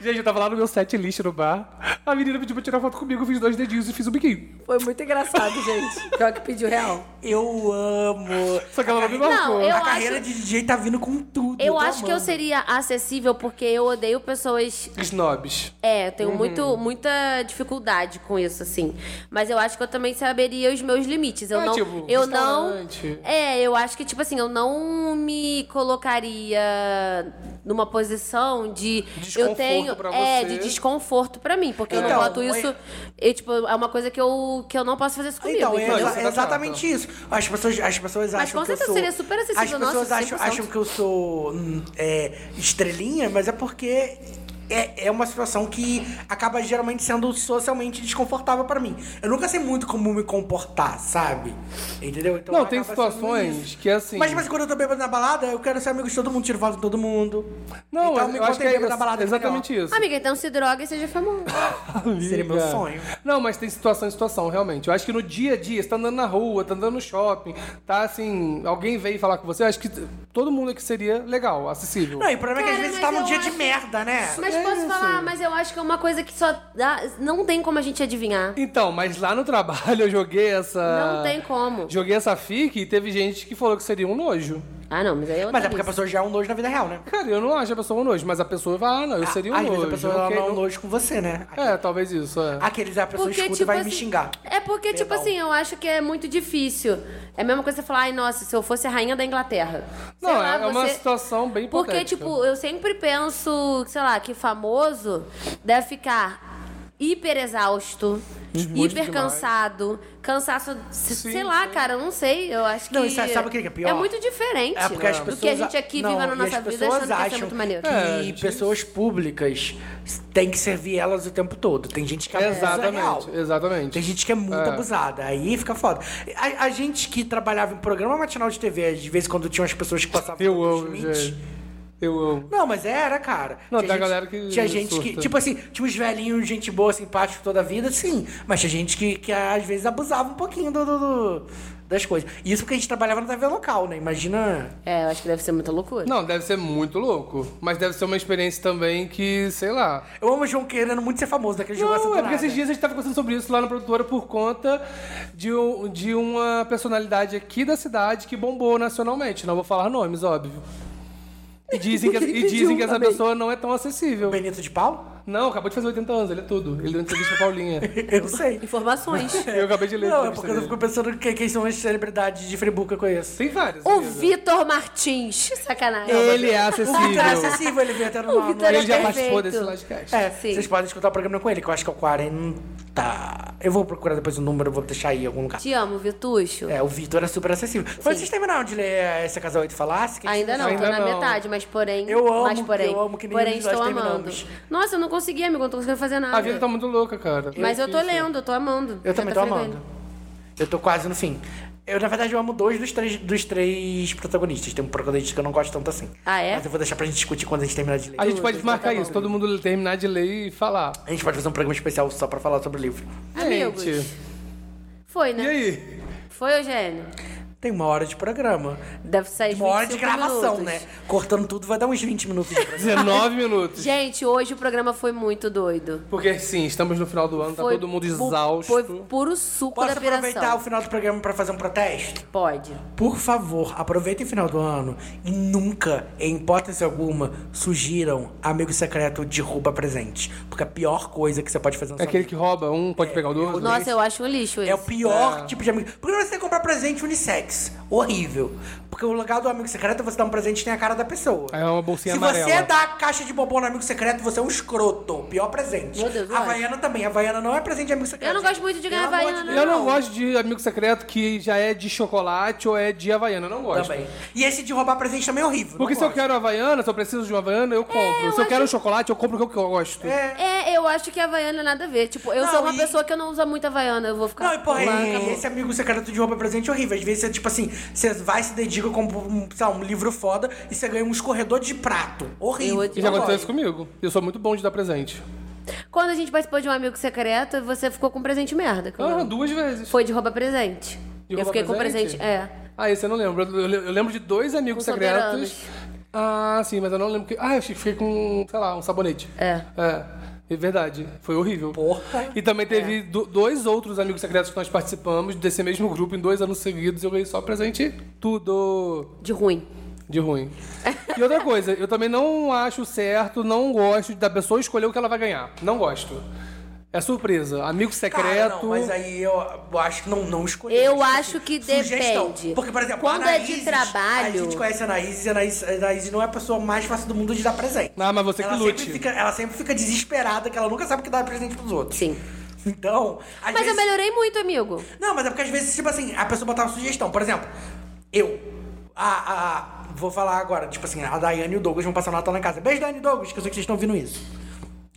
[SPEAKER 3] Gente, eu tava lá no meu set list no bar. A menina pediu pra tirar foto comigo, eu fiz dois dedinhos e fiz um biquinho.
[SPEAKER 7] Foi muito engraçado, gente. Pior que pediu real.
[SPEAKER 1] Eu amo.
[SPEAKER 3] Só que ela não me marcou.
[SPEAKER 2] eu
[SPEAKER 1] a carreira
[SPEAKER 2] acho-
[SPEAKER 1] de DJ tá vindo com tudo.
[SPEAKER 2] Eu
[SPEAKER 1] tô
[SPEAKER 2] acho que eu
[SPEAKER 1] amando.
[SPEAKER 2] seria acessível porque eu odeio pessoas
[SPEAKER 3] Snobs.
[SPEAKER 2] É, eu tenho muito, muita dificuldade com isso, assim. Mas eu acho que eu também saberia os meus limites. Eu
[SPEAKER 3] É,
[SPEAKER 2] não.
[SPEAKER 3] tipo,
[SPEAKER 2] eu não.
[SPEAKER 3] restaurante.
[SPEAKER 2] É, eu acho que, tipo assim, eu não me colocaria numa posição de.
[SPEAKER 3] Desconforto
[SPEAKER 2] eu tenho.
[SPEAKER 3] pra
[SPEAKER 2] É,
[SPEAKER 3] você.
[SPEAKER 2] de desconforto pra mim. Porque eu
[SPEAKER 1] Então,
[SPEAKER 2] não boto isso. É... tipo, é uma coisa que eu, que eu não posso fazer isso comigo.
[SPEAKER 1] Então, é,
[SPEAKER 2] entendeu?
[SPEAKER 1] exa-
[SPEAKER 3] você tá
[SPEAKER 1] é exatamente isso. As pessoas, as pessoas acham
[SPEAKER 2] com
[SPEAKER 1] que eu
[SPEAKER 2] certeza
[SPEAKER 1] sou...
[SPEAKER 2] seria super acessível,
[SPEAKER 1] As pessoas
[SPEAKER 2] nossa,
[SPEAKER 1] acham,
[SPEAKER 2] 100%.
[SPEAKER 1] acham que eu sou hum, é, estrelinha, mas é porque... É, é uma situação que acaba geralmente sendo socialmente desconfortável pra mim. Eu nunca sei muito como me comportar, sabe? Entendeu? Então,
[SPEAKER 3] Não, tem
[SPEAKER 1] acaba sendo
[SPEAKER 3] situações
[SPEAKER 1] isso.
[SPEAKER 3] que, assim-
[SPEAKER 1] Mas, mas quando eu tô bêbado na balada, eu quero ser amigo de todo mundo, tiro foto de todo mundo.
[SPEAKER 3] Não,
[SPEAKER 1] então,
[SPEAKER 3] eu,
[SPEAKER 1] me
[SPEAKER 3] eu acho que
[SPEAKER 1] contei
[SPEAKER 3] é
[SPEAKER 1] bêbado na balada,
[SPEAKER 3] exatamente isso.
[SPEAKER 2] Amiga, então se droga e seja famoso.
[SPEAKER 1] Seria meu
[SPEAKER 3] Amiga.
[SPEAKER 1] sonho.
[SPEAKER 3] Não, mas tem situação em situação, realmente. Eu acho que no dia a dia, você tá andando na rua, tá andando no shopping, tá assim, alguém veio falar com você, eu acho que todo mundo aqui seria legal, acessível.
[SPEAKER 1] Não, e o problema é que às
[SPEAKER 2] Cara,
[SPEAKER 1] vezes
[SPEAKER 2] mas
[SPEAKER 1] tá num
[SPEAKER 2] eu
[SPEAKER 1] dia de
[SPEAKER 2] acho-
[SPEAKER 1] merda, né?
[SPEAKER 2] Mas posso falar, mas eu acho que é uma coisa que só dá. Não tem como a gente adivinhar.
[SPEAKER 3] Então, mas lá no trabalho eu joguei essa.
[SPEAKER 2] Não tem como.
[SPEAKER 3] Joguei essa fic e teve gente que falou que seria um nojo.
[SPEAKER 2] Ah, não, mas aí eu
[SPEAKER 1] Mas é porque a pessoa já é um nojo na vida real, né?
[SPEAKER 3] Cara, eu não acho a pessoa um nojo, mas a pessoa vai, ah, não, eu seria um
[SPEAKER 1] Às
[SPEAKER 3] nojo.
[SPEAKER 1] vezes a pessoa
[SPEAKER 3] não
[SPEAKER 1] ela
[SPEAKER 3] quero-
[SPEAKER 1] não é um nojo com você, né?
[SPEAKER 3] É, talvez isso, é.
[SPEAKER 1] Aqueles ah, a pessoa escuta e vai me
[SPEAKER 2] assim,
[SPEAKER 1] xingar.
[SPEAKER 2] É porque, tipo
[SPEAKER 1] Perdão.
[SPEAKER 2] assim, eu acho que é muito difícil. É a mesma coisa você falar, ai, nossa, se eu fosse a rainha da Inglaterra. Sei
[SPEAKER 3] Não,
[SPEAKER 2] lá,
[SPEAKER 3] é uma
[SPEAKER 2] você-
[SPEAKER 3] situação bem
[SPEAKER 2] Porque,
[SPEAKER 3] hipotética.
[SPEAKER 2] tipo, eu sempre penso, sei lá, que famoso deve ficar hiper exausto,
[SPEAKER 1] Uhum.
[SPEAKER 2] hiper cansado, cansaço, se-
[SPEAKER 3] Sim,
[SPEAKER 2] sei lá,
[SPEAKER 3] sim.
[SPEAKER 2] cara, eu não sei, eu acho que...
[SPEAKER 1] Não, e sabe- sabe o que que é pior?
[SPEAKER 2] É muito diferente
[SPEAKER 1] É porque as
[SPEAKER 2] do
[SPEAKER 1] pessoas
[SPEAKER 2] que a gente aqui
[SPEAKER 1] não,
[SPEAKER 2] vive na
[SPEAKER 1] e as
[SPEAKER 2] nossa vida,
[SPEAKER 1] pessoas
[SPEAKER 2] achando que isso é
[SPEAKER 1] acham
[SPEAKER 2] muito maneiro.
[SPEAKER 3] É,
[SPEAKER 1] E
[SPEAKER 3] gente,
[SPEAKER 1] Ah, pessoas públicas têm que servir elas o tempo todo. Tem gente que abusa é real.
[SPEAKER 3] Exatamente, exatamente.
[SPEAKER 1] Tem gente que é muito
[SPEAKER 3] É.
[SPEAKER 1] abusada, aí fica foda. A, a gente que trabalhava em programa matinal de TV, de vez em quando tinha umas pessoas que passavam
[SPEAKER 3] Eu
[SPEAKER 1] pelos
[SPEAKER 3] amo,
[SPEAKER 1] limites.
[SPEAKER 3] gente. Eu amo.
[SPEAKER 1] Não, mas era, cara.
[SPEAKER 3] Não,
[SPEAKER 1] Tinha
[SPEAKER 3] tem a
[SPEAKER 1] gente-
[SPEAKER 3] galera que
[SPEAKER 1] Tinha gente que.
[SPEAKER 3] surta.
[SPEAKER 1] Tipo assim, tinha uns velhinhos, gente boa, simpático toda a vida, sim. Mas tinha gente que, que às vezes abusava um pouquinho do, do- do- das coisas. E Isso porque a gente trabalhava na TV local, né? Imagina.
[SPEAKER 2] É, eu acho que deve ser muita loucura.
[SPEAKER 3] Não, deve ser muito louco. Mas deve ser uma experiência também que, sei lá.
[SPEAKER 1] Eu amo o João querendo muito ser famoso né? daquele jogo
[SPEAKER 3] Não, é
[SPEAKER 1] assassinato.
[SPEAKER 3] porque esses dias a gente tava conversando sobre isso lá na produtora por conta de, um- de uma personalidade aqui da cidade que bombou nacionalmente. Não vou falar nomes, óbvio. E dizem que, e dizem que essa pessoa não é tão acessível.
[SPEAKER 1] Benito de Paulo?
[SPEAKER 3] Não, acabou de fazer 80 anos, ele é tudo. Ele deu entrevista pra Paulinha.
[SPEAKER 1] Eu sei. [LAUGHS]
[SPEAKER 2] Informações.
[SPEAKER 3] Eu acabei de ler. a
[SPEAKER 1] Não, [LAUGHS] é
[SPEAKER 3] entrevista
[SPEAKER 1] porque eu
[SPEAKER 3] dele.
[SPEAKER 1] fico pensando que quem são as celebridades de Friburgo que eu conheço.
[SPEAKER 3] Tem várias.
[SPEAKER 2] O
[SPEAKER 1] né?
[SPEAKER 3] amiga.
[SPEAKER 2] Um Vitor Martins. Sacanagem.
[SPEAKER 3] Ele é
[SPEAKER 1] O Vitor é
[SPEAKER 3] acessível.
[SPEAKER 1] acessível, ele veio até no
[SPEAKER 2] O
[SPEAKER 1] no-
[SPEAKER 2] Vitor é
[SPEAKER 3] Ele já participou
[SPEAKER 2] perfeito.
[SPEAKER 3] desse livecast.
[SPEAKER 1] É,
[SPEAKER 2] Sim.
[SPEAKER 1] vocês podem escutar o programa com ele, que eu acho que é o 40. Eu vou procurar depois o número, eu vou deixar aí em algum lugar.
[SPEAKER 2] Te amo, Vitucho.
[SPEAKER 1] É, o Vitor é super acessível. Mas vocês terminaram de ler essa Casa 8 Falácia? Que a gente-
[SPEAKER 2] Ainda não,
[SPEAKER 3] Ainda
[SPEAKER 2] tô na
[SPEAKER 3] não.
[SPEAKER 2] metade, mas porém.
[SPEAKER 1] Eu amo,
[SPEAKER 2] mas porém,
[SPEAKER 1] eu amo que nem
[SPEAKER 2] Porém,
[SPEAKER 1] nós
[SPEAKER 2] estou amando.
[SPEAKER 1] terminamos.
[SPEAKER 2] Nossa, eu não consegui, amigo, não tô conseguindo fazer nada.
[SPEAKER 3] A vida tá muito louca, cara.
[SPEAKER 2] Mas eu tô
[SPEAKER 3] Difícil.
[SPEAKER 2] lendo, eu tô amando. Tá
[SPEAKER 1] Eu também tô
[SPEAKER 2] falando.
[SPEAKER 1] amando. Eu tô quase no fim. Eu, na verdade, eu amo dois dos três, dos três protagonistas. Tem um protagonista que eu não gosto tanto assim.
[SPEAKER 2] Ah, é?
[SPEAKER 1] Mas eu vou deixar pra gente discutir quando a gente terminar de ler.
[SPEAKER 3] A gente pode marcar
[SPEAKER 2] tá
[SPEAKER 3] isso, todo mundo terminar de ler e falar.
[SPEAKER 1] A gente pode fazer um programa especial só pra falar sobre o livro.
[SPEAKER 2] Amigos.
[SPEAKER 3] Gente,
[SPEAKER 2] Foi,
[SPEAKER 3] e
[SPEAKER 2] né?
[SPEAKER 3] aí?
[SPEAKER 2] Foi, Eugênio.
[SPEAKER 1] Tem uma hora de programa.
[SPEAKER 2] Deve sair
[SPEAKER 1] Uma hora de
[SPEAKER 2] 25
[SPEAKER 1] gravação,
[SPEAKER 2] minutos.
[SPEAKER 1] né? Cortando tudo vai dar uns 20 minutos de
[SPEAKER 2] [LAUGHS]
[SPEAKER 1] programa.
[SPEAKER 3] 19 minutos.
[SPEAKER 2] Gente, hoje o programa foi muito doido.
[SPEAKER 3] Porque sim, estamos no final do ano, tá
[SPEAKER 2] foi
[SPEAKER 3] todo mundo
[SPEAKER 2] pu-
[SPEAKER 3] exausto.
[SPEAKER 2] Foi puro suco
[SPEAKER 1] Posso
[SPEAKER 2] da piração.
[SPEAKER 1] aproveitar o final do programa pra fazer um protesto?
[SPEAKER 2] Pode.
[SPEAKER 1] Por favor, aproveitem o final do ano e nunca, em hipótese alguma, sugiram amigo secreto de roupa presente. Porque a pior coisa que você pode fazer na
[SPEAKER 3] É
[SPEAKER 1] sua
[SPEAKER 3] aquele que rouba um, pode pegar o do outro.
[SPEAKER 2] Nossa, eu acho um lixo
[SPEAKER 1] vida.
[SPEAKER 2] isso.
[SPEAKER 1] É o pior tipo de amigo. Porque você tem que comprar presente unissex. Horrível. Porque o lugar do amigo secreto é você dar um presente que tem a cara da pessoa.
[SPEAKER 3] É uma bolsinha
[SPEAKER 1] Se você
[SPEAKER 3] amarela.
[SPEAKER 1] dá a caixa de bombom no amigo secreto, você é um escroto. Pior presente.
[SPEAKER 2] Meu Deus, eu
[SPEAKER 1] Havaiana também. Havaiana não é presente de amigo secreto.
[SPEAKER 2] Eu não gosto muito de ganhar
[SPEAKER 1] Pelo amor
[SPEAKER 2] Havaiana,
[SPEAKER 1] Deus.
[SPEAKER 3] Eu não gosto de amigo secreto que já é de chocolate ou é de havaiana. eu Não gosto.
[SPEAKER 1] Também. E esse de roubar presente também é horrível.
[SPEAKER 3] Porque
[SPEAKER 1] não
[SPEAKER 3] se eu
[SPEAKER 1] gosto.
[SPEAKER 3] quero havaiana, se eu preciso de uma havaiana, eu compro.
[SPEAKER 2] É, eu
[SPEAKER 3] se eu
[SPEAKER 2] acho-
[SPEAKER 3] quero um chocolate, eu compro o que eu gosto.
[SPEAKER 2] É, eu acho que a Havaiana nada a ver. Tipo, eu
[SPEAKER 1] Não,
[SPEAKER 2] sou uma
[SPEAKER 1] e-
[SPEAKER 2] pessoa que eu não uso muito Havaiana. Eu vou ficar.
[SPEAKER 1] Não, e porra,
[SPEAKER 2] lá,
[SPEAKER 1] e-
[SPEAKER 2] acabou.
[SPEAKER 1] esse amigo secreto de roupa presente é horrível. Às vezes você, tipo assim, você vai, se dedica, compra um, sei lá, um livro foda e você ganha um escorredor de prato. Horrível.
[SPEAKER 2] Eu odeio.
[SPEAKER 3] E já aconteceu isso comigo. Eu sou muito bom de dar presente.
[SPEAKER 2] Quando a gente participou de um amigo secreto, você ficou com um presente merda. que eu
[SPEAKER 3] Ah,
[SPEAKER 2] lembro.
[SPEAKER 3] duas vezes.
[SPEAKER 2] Foi de roubar presente.
[SPEAKER 3] De
[SPEAKER 2] eu
[SPEAKER 3] roubar
[SPEAKER 2] fiquei com
[SPEAKER 3] presente?
[SPEAKER 2] presente. É.
[SPEAKER 3] Ah, esse eu não lembro. Eu, eu- eu lembro de dois amigos
[SPEAKER 2] Com
[SPEAKER 3] secretos. Ah, sim, mas eu não lembro que. Ah, eu achei que fiquei com, sei lá, um sabonete.
[SPEAKER 2] É.
[SPEAKER 3] É. É verdade, foi horrível. Porra. E também
[SPEAKER 2] É.
[SPEAKER 3] teve do- dois outros amigos secretos que nós participamos desse mesmo grupo em dois anos seguidos. Eu ganhei só presente tudo.
[SPEAKER 2] De ruim.
[SPEAKER 3] De ruim. E outra coisa, eu também não acho certo, não gosto da pessoa escolher o que ela vai ganhar. Não gosto. É surpresa. Amigo
[SPEAKER 1] Cara,
[SPEAKER 3] secreto.
[SPEAKER 1] não, mas aí eu eu acho que não, não escolhi.
[SPEAKER 2] Eu
[SPEAKER 1] Tipo
[SPEAKER 2] acho que
[SPEAKER 1] sugestão.
[SPEAKER 2] depende.
[SPEAKER 1] Porque, por exemplo,
[SPEAKER 2] Quando
[SPEAKER 1] a
[SPEAKER 2] é de
[SPEAKER 1] Anaíses,
[SPEAKER 2] trabalho-
[SPEAKER 1] A gente conhece a Anaíses e a Anaíses, a Anaíses não é a pessoa mais fácil do mundo de dar presente.
[SPEAKER 3] Ah, mas você que
[SPEAKER 1] ela
[SPEAKER 3] lute.
[SPEAKER 1] Sempre fica, ela sempre fica desesperada, que ela nunca sabe o que dar presente pros outros.
[SPEAKER 2] Sim.
[SPEAKER 1] Então, às
[SPEAKER 2] Mas eu
[SPEAKER 1] vezes...
[SPEAKER 2] melhorei muito, amigo.
[SPEAKER 1] Não, mas é porque às vezes, tipo assim, a pessoa botava sugestão. Por exemplo, eu. A, a- a- vou falar agora, tipo assim, a Daiane e o Douglas vão passar o Natal na casa. Beijo, Daiane e Douglas, que eu sei que vocês estão ouvindo isso.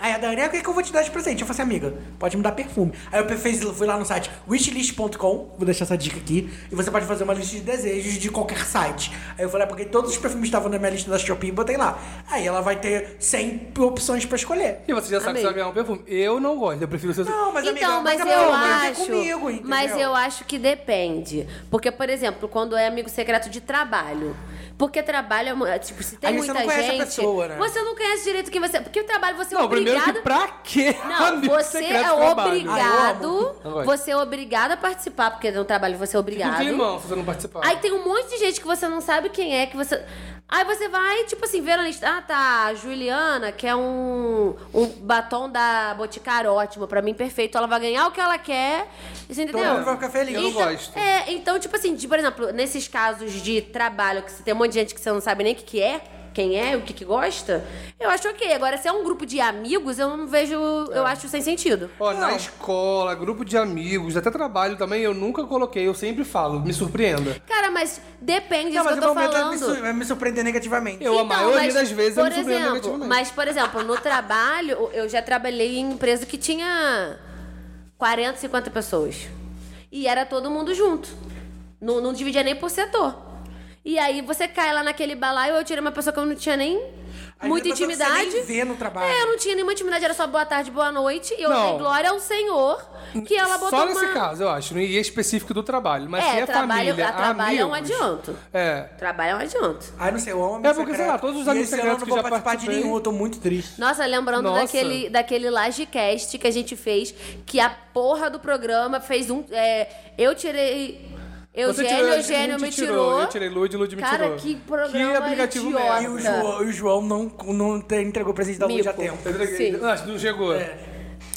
[SPEAKER 1] Aí a Daiane, ah, o que, que eu vou te dar de presente? Eu falei assim, amiga, pode me dar perfume. Aí eu fez, fui lá no site wishlist.com, vou deixar essa dica aqui, e você pode fazer uma lista de desejos de qualquer site. Aí eu falei, ah, porque todos os perfumes estavam na minha lista da Shopee e botei lá. Aí ela vai ter 100 opçõões pra escolher.
[SPEAKER 3] E você já sabe
[SPEAKER 2] Amei.
[SPEAKER 3] que você vai ganhar um perfume. Eu não gosto, eu prefiro ser.
[SPEAKER 1] Não, mas amiga,
[SPEAKER 2] então, mas,
[SPEAKER 1] é
[SPEAKER 2] eu
[SPEAKER 1] uma coisa
[SPEAKER 2] acho.
[SPEAKER 1] comigo, entendeu?
[SPEAKER 2] mas eu acho que depende. Porque, por exemplo, quando é amigo secreto de trabalho. Porque trabalho é. mu- é, Tipo, se tem
[SPEAKER 1] Aí você
[SPEAKER 2] muita
[SPEAKER 1] não conhece a
[SPEAKER 2] gente.
[SPEAKER 1] pessoa, né?
[SPEAKER 2] Você não conhece direito quem você. Porque o trabalho você é
[SPEAKER 3] Não, primeiro que
[SPEAKER 2] obrigado.
[SPEAKER 3] pra quê?
[SPEAKER 2] Não,
[SPEAKER 3] [LAUGHS] amigo
[SPEAKER 2] você
[SPEAKER 3] secreto
[SPEAKER 2] é
[SPEAKER 3] trabalho?
[SPEAKER 2] obrigado.
[SPEAKER 3] Não gosto.
[SPEAKER 2] Você é obrigado a participar, porque no trabalho você é
[SPEAKER 3] Fica um
[SPEAKER 2] obrigado.
[SPEAKER 3] climão se você não participar.
[SPEAKER 2] Aí tem um monte de gente que você não sabe quem é, que você. Aí você vai, tipo assim, ver na lista. Ah, tá, a Juliana, que é um, um batom da Boticário, ótimo, pra mim perfeito. Ela vai ganhar o que ela quer. Você entendeu?
[SPEAKER 1] mundo vai ficar feliz.
[SPEAKER 3] Eu não
[SPEAKER 2] Então-
[SPEAKER 3] gosto.
[SPEAKER 2] É, então, tipo assim, de- por exemplo, nesses casos de trabalho, que você tem um monte de gente que você não sabe nem o que, que é. Quem é, o que, que gosta, eu acho ok. Agora, se é um grupo de amigos, eu não vejo. Eu
[SPEAKER 1] É.
[SPEAKER 2] acho sem sentido.
[SPEAKER 3] Ó, na escola, grupo de amigos, até trabalho também, eu nunca coloquei, eu sempre falo, me surpreenda.
[SPEAKER 2] Cara, mas depende
[SPEAKER 1] Não,
[SPEAKER 2] do
[SPEAKER 1] mas
[SPEAKER 2] que
[SPEAKER 1] o
[SPEAKER 2] eu tô
[SPEAKER 1] momento é vai me
[SPEAKER 2] falando.
[SPEAKER 1] sur- vai me surpreender negativamente.
[SPEAKER 3] Eu, a maioria
[SPEAKER 2] Então, mas,
[SPEAKER 3] das vezes, eu
[SPEAKER 2] por
[SPEAKER 3] me surpreendo
[SPEAKER 2] exemplo,
[SPEAKER 3] negativamente.
[SPEAKER 2] Mas, por exemplo, no trabalho, eu já trabalhei em empresa que tinha 40, 50 pessoas. E era todo mundo junto. Não, não dividia nem por setor. E aí você cai lá naquele balaio, eu tirei uma pessoa que eu não tinha nem
[SPEAKER 1] Aí
[SPEAKER 3] é
[SPEAKER 2] muita
[SPEAKER 1] vem pessoa que você
[SPEAKER 2] intimidade.
[SPEAKER 1] nem vê no trabalho.
[SPEAKER 2] É, eu não tinha nenhuma intimidade, era só boa tarde, boa noite. E eu
[SPEAKER 3] Não.
[SPEAKER 2] dei glória ao Senhor que ela botou
[SPEAKER 3] Só nesse
[SPEAKER 2] uma...
[SPEAKER 3] caso, eu acho, e é específico do trabalho, mas se
[SPEAKER 2] É,
[SPEAKER 3] é
[SPEAKER 2] trabalho,
[SPEAKER 3] família,
[SPEAKER 2] a trabalho é um
[SPEAKER 3] amigos,
[SPEAKER 2] adianto.
[SPEAKER 3] É.
[SPEAKER 2] Trabalho é um adianto.
[SPEAKER 1] Ah, não sei, eu amo
[SPEAKER 3] É
[SPEAKER 1] amigo
[SPEAKER 3] porque, sei
[SPEAKER 1] secreto.
[SPEAKER 3] lá, todos os
[SPEAKER 1] E
[SPEAKER 3] amigos
[SPEAKER 1] esse ano
[SPEAKER 3] secretos
[SPEAKER 1] eu
[SPEAKER 3] que
[SPEAKER 1] não
[SPEAKER 3] já
[SPEAKER 1] vou participar de
[SPEAKER 3] participei.
[SPEAKER 1] nenhum, eu tô muito triste.
[SPEAKER 2] Nossa, lembrando
[SPEAKER 3] Nossa.
[SPEAKER 2] daquele, daquele Lagecast que a gente fez, que a porra do programa fez um. é, eu tirei.
[SPEAKER 3] Você
[SPEAKER 2] Eugênio,
[SPEAKER 3] tirou, a gente
[SPEAKER 2] Eugênio me
[SPEAKER 3] tirou,
[SPEAKER 2] tirou.
[SPEAKER 3] eu tirei Lud, Lud me
[SPEAKER 2] Cara,
[SPEAKER 3] tirou.
[SPEAKER 2] que
[SPEAKER 3] Que
[SPEAKER 2] programa
[SPEAKER 3] aplicativo
[SPEAKER 2] idiota.
[SPEAKER 3] merda.
[SPEAKER 1] E o João, e o João não, não te- entregou presente da Lud
[SPEAKER 2] Mico.
[SPEAKER 1] a tempo.
[SPEAKER 3] Eu entreguei.
[SPEAKER 2] Sim.
[SPEAKER 3] Acho que não chegou.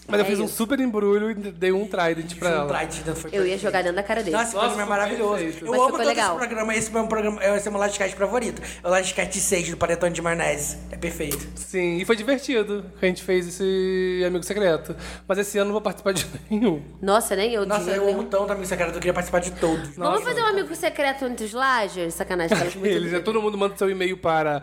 [SPEAKER 3] Mas eu
[SPEAKER 2] É
[SPEAKER 3] fiz um
[SPEAKER 2] isso.
[SPEAKER 3] super embrulho e dei um trident pra
[SPEAKER 1] Um
[SPEAKER 3] ela.
[SPEAKER 1] trás de dentro foi
[SPEAKER 2] Eu ia
[SPEAKER 1] perfeito.
[SPEAKER 2] jogar dentro da cara dele.
[SPEAKER 1] Nossa, esse
[SPEAKER 3] Nossa,
[SPEAKER 1] programa é
[SPEAKER 3] foi
[SPEAKER 1] maravilhoso.
[SPEAKER 3] perfeito.
[SPEAKER 1] Eu
[SPEAKER 2] Mas
[SPEAKER 1] amo
[SPEAKER 2] foi
[SPEAKER 1] todo
[SPEAKER 2] legal.
[SPEAKER 1] esse programa. Esse é meu programa, esse é meu Lodcast favorito. É o Lodcast 6 do Paretone de Maionese. É perfeito.
[SPEAKER 3] Sim, e foi divertido que a gente fez esse Amigo Secreto. Mas esse ano eu não vou participar de [LAUGHS] nenhum.
[SPEAKER 2] Nossa, nem eu. de
[SPEAKER 1] Nossa,
[SPEAKER 2] jeito
[SPEAKER 1] eu amo
[SPEAKER 2] nenhum.
[SPEAKER 1] tanto Amigo Secreto, eu queria participar de todos.
[SPEAKER 2] Vamos fazer um amigo secreto entre os
[SPEAKER 1] [LAUGHS]
[SPEAKER 2] Lagers? Sacanagem, cara. muito
[SPEAKER 3] Eles, é, todo mundo manda seu e-mail para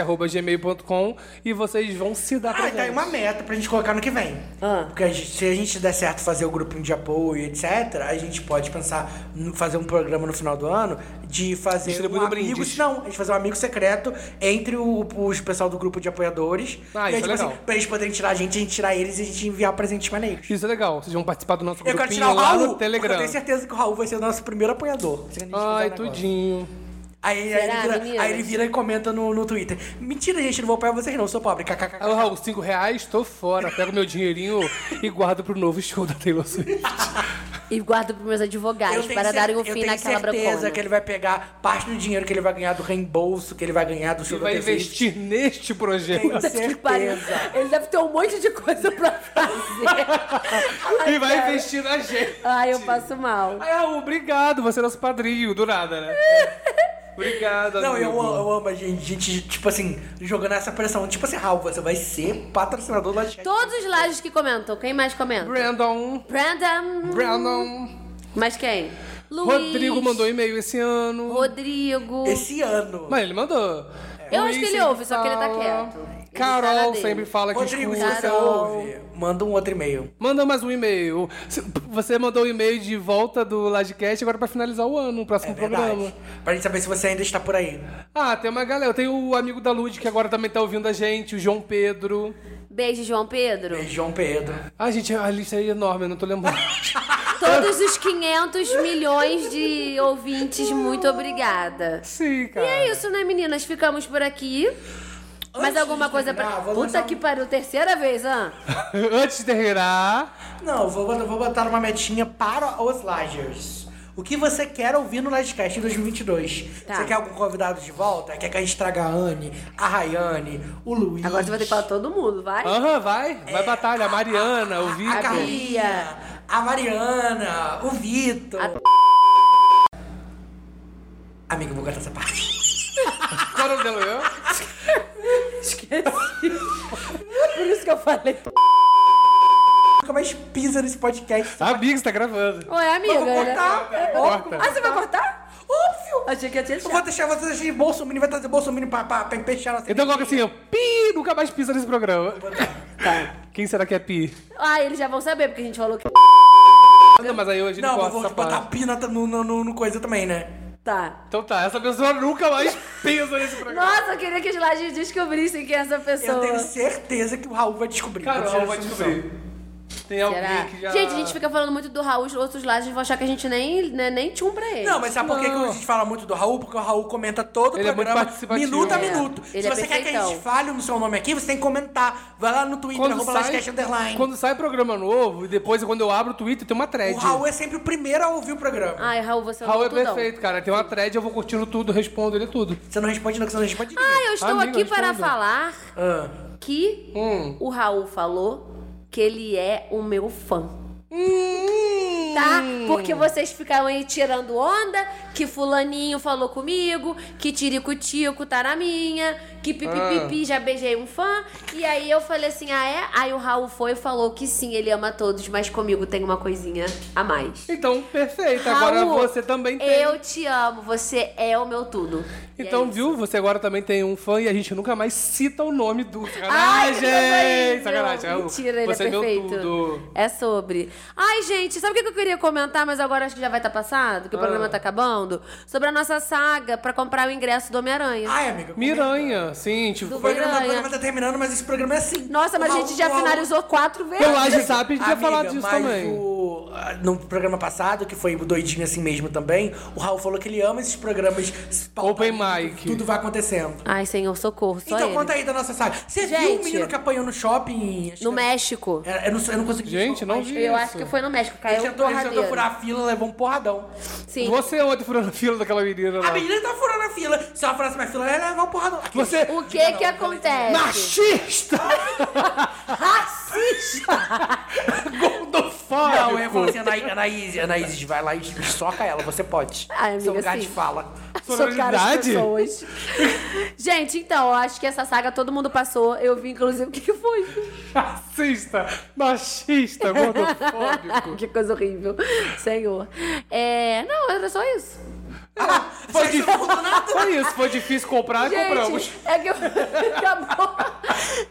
[SPEAKER 3] lagecast.gmail.com e vocês vão se dar
[SPEAKER 1] Ah,
[SPEAKER 3] pra
[SPEAKER 1] tá aí uma meta pra gente colocar no que vem.
[SPEAKER 2] Ah.
[SPEAKER 1] Porque a gente- se a gente der certo fazer o grupinho de apoio, etc., a gente pode pensar em fazer um programa no final do ano de fazer
[SPEAKER 3] Distribuindo
[SPEAKER 1] um amigo.
[SPEAKER 3] brindes.
[SPEAKER 1] Não, a gente fazer um amigo secreto entre o, os pessoal do grupo de apoiadores.
[SPEAKER 3] Ah,
[SPEAKER 1] e aí,
[SPEAKER 3] isso é
[SPEAKER 1] tipo assim,
[SPEAKER 3] legal.
[SPEAKER 1] pra eles poderem tirar a gente, a gente tirar eles e a gente enviar presentes maneiros.
[SPEAKER 3] Isso é legal, vocês vão participar do nosso
[SPEAKER 1] Eu quero
[SPEAKER 3] grupinho
[SPEAKER 1] tirar o
[SPEAKER 3] lá
[SPEAKER 1] Raul,
[SPEAKER 3] no
[SPEAKER 1] porque eu
[SPEAKER 3] Telegram.
[SPEAKER 1] tenho certeza que o Raul vai ser o nosso primeiro apoiador. Se a gente
[SPEAKER 3] Ai,
[SPEAKER 1] fizer o negócio.
[SPEAKER 3] tudinho.
[SPEAKER 1] Aí, aí,
[SPEAKER 2] Será,
[SPEAKER 1] ele vira,
[SPEAKER 2] meninas?
[SPEAKER 1] aí ele vira e comenta no, no Twitter. Mentira, gente, não vou apoiar vocês não, sou pobre. KKK.
[SPEAKER 3] Alô, Raul, cinco reais, tô fora. Pego meu dinheirinho e guardo pro novo show da Taylor Swift.
[SPEAKER 2] E guardo pros meus advogados para
[SPEAKER 1] cer-
[SPEAKER 2] darem um
[SPEAKER 1] eu
[SPEAKER 2] fim
[SPEAKER 1] tenho
[SPEAKER 2] naquela
[SPEAKER 1] certeza
[SPEAKER 2] brancona. [LAUGHS]
[SPEAKER 1] que ele vai pegar parte do dinheiro que ele vai ganhar do reembolso, que ele vai ganhar do show
[SPEAKER 3] Você
[SPEAKER 1] da
[SPEAKER 3] vai
[SPEAKER 1] TV.
[SPEAKER 3] investir neste projeto.
[SPEAKER 1] Tenho
[SPEAKER 7] Que pariu.
[SPEAKER 1] certeza.
[SPEAKER 7] Ele deve ter um monte de coisa pra
[SPEAKER 1] [LAUGHS]
[SPEAKER 7] fazer.
[SPEAKER 3] e vai investir na gente.
[SPEAKER 2] Ai, eu passo mal.
[SPEAKER 3] Ai, Raul, obrigado. Você é nosso padrinho, do nada,
[SPEAKER 2] [LAUGHS]
[SPEAKER 3] né? obrigado,
[SPEAKER 1] Não, eu,
[SPEAKER 3] amigo.
[SPEAKER 1] amo- eu amo a gente, gente, tipo assim, jogando essa pressão. Tipo assim, Raul, você vai ser patrocinador da gente.
[SPEAKER 2] Todos os Lagers que comentam, quem mais comenta?
[SPEAKER 3] Brandon.
[SPEAKER 2] Brandon.
[SPEAKER 3] Brandon.
[SPEAKER 2] Mas quem? Luiz.
[SPEAKER 3] Rodrigo mandou e-mail esse ano.
[SPEAKER 2] Rodrigo. É.
[SPEAKER 1] Esse ano.
[SPEAKER 3] Mas ele mandou.
[SPEAKER 2] Eu
[SPEAKER 3] Luiz
[SPEAKER 2] acho que ele
[SPEAKER 3] sempre
[SPEAKER 2] ouve, só que ele tá
[SPEAKER 3] fala.
[SPEAKER 2] quieto. Ele tá na
[SPEAKER 3] Carol
[SPEAKER 2] dele. tá
[SPEAKER 3] sempre fala que
[SPEAKER 1] Rodrigo, se
[SPEAKER 3] escuta.
[SPEAKER 1] você
[SPEAKER 2] Carol.
[SPEAKER 1] ouve, manda um outro e-mail.
[SPEAKER 3] Manda mais um e-mail. Se- Você mandou um e-mail de volta do Lodcast agora pra finalizar o ano, o próximo
[SPEAKER 1] É verdade.
[SPEAKER 3] programa.
[SPEAKER 1] Pra gente saber se você ainda está por aí.
[SPEAKER 3] Ah, tem uma galera. Tem o amigo da Lud que agora também tá ouvindo a gente, o João Pedro.
[SPEAKER 2] Beijo, João Pedro.
[SPEAKER 1] João Pedro.
[SPEAKER 2] [LAUGHS]
[SPEAKER 3] Ah, gente, a lista aí é enorme, eu não tô lembrando.
[SPEAKER 2] todos os 500 milhões de ouvintes, muito obrigada.
[SPEAKER 3] Sim, cara.
[SPEAKER 2] E é isso, né, meninas? Ficamos por aqui. Mais
[SPEAKER 1] Antes
[SPEAKER 2] alguma
[SPEAKER 1] de
[SPEAKER 2] coisa
[SPEAKER 1] terminar,
[SPEAKER 2] pra.
[SPEAKER 1] vou
[SPEAKER 2] Puta
[SPEAKER 1] lançar
[SPEAKER 2] que
[SPEAKER 1] um-
[SPEAKER 2] pariu, terceira vez, hã?
[SPEAKER 3] [LAUGHS] Antes de terminar,
[SPEAKER 1] Não, vou, botar- vou botar uma metinha para os Lagers. O que você quer ouvir no Livecast em 2022?
[SPEAKER 2] Tá.
[SPEAKER 1] Você quer algum convidado de volta? Quer que a gente traga a Anne, a Rayane, o Luiz?
[SPEAKER 2] Agora você vai ter que falar todo mundo, vai?
[SPEAKER 1] Ah.
[SPEAKER 3] aham, vai, vai batalha. A Mariana, o
[SPEAKER 1] a
[SPEAKER 3] Vitor.
[SPEAKER 1] Carlinha, a Mariana, o Vitor. Amigo, eu vou cortar essa parte.
[SPEAKER 3] Qual é o nome dela? Eu?
[SPEAKER 7] Esqueci. Por isso que eu falei.
[SPEAKER 1] Nunca mais pisa nesse podcast.
[SPEAKER 3] A Big tá gravando.
[SPEAKER 2] Ué, amiga.
[SPEAKER 1] Vou cortar,
[SPEAKER 2] né?
[SPEAKER 1] velho.
[SPEAKER 3] Corta.
[SPEAKER 7] Ah, você vai cortar?
[SPEAKER 1] Óbvio!
[SPEAKER 7] Achei que ia te
[SPEAKER 1] Eu vou
[SPEAKER 7] deixar.
[SPEAKER 1] deixar vocês de Bolsonaro, vai trazer Bolsonaro pra, pra, pra empechar nossa...
[SPEAKER 3] Então coloca assim, ó, pi, nunca mais pisa nesse programa.
[SPEAKER 1] Tá.
[SPEAKER 3] Quem será que é pi?
[SPEAKER 2] Ah, eles já vão saber, porque a gente falou que.
[SPEAKER 3] Ah, Não, mas aí hoje
[SPEAKER 1] Não,
[SPEAKER 3] não
[SPEAKER 1] vou,
[SPEAKER 3] corta
[SPEAKER 1] vou
[SPEAKER 3] essa
[SPEAKER 1] botar
[SPEAKER 3] parte.
[SPEAKER 1] pina no, no, no, no coisa também, né?
[SPEAKER 2] Tá.
[SPEAKER 3] Então tá, essa pessoa nunca mais pisa nesse programa.
[SPEAKER 2] Nossa, eu queria que os lajes descobrissem quem é essa pessoa.
[SPEAKER 1] Eu tenho certeza que o Raul vai descobrir.
[SPEAKER 3] Cara,
[SPEAKER 1] Não
[SPEAKER 3] Raul
[SPEAKER 1] tira
[SPEAKER 3] vai
[SPEAKER 1] essa
[SPEAKER 3] descobrir. Tem alguém
[SPEAKER 2] Será?
[SPEAKER 3] Então, que já...
[SPEAKER 2] Gente, a gente fica falando muito do Raul, os outros lajes vão achar que a gente nem, né, nem tchum pra eles.
[SPEAKER 1] Não, mas sabe por que que a gente fala muito do Raul? Porque o Raul comenta todo o
[SPEAKER 3] Ele é muito
[SPEAKER 1] programa,
[SPEAKER 3] participativo.
[SPEAKER 1] minuto a
[SPEAKER 2] É,
[SPEAKER 1] minuto.
[SPEAKER 2] ele
[SPEAKER 1] Se
[SPEAKER 2] é
[SPEAKER 1] você quer que a gente
[SPEAKER 2] perfeitão.
[SPEAKER 1] fale no seu nome aqui, você tem que comentar. Vai lá no Twitter,
[SPEAKER 3] Quando
[SPEAKER 1] arroba
[SPEAKER 3] sai,
[SPEAKER 1] Lastcast Underline.
[SPEAKER 3] quando sai programa novo, e depois quando eu abro o Twitter, tem uma thread.
[SPEAKER 1] O Raul é sempre o primeiro a ouvir o programa.
[SPEAKER 2] Ai, Raul, você é um
[SPEAKER 3] Raul é
[SPEAKER 2] tudão.
[SPEAKER 3] perfeito, cara. Tem uma thread, eu vou curtindo tudo, respondo ele tudo.
[SPEAKER 1] Você não responde não, que você não responde ninguém.
[SPEAKER 2] Ah, eu estou
[SPEAKER 3] Amiga,
[SPEAKER 2] aqui para
[SPEAKER 3] responda.
[SPEAKER 2] falar
[SPEAKER 1] Ah.
[SPEAKER 2] que o Raul falou que ele é o meu fã.
[SPEAKER 1] Hum.
[SPEAKER 2] Tá? Porque vocês ficaram aí tirando onda, que fulaninho falou comigo, que tirico-tico tá na minha, que pipipipi já beijei um fã. E aí eu falei assim, ah é? Aí o Raul foi e falou que sim, ele ama todos, mas comigo tem uma coisinha a mais.
[SPEAKER 3] Então, perfeito. Agora
[SPEAKER 2] Raul,
[SPEAKER 3] você também tem.
[SPEAKER 2] Eu te amo, você é o meu tudo. E é
[SPEAKER 3] Então,
[SPEAKER 2] isso.
[SPEAKER 3] viu? Você agora também tem um fã e a gente nunca mais cita o nome do.
[SPEAKER 2] Ai,
[SPEAKER 3] Sacanagem!
[SPEAKER 2] que coisa horrível.
[SPEAKER 3] Sacanagem, Raul.
[SPEAKER 2] Mentira, ele
[SPEAKER 3] Você
[SPEAKER 2] é
[SPEAKER 3] meu
[SPEAKER 2] perfeito.
[SPEAKER 3] tudo.
[SPEAKER 2] É sobre. Ai, gente, sabe o que eu queria comentar, mas agora acho que já vai estar passado,
[SPEAKER 3] Ah.
[SPEAKER 2] que o programa tá acabando? Sobre a nossa saga pra comprar o ingresso do Homem-Aranha.
[SPEAKER 1] Ai, amiga.
[SPEAKER 3] Miranha, sim, tipo.
[SPEAKER 2] Do
[SPEAKER 1] O programa, o
[SPEAKER 2] Miranha.
[SPEAKER 1] programa tá terminando, mas esse programa é assim.
[SPEAKER 2] Nossa, mas
[SPEAKER 1] O
[SPEAKER 2] a
[SPEAKER 1] Raul-
[SPEAKER 2] gente já
[SPEAKER 1] o Raul-
[SPEAKER 2] finalizou quatro vezes.
[SPEAKER 3] Pelo WhatsApp a gente vai
[SPEAKER 1] Amiga,
[SPEAKER 3] falar disso
[SPEAKER 1] mas
[SPEAKER 3] também.
[SPEAKER 1] o- ah, no programa passado, que foi doidinho assim mesmo também, o Raul falou que ele ama esses programas.
[SPEAKER 3] Open mic.
[SPEAKER 1] Tudo vai acontecendo.
[SPEAKER 2] Ai, senhor, socorro, só
[SPEAKER 1] então,
[SPEAKER 2] ele.
[SPEAKER 1] conta aí da nossa saga. Você viu o
[SPEAKER 2] Gente.
[SPEAKER 1] menino que apanhou no shopping? Acho
[SPEAKER 2] No
[SPEAKER 1] que-
[SPEAKER 2] México.
[SPEAKER 1] É, Eu não, eu não consegui.
[SPEAKER 3] Gente, não vi.
[SPEAKER 2] Eu
[SPEAKER 3] É isso.
[SPEAKER 2] acho que foi no México,
[SPEAKER 1] Ele
[SPEAKER 2] caiu um
[SPEAKER 1] tentou, ele tentou
[SPEAKER 2] porradeiro.
[SPEAKER 1] furar a fila, levou um porradão.
[SPEAKER 2] Sim.
[SPEAKER 3] Você ontem furou na fila daquela menina lá.
[SPEAKER 1] A menina tá furando a fila. Se ela furasse minha fila, ela ia levar um porradão. Aqui,
[SPEAKER 3] Você.
[SPEAKER 2] O que
[SPEAKER 3] né?
[SPEAKER 2] é que acontece?
[SPEAKER 3] Machista!
[SPEAKER 2] Racista!
[SPEAKER 3] Gordofóbico!
[SPEAKER 1] Não, eu ia falar assim, Anaí- Anaíse, Anaíse, vai lá e soca ela, você pode.
[SPEAKER 2] Ai, amiga,
[SPEAKER 1] Seu lugar
[SPEAKER 2] sim.
[SPEAKER 1] de fala.
[SPEAKER 2] socar as
[SPEAKER 3] Sororidade?
[SPEAKER 2] pessoas. Gente, então, eu acho que essa saga todo mundo passou. Eu vi, inclusive, o que, que foi? [LAUGHS]
[SPEAKER 3] Racista, machista, gordofóbico.
[SPEAKER 2] que coisa horrível. Senhor. É, não, era só isso.
[SPEAKER 3] Foi,
[SPEAKER 1] Vocês
[SPEAKER 3] difícil.
[SPEAKER 1] não mudam nada.
[SPEAKER 3] foi isso, foi difícil comprar e compramos.
[SPEAKER 2] Gente, é que eu... [LAUGHS] Acabou.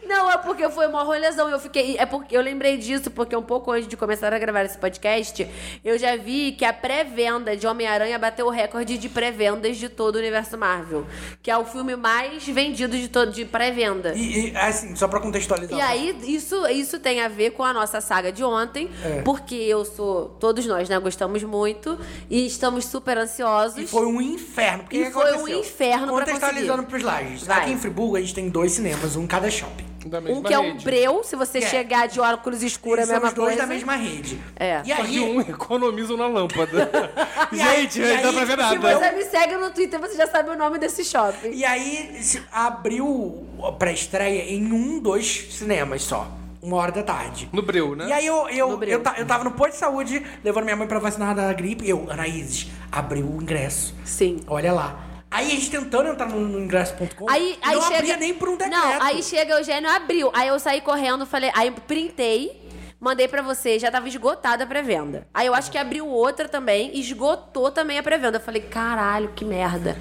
[SPEAKER 2] Não, é porque foi uma rolezão. Eu fiquei... É porque eu lembrei disso, porque um pouco antes de começar a gravar esse podcast, eu já vi que a pré-venda de Homem-Aranha bateu o recorde de pré-vendas de todo o universo Marvel. Que é o filme mais vendido de todo, de pré-venda.
[SPEAKER 1] E, e, assim, só pra contextualizar.
[SPEAKER 2] E aí, isso, isso tem a ver com a nossa saga de ontem,
[SPEAKER 1] É.
[SPEAKER 2] porque eu sou. Todos nós, né? Gostamos muito e estamos super ansiosos.
[SPEAKER 1] E foi um inferno. Porque
[SPEAKER 2] E
[SPEAKER 1] o que
[SPEAKER 2] foi um
[SPEAKER 1] aconteceu?
[SPEAKER 2] inferno pra
[SPEAKER 1] Contextualizando
[SPEAKER 2] conseguir.
[SPEAKER 1] pros lajes.
[SPEAKER 2] Vai.
[SPEAKER 1] Aqui em Friburgo, a gente tem dois cinemas, um em cada shopping.
[SPEAKER 3] Da mesma
[SPEAKER 2] um que é um
[SPEAKER 3] rede.
[SPEAKER 2] breu, se você
[SPEAKER 1] É.
[SPEAKER 2] chegar de óculos escuros, é a
[SPEAKER 1] São
[SPEAKER 2] mesma
[SPEAKER 1] os dois
[SPEAKER 2] coisa.
[SPEAKER 1] da mesma rede.
[SPEAKER 2] É.
[SPEAKER 1] E
[SPEAKER 3] Só que
[SPEAKER 1] aí...
[SPEAKER 3] um [LAUGHS] economiza na lâmpada.
[SPEAKER 1] [LAUGHS] E aí-
[SPEAKER 3] Gente,
[SPEAKER 1] e
[SPEAKER 3] não dá
[SPEAKER 1] aí, tipo assim,
[SPEAKER 3] pra ver
[SPEAKER 2] Se
[SPEAKER 3] nada.
[SPEAKER 2] você me segue no Twitter, você já sabe o nome desse shopping.
[SPEAKER 1] E aí se- abriu a pré-estreia em um, dois cinemas só. Uma hora da tarde.
[SPEAKER 3] No breu, né?
[SPEAKER 1] E aí eu, eu,
[SPEAKER 2] Breu.
[SPEAKER 1] eu, ta- eu tava no posto de saúde, levando minha mãe pra vacinar da gripe. Eu, Anaíses, abriu o ingresso.
[SPEAKER 2] Sim.
[SPEAKER 1] Olha lá. Aí a gente tentando entrar no, no ingresso.com,
[SPEAKER 2] Aí, aí
[SPEAKER 1] não
[SPEAKER 2] chega...
[SPEAKER 1] abria nem por um decreto.
[SPEAKER 2] Não, aí chega o Eugênio, abriu. Aí eu saí correndo, falei, aí printei, mandei pra você, já tava esgotada a pré-venda. Aí eu acho que abriu outra também, esgotou também a pré-venda. Eu falei, caralho, que merda.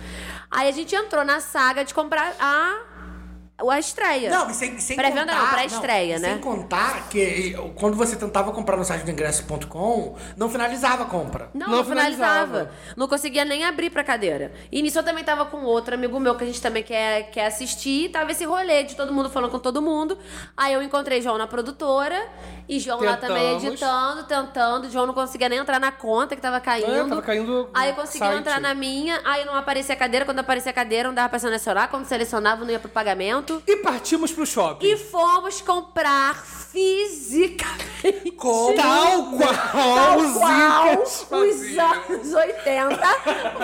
[SPEAKER 2] Aí a gente entrou na saga de comprar a a estreia.
[SPEAKER 1] Não, e sem, sem
[SPEAKER 2] Pré-venda
[SPEAKER 1] contar...
[SPEAKER 2] não, pré-estreia,
[SPEAKER 1] não,
[SPEAKER 2] né?
[SPEAKER 1] Sem contar que eh, quando você tentava comprar no site do ingresso.com, não finalizava a compra.
[SPEAKER 2] Não,
[SPEAKER 3] Não
[SPEAKER 2] não finalizava.
[SPEAKER 3] finalizava.
[SPEAKER 2] Não conseguia nem abrir pra cadeira. E nisso eu também tava com outro amigo meu que a gente também quer, quer assistir. Tava esse rolê de todo mundo falando com todo mundo. Aí eu encontrei João na produtora e João lá também
[SPEAKER 3] Tentamos.
[SPEAKER 2] editando, tentando. João não conseguia nem entrar na conta que tava caindo.
[SPEAKER 3] É, tava caindo
[SPEAKER 2] Aí eu consegui
[SPEAKER 3] site.
[SPEAKER 2] entrar na minha, aí não aparecia a cadeira. Quando aparecia a cadeira, não dava pra selecionar. Quando selecionava, não ia pro pagamento.
[SPEAKER 3] E partimos pro shopping.
[SPEAKER 2] E fomos comprar fisicamente.
[SPEAKER 3] Tal qual os incas
[SPEAKER 7] Qual os anos 80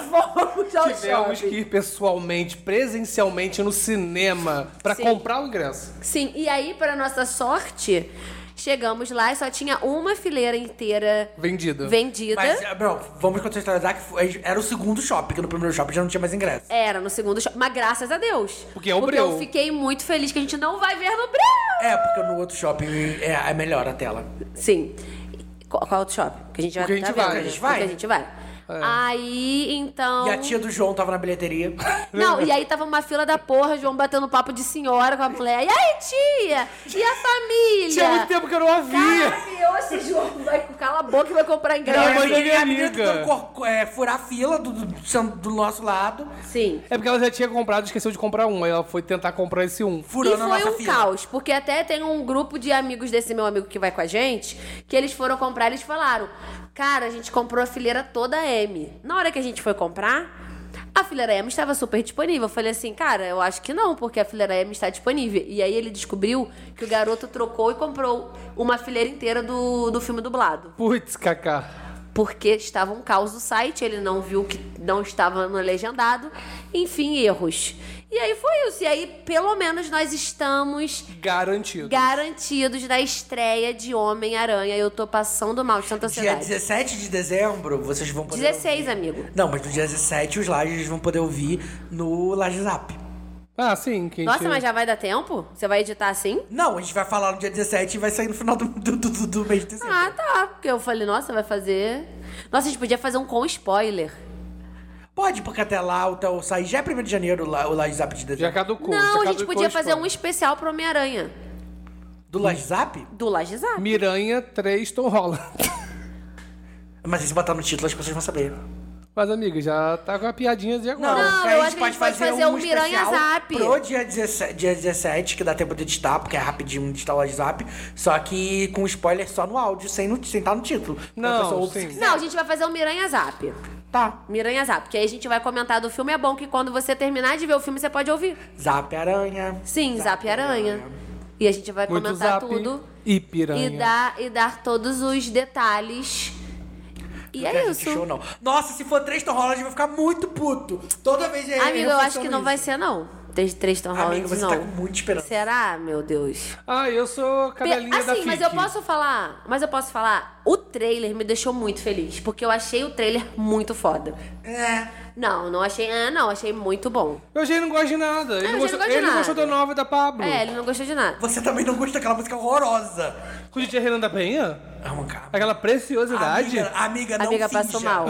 [SPEAKER 7] fomos ao
[SPEAKER 3] Tivemos que
[SPEAKER 7] shopping.
[SPEAKER 3] ir pessoalmente, presencialmente no cinema pra
[SPEAKER 2] Sim.
[SPEAKER 3] comprar o ingresso.
[SPEAKER 2] Sim, e aí, para nossa sorte, chegamos lá e só tinha uma fileira inteira
[SPEAKER 3] Vendido.
[SPEAKER 2] vendida.
[SPEAKER 1] Mas,
[SPEAKER 3] é-
[SPEAKER 1] eh, não, vamos contextualizar que foi- era o segundo shopping, que no primeiro shopping já não tinha mais ingresso.
[SPEAKER 2] Era no segundo shopping, mas graças a Deus.
[SPEAKER 3] Porque é o
[SPEAKER 2] Porque
[SPEAKER 3] Breu.
[SPEAKER 2] eu fiquei muito feliz que a gente não vai ver no Breu.
[SPEAKER 1] É, porque no outro shopping é, é melhor a tela.
[SPEAKER 2] Sim. Qual, qual outro shopping? Que a gente vai
[SPEAKER 3] Porque a gente
[SPEAKER 2] tá
[SPEAKER 3] vai, É.
[SPEAKER 2] vendo,
[SPEAKER 3] a
[SPEAKER 2] né?
[SPEAKER 1] gente vai.
[SPEAKER 2] Porque a gente vai. Aí, então...
[SPEAKER 1] E a tia do João tava na
[SPEAKER 3] [LAUGHS]
[SPEAKER 1] bilheteria.
[SPEAKER 2] Não, e aí tava uma fila da porra, João batendo papo de senhora com a mulher. E aí, tia? E a família?
[SPEAKER 3] Tinha muito tempo que eu não a via.
[SPEAKER 2] Caralho, esse João vai cala a boca e vai comprar ingresso.
[SPEAKER 3] Não, mas-
[SPEAKER 1] E a
[SPEAKER 3] minha
[SPEAKER 1] menina
[SPEAKER 3] amiga.
[SPEAKER 1] tentando cor- é, furar a fila do, do- do nosso lado,
[SPEAKER 2] Sim.
[SPEAKER 3] É porque ela já tinha comprado e esqueceu de comprar um. Aí ela foi tentar comprar esse um.
[SPEAKER 1] furando
[SPEAKER 2] e
[SPEAKER 1] a
[SPEAKER 2] foi
[SPEAKER 1] nossa
[SPEAKER 2] um
[SPEAKER 1] fila.
[SPEAKER 2] caos, porque até tem um grupo de amigos desse meu amigo que vai com a gente, que eles foram comprar, eles falaram: "Cara, a gente comprou a fileira toda M". Na hora que a gente foi comprar, a fileira M estava super disponível. Eu falei assim: "Cara, eu acho que não, porque a fileira M está disponível". E aí ele descobriu que o garoto trocou e comprou uma fileira inteira do, do filme dublado.
[SPEAKER 3] Putz, Cacá.
[SPEAKER 2] Porque estava um caos no site, ele não viu que não estava no legendado. Enfim, erros. E aí foi isso. E aí, pelo menos, nós estamos
[SPEAKER 3] Garantido.
[SPEAKER 2] garantidos da estreia de Homem-Aranha. Eu tô passando mal de tanta
[SPEAKER 1] Dia
[SPEAKER 2] ansiedade.
[SPEAKER 1] 17 de dezembro, vocês vão poder...
[SPEAKER 2] 16, amigo.
[SPEAKER 1] Não, mas no dia 17 os lajes vão poder ouvir no Laje Zap.
[SPEAKER 3] Ah, sim. Que a gente-
[SPEAKER 2] Nossa, mas já vai dar tempo? Você vai editar assim?
[SPEAKER 1] Não, a gente vai falar no dia 17 e vai sair no final do, do, do- do- do mês de dezembro.
[SPEAKER 2] Ah, tá. Porque eu falei, nossa, vai fazer. Nossa, a gente podia fazer um com spoiler.
[SPEAKER 1] Pode, porque até lá o teu sair já é 1 de janeiro lá- o Laje Zap de
[SPEAKER 3] Já
[SPEAKER 1] dezembro.
[SPEAKER 3] caducou.
[SPEAKER 2] não,
[SPEAKER 3] já
[SPEAKER 2] a gente
[SPEAKER 3] caducou
[SPEAKER 2] podia
[SPEAKER 3] o
[SPEAKER 2] fazer
[SPEAKER 3] estoque.
[SPEAKER 2] um especial pro Homem-Aranha.
[SPEAKER 1] Do Laje Zap?
[SPEAKER 2] Do Lajizar.
[SPEAKER 3] Miranha 3 Tom Holland. [LAUGHS]
[SPEAKER 1] Mas se botar no título as pessoas vão saber. Então,
[SPEAKER 3] Mas, amiga, já tá com a piadinha de agora.
[SPEAKER 2] Não,
[SPEAKER 1] porque
[SPEAKER 2] eu acho que a gente pode fazer um Miranha
[SPEAKER 1] especial
[SPEAKER 2] Zap.
[SPEAKER 1] Pro dia 17, dia 17, que dá tempo de editar, porque é rapidinho editar o WhatsApp. Só que com spoiler só no áudio, sem, no, sem estar no título.
[SPEAKER 3] Não,
[SPEAKER 1] Então, a pessoa ouve
[SPEAKER 3] sim.
[SPEAKER 1] se quiser.
[SPEAKER 2] Não, a gente vai fazer um Miranha Zap.
[SPEAKER 1] Tá.
[SPEAKER 2] Miranha Zap, que aí a gente vai comentar do filme. É bom que quando você terminar de ver o filme, você pode ouvir.
[SPEAKER 1] Zap Aranha.
[SPEAKER 2] Sim, Zap, Aranha. E a gente vai
[SPEAKER 3] Muito
[SPEAKER 2] comentar
[SPEAKER 3] zap
[SPEAKER 2] tudo.
[SPEAKER 3] e
[SPEAKER 2] E
[SPEAKER 3] piranha.
[SPEAKER 2] dar, e dar todos os detalhes. E
[SPEAKER 1] Não quer
[SPEAKER 2] é
[SPEAKER 1] gente
[SPEAKER 2] isso.
[SPEAKER 1] Show, não. Nossa, se for três Tom Holland, eu vou ficar muito puto. Toda vez é
[SPEAKER 2] Amigo, eu acho que não vai ser, não. Três, três Tom
[SPEAKER 1] Amigo,
[SPEAKER 2] Hollands,
[SPEAKER 1] você
[SPEAKER 2] não.
[SPEAKER 1] tá com muita esperança.
[SPEAKER 2] Será, meu Deus?
[SPEAKER 3] Ah, eu sou
[SPEAKER 2] Pe-
[SPEAKER 3] cadelinha da
[SPEAKER 2] assim,
[SPEAKER 3] FIC.
[SPEAKER 2] mas eu posso falar. Mas eu posso falar. O trailer me deixou muito feliz. Porque eu achei o trailer muito foda.
[SPEAKER 1] É.
[SPEAKER 2] Não, não achei. Ah, não, achei muito bom.
[SPEAKER 3] Eu já não gosto de nada. Ele,
[SPEAKER 2] eu
[SPEAKER 3] não
[SPEAKER 2] já
[SPEAKER 3] gostou,
[SPEAKER 2] Ah, não gosto de
[SPEAKER 3] ele não
[SPEAKER 2] nada.
[SPEAKER 3] gostou da nova da Pablo.
[SPEAKER 2] É, ele não gostou de nada.
[SPEAKER 1] Você também não gosta daquela música horrorosa.
[SPEAKER 3] Com o DJ Renan da Penha?
[SPEAKER 1] Arranca. cara.
[SPEAKER 3] Aquela preciosidade.
[SPEAKER 1] Amiga, amiga, não
[SPEAKER 2] Amiga passou
[SPEAKER 1] finja. [LAUGHS]
[SPEAKER 2] mal.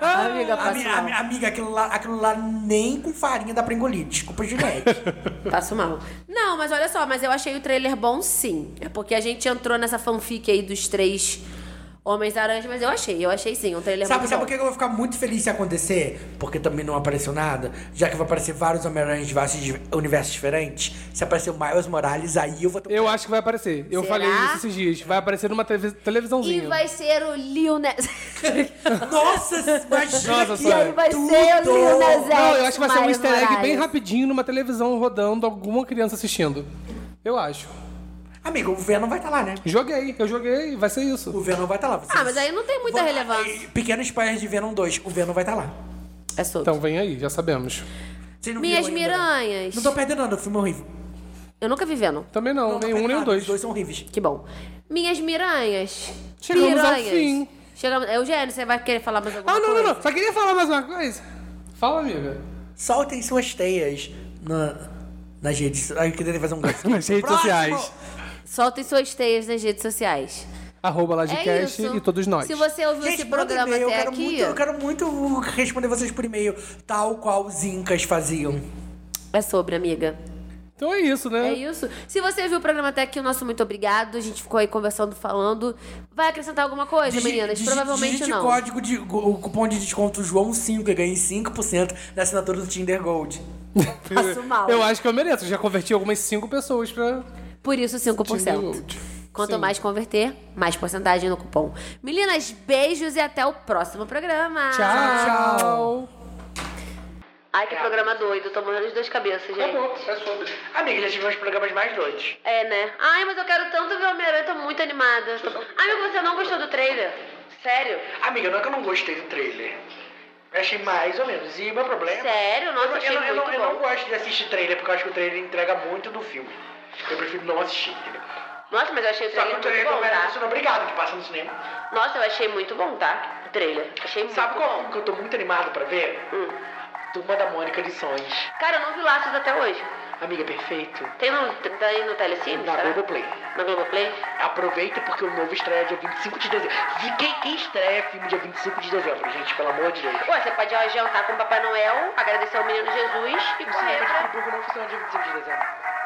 [SPEAKER 2] Amiga passou
[SPEAKER 1] Ami- ami-
[SPEAKER 2] mal.
[SPEAKER 1] amiga, aquilo lá, aquilo lá nem com farinha da Pringolite. Desculpa, Juliette.
[SPEAKER 2] [LAUGHS] Passo mal. Não, mas olha só, mas eu achei o trailer bom sim. É porque a gente entrou nessa fanfic aí dos três homens aranjas, mas eu achei, eu achei sim, um trailer
[SPEAKER 1] sabe
[SPEAKER 2] muito
[SPEAKER 1] sabe
[SPEAKER 2] bom.
[SPEAKER 1] por que eu vou ficar muito feliz se acontecer? Porque também não apareceu nada. Já que vai aparecer vários Homem-Aranhas de vários di- universos diferentes. Se aparecer o Miles Morales, aí eu vou... ter- um
[SPEAKER 3] Eu acho que vai aparecer. Eu
[SPEAKER 2] Será?
[SPEAKER 3] falei isso esses dias. Vai aparecer numa tele-
[SPEAKER 2] E
[SPEAKER 3] televisãozinha.
[SPEAKER 2] vai ser o Lil Nas...
[SPEAKER 3] [LAUGHS]
[SPEAKER 1] Nossa, imagina
[SPEAKER 3] Nossa,
[SPEAKER 1] que
[SPEAKER 3] sério.
[SPEAKER 1] é
[SPEAKER 3] Ele
[SPEAKER 2] vai
[SPEAKER 1] tudo.
[SPEAKER 2] ser o Lil Nas X,
[SPEAKER 3] Não, eu acho que vai ser um
[SPEAKER 2] Miles
[SPEAKER 3] easter egg bem
[SPEAKER 2] Morales.
[SPEAKER 3] rapidinho numa televisão rodando, alguma criança assistindo. Eu acho.
[SPEAKER 1] Amigo, o Venom vai estar lá, né?
[SPEAKER 3] Joguei, eu joguei, vai ser
[SPEAKER 1] O
[SPEAKER 3] isso.
[SPEAKER 1] Venom vai estar lá. Vocês-
[SPEAKER 2] Ah, mas aí não tem muita
[SPEAKER 1] Vou-
[SPEAKER 2] relevância.
[SPEAKER 1] Pequeno spoiler de Venom 2. O Venom vai estar lá.
[SPEAKER 2] É sobre.
[SPEAKER 3] Então vem aí, já sabemos.
[SPEAKER 1] Vocês não
[SPEAKER 2] Minhas
[SPEAKER 1] viram ainda, né?
[SPEAKER 2] miranhas.
[SPEAKER 1] Não tô perdendo nada, o filme é horrível.
[SPEAKER 2] Eu nunca vi Venom.
[SPEAKER 3] Também não,
[SPEAKER 1] Não tô
[SPEAKER 3] nem um
[SPEAKER 1] perdendo
[SPEAKER 3] nem o
[SPEAKER 1] nada,
[SPEAKER 3] dois.
[SPEAKER 1] Os dois são horríveis.
[SPEAKER 2] Que bom. Minhas miranhas.
[SPEAKER 3] Chegamos ao
[SPEAKER 2] Piranhas.
[SPEAKER 3] fim.
[SPEAKER 2] Chegamos... Eugênio, você vai querer falar mais alguma
[SPEAKER 3] Ah, não, não,
[SPEAKER 2] coisa?
[SPEAKER 3] não. Só queria falar mais uma coisa. Fala, amiga.
[SPEAKER 1] Soltem suas teias na, nas redes. Aí eu queria
[SPEAKER 3] [LAUGHS]
[SPEAKER 1] fazer um gancho.
[SPEAKER 3] Nas redes
[SPEAKER 1] Próximo!
[SPEAKER 3] sociais.
[SPEAKER 2] Soltem suas teias nas redes sociais.
[SPEAKER 3] Arroba
[SPEAKER 2] É
[SPEAKER 3] Ladcast
[SPEAKER 2] isso.
[SPEAKER 3] e todos nós.
[SPEAKER 2] Se você ouviu
[SPEAKER 1] Gente,
[SPEAKER 2] esse
[SPEAKER 1] manda
[SPEAKER 2] programa
[SPEAKER 1] e-mail, eu
[SPEAKER 2] até
[SPEAKER 1] quero
[SPEAKER 2] aqui,
[SPEAKER 1] Muito, eu quero muito responder vocês por e-mail, tal qual os incas faziam.
[SPEAKER 2] é sobre, amiga.
[SPEAKER 3] Então é isso,
[SPEAKER 2] É
[SPEAKER 3] né?
[SPEAKER 2] isso. Se você viu o programa até aqui, o nosso muito obrigado. A gente ficou aí conversando, falando. Vai acrescentar alguma coisa,
[SPEAKER 1] Digi-
[SPEAKER 2] meninas?
[SPEAKER 1] digi-
[SPEAKER 2] Provavelmente
[SPEAKER 1] digite
[SPEAKER 2] não.
[SPEAKER 1] código de o cupom de desconto João5 e ganhe 5% da assinatura do Tinder Gold.
[SPEAKER 2] Passo mal.
[SPEAKER 3] Eu acho que eu mereço. Já converti algumas cinco pessoas pra.
[SPEAKER 2] Por isso, 5%.
[SPEAKER 3] Gold.
[SPEAKER 2] Quanto
[SPEAKER 3] Sim.
[SPEAKER 2] mais converter, mais porcentagem no cupom. Meninas, beijos e até o próximo programa. Ah.
[SPEAKER 3] Tchau, tchau.
[SPEAKER 2] Ai, que programa doido. Tô morrendo de duas cabeças, gente.
[SPEAKER 1] é sobre. Amiga, já tive uns programas mais doidos.
[SPEAKER 2] É, né? Ai, mas eu quero tanto ver o Homem-Aranha, tô muito animada. Ai, mas você não gostou do trailer? Sério?
[SPEAKER 1] Amiga, não é que eu não gostei do trailer. Eu achei mais ou menos. E o meu problema.
[SPEAKER 2] Sério? Nossa,
[SPEAKER 1] eu, não-
[SPEAKER 2] achei
[SPEAKER 1] eu, não- eu
[SPEAKER 2] muito
[SPEAKER 1] não, eu não
[SPEAKER 2] bom.
[SPEAKER 1] gosto de assistir trailer, porque eu acho que o trailer entrega muito do filme. Eu prefiro não assistir, entendeu?
[SPEAKER 2] Nossa, mas eu achei o
[SPEAKER 1] Só que
[SPEAKER 2] trailer
[SPEAKER 1] o
[SPEAKER 2] muito
[SPEAKER 1] trailer do
[SPEAKER 2] bom,
[SPEAKER 1] Homem-Aranha
[SPEAKER 2] tá?
[SPEAKER 1] Sendo Obrigado, que passa no cinema.
[SPEAKER 2] Nossa, eu achei muito bom, tá? O trailer. Achei muito
[SPEAKER 1] Sabe qual
[SPEAKER 2] bom. Hum.
[SPEAKER 1] filme que eu tô muito animado pra ver? Turma da Mônica Lições.
[SPEAKER 2] Cara, eu não vi Laços até hoje.
[SPEAKER 1] Amiga, perfeito.
[SPEAKER 2] Tem no, tá aí no Telecine, Tá?
[SPEAKER 1] Na
[SPEAKER 2] será?
[SPEAKER 1] Globoplay.
[SPEAKER 2] Na Globoplay?
[SPEAKER 1] Aproveita porque o novo estreia dia 25 de dezembro. De quem, quem estreia filme dia 25 de dezembro, gente? Pelo amor de Deus.
[SPEAKER 2] Ué, você pode jantar com o Papai Noel, agradecer ao menino Jesus e
[SPEAKER 1] tipo, O cinema
[SPEAKER 2] correr
[SPEAKER 1] de
[SPEAKER 2] então. pra...
[SPEAKER 1] Friburgo não funciona dia 25 de dezembro.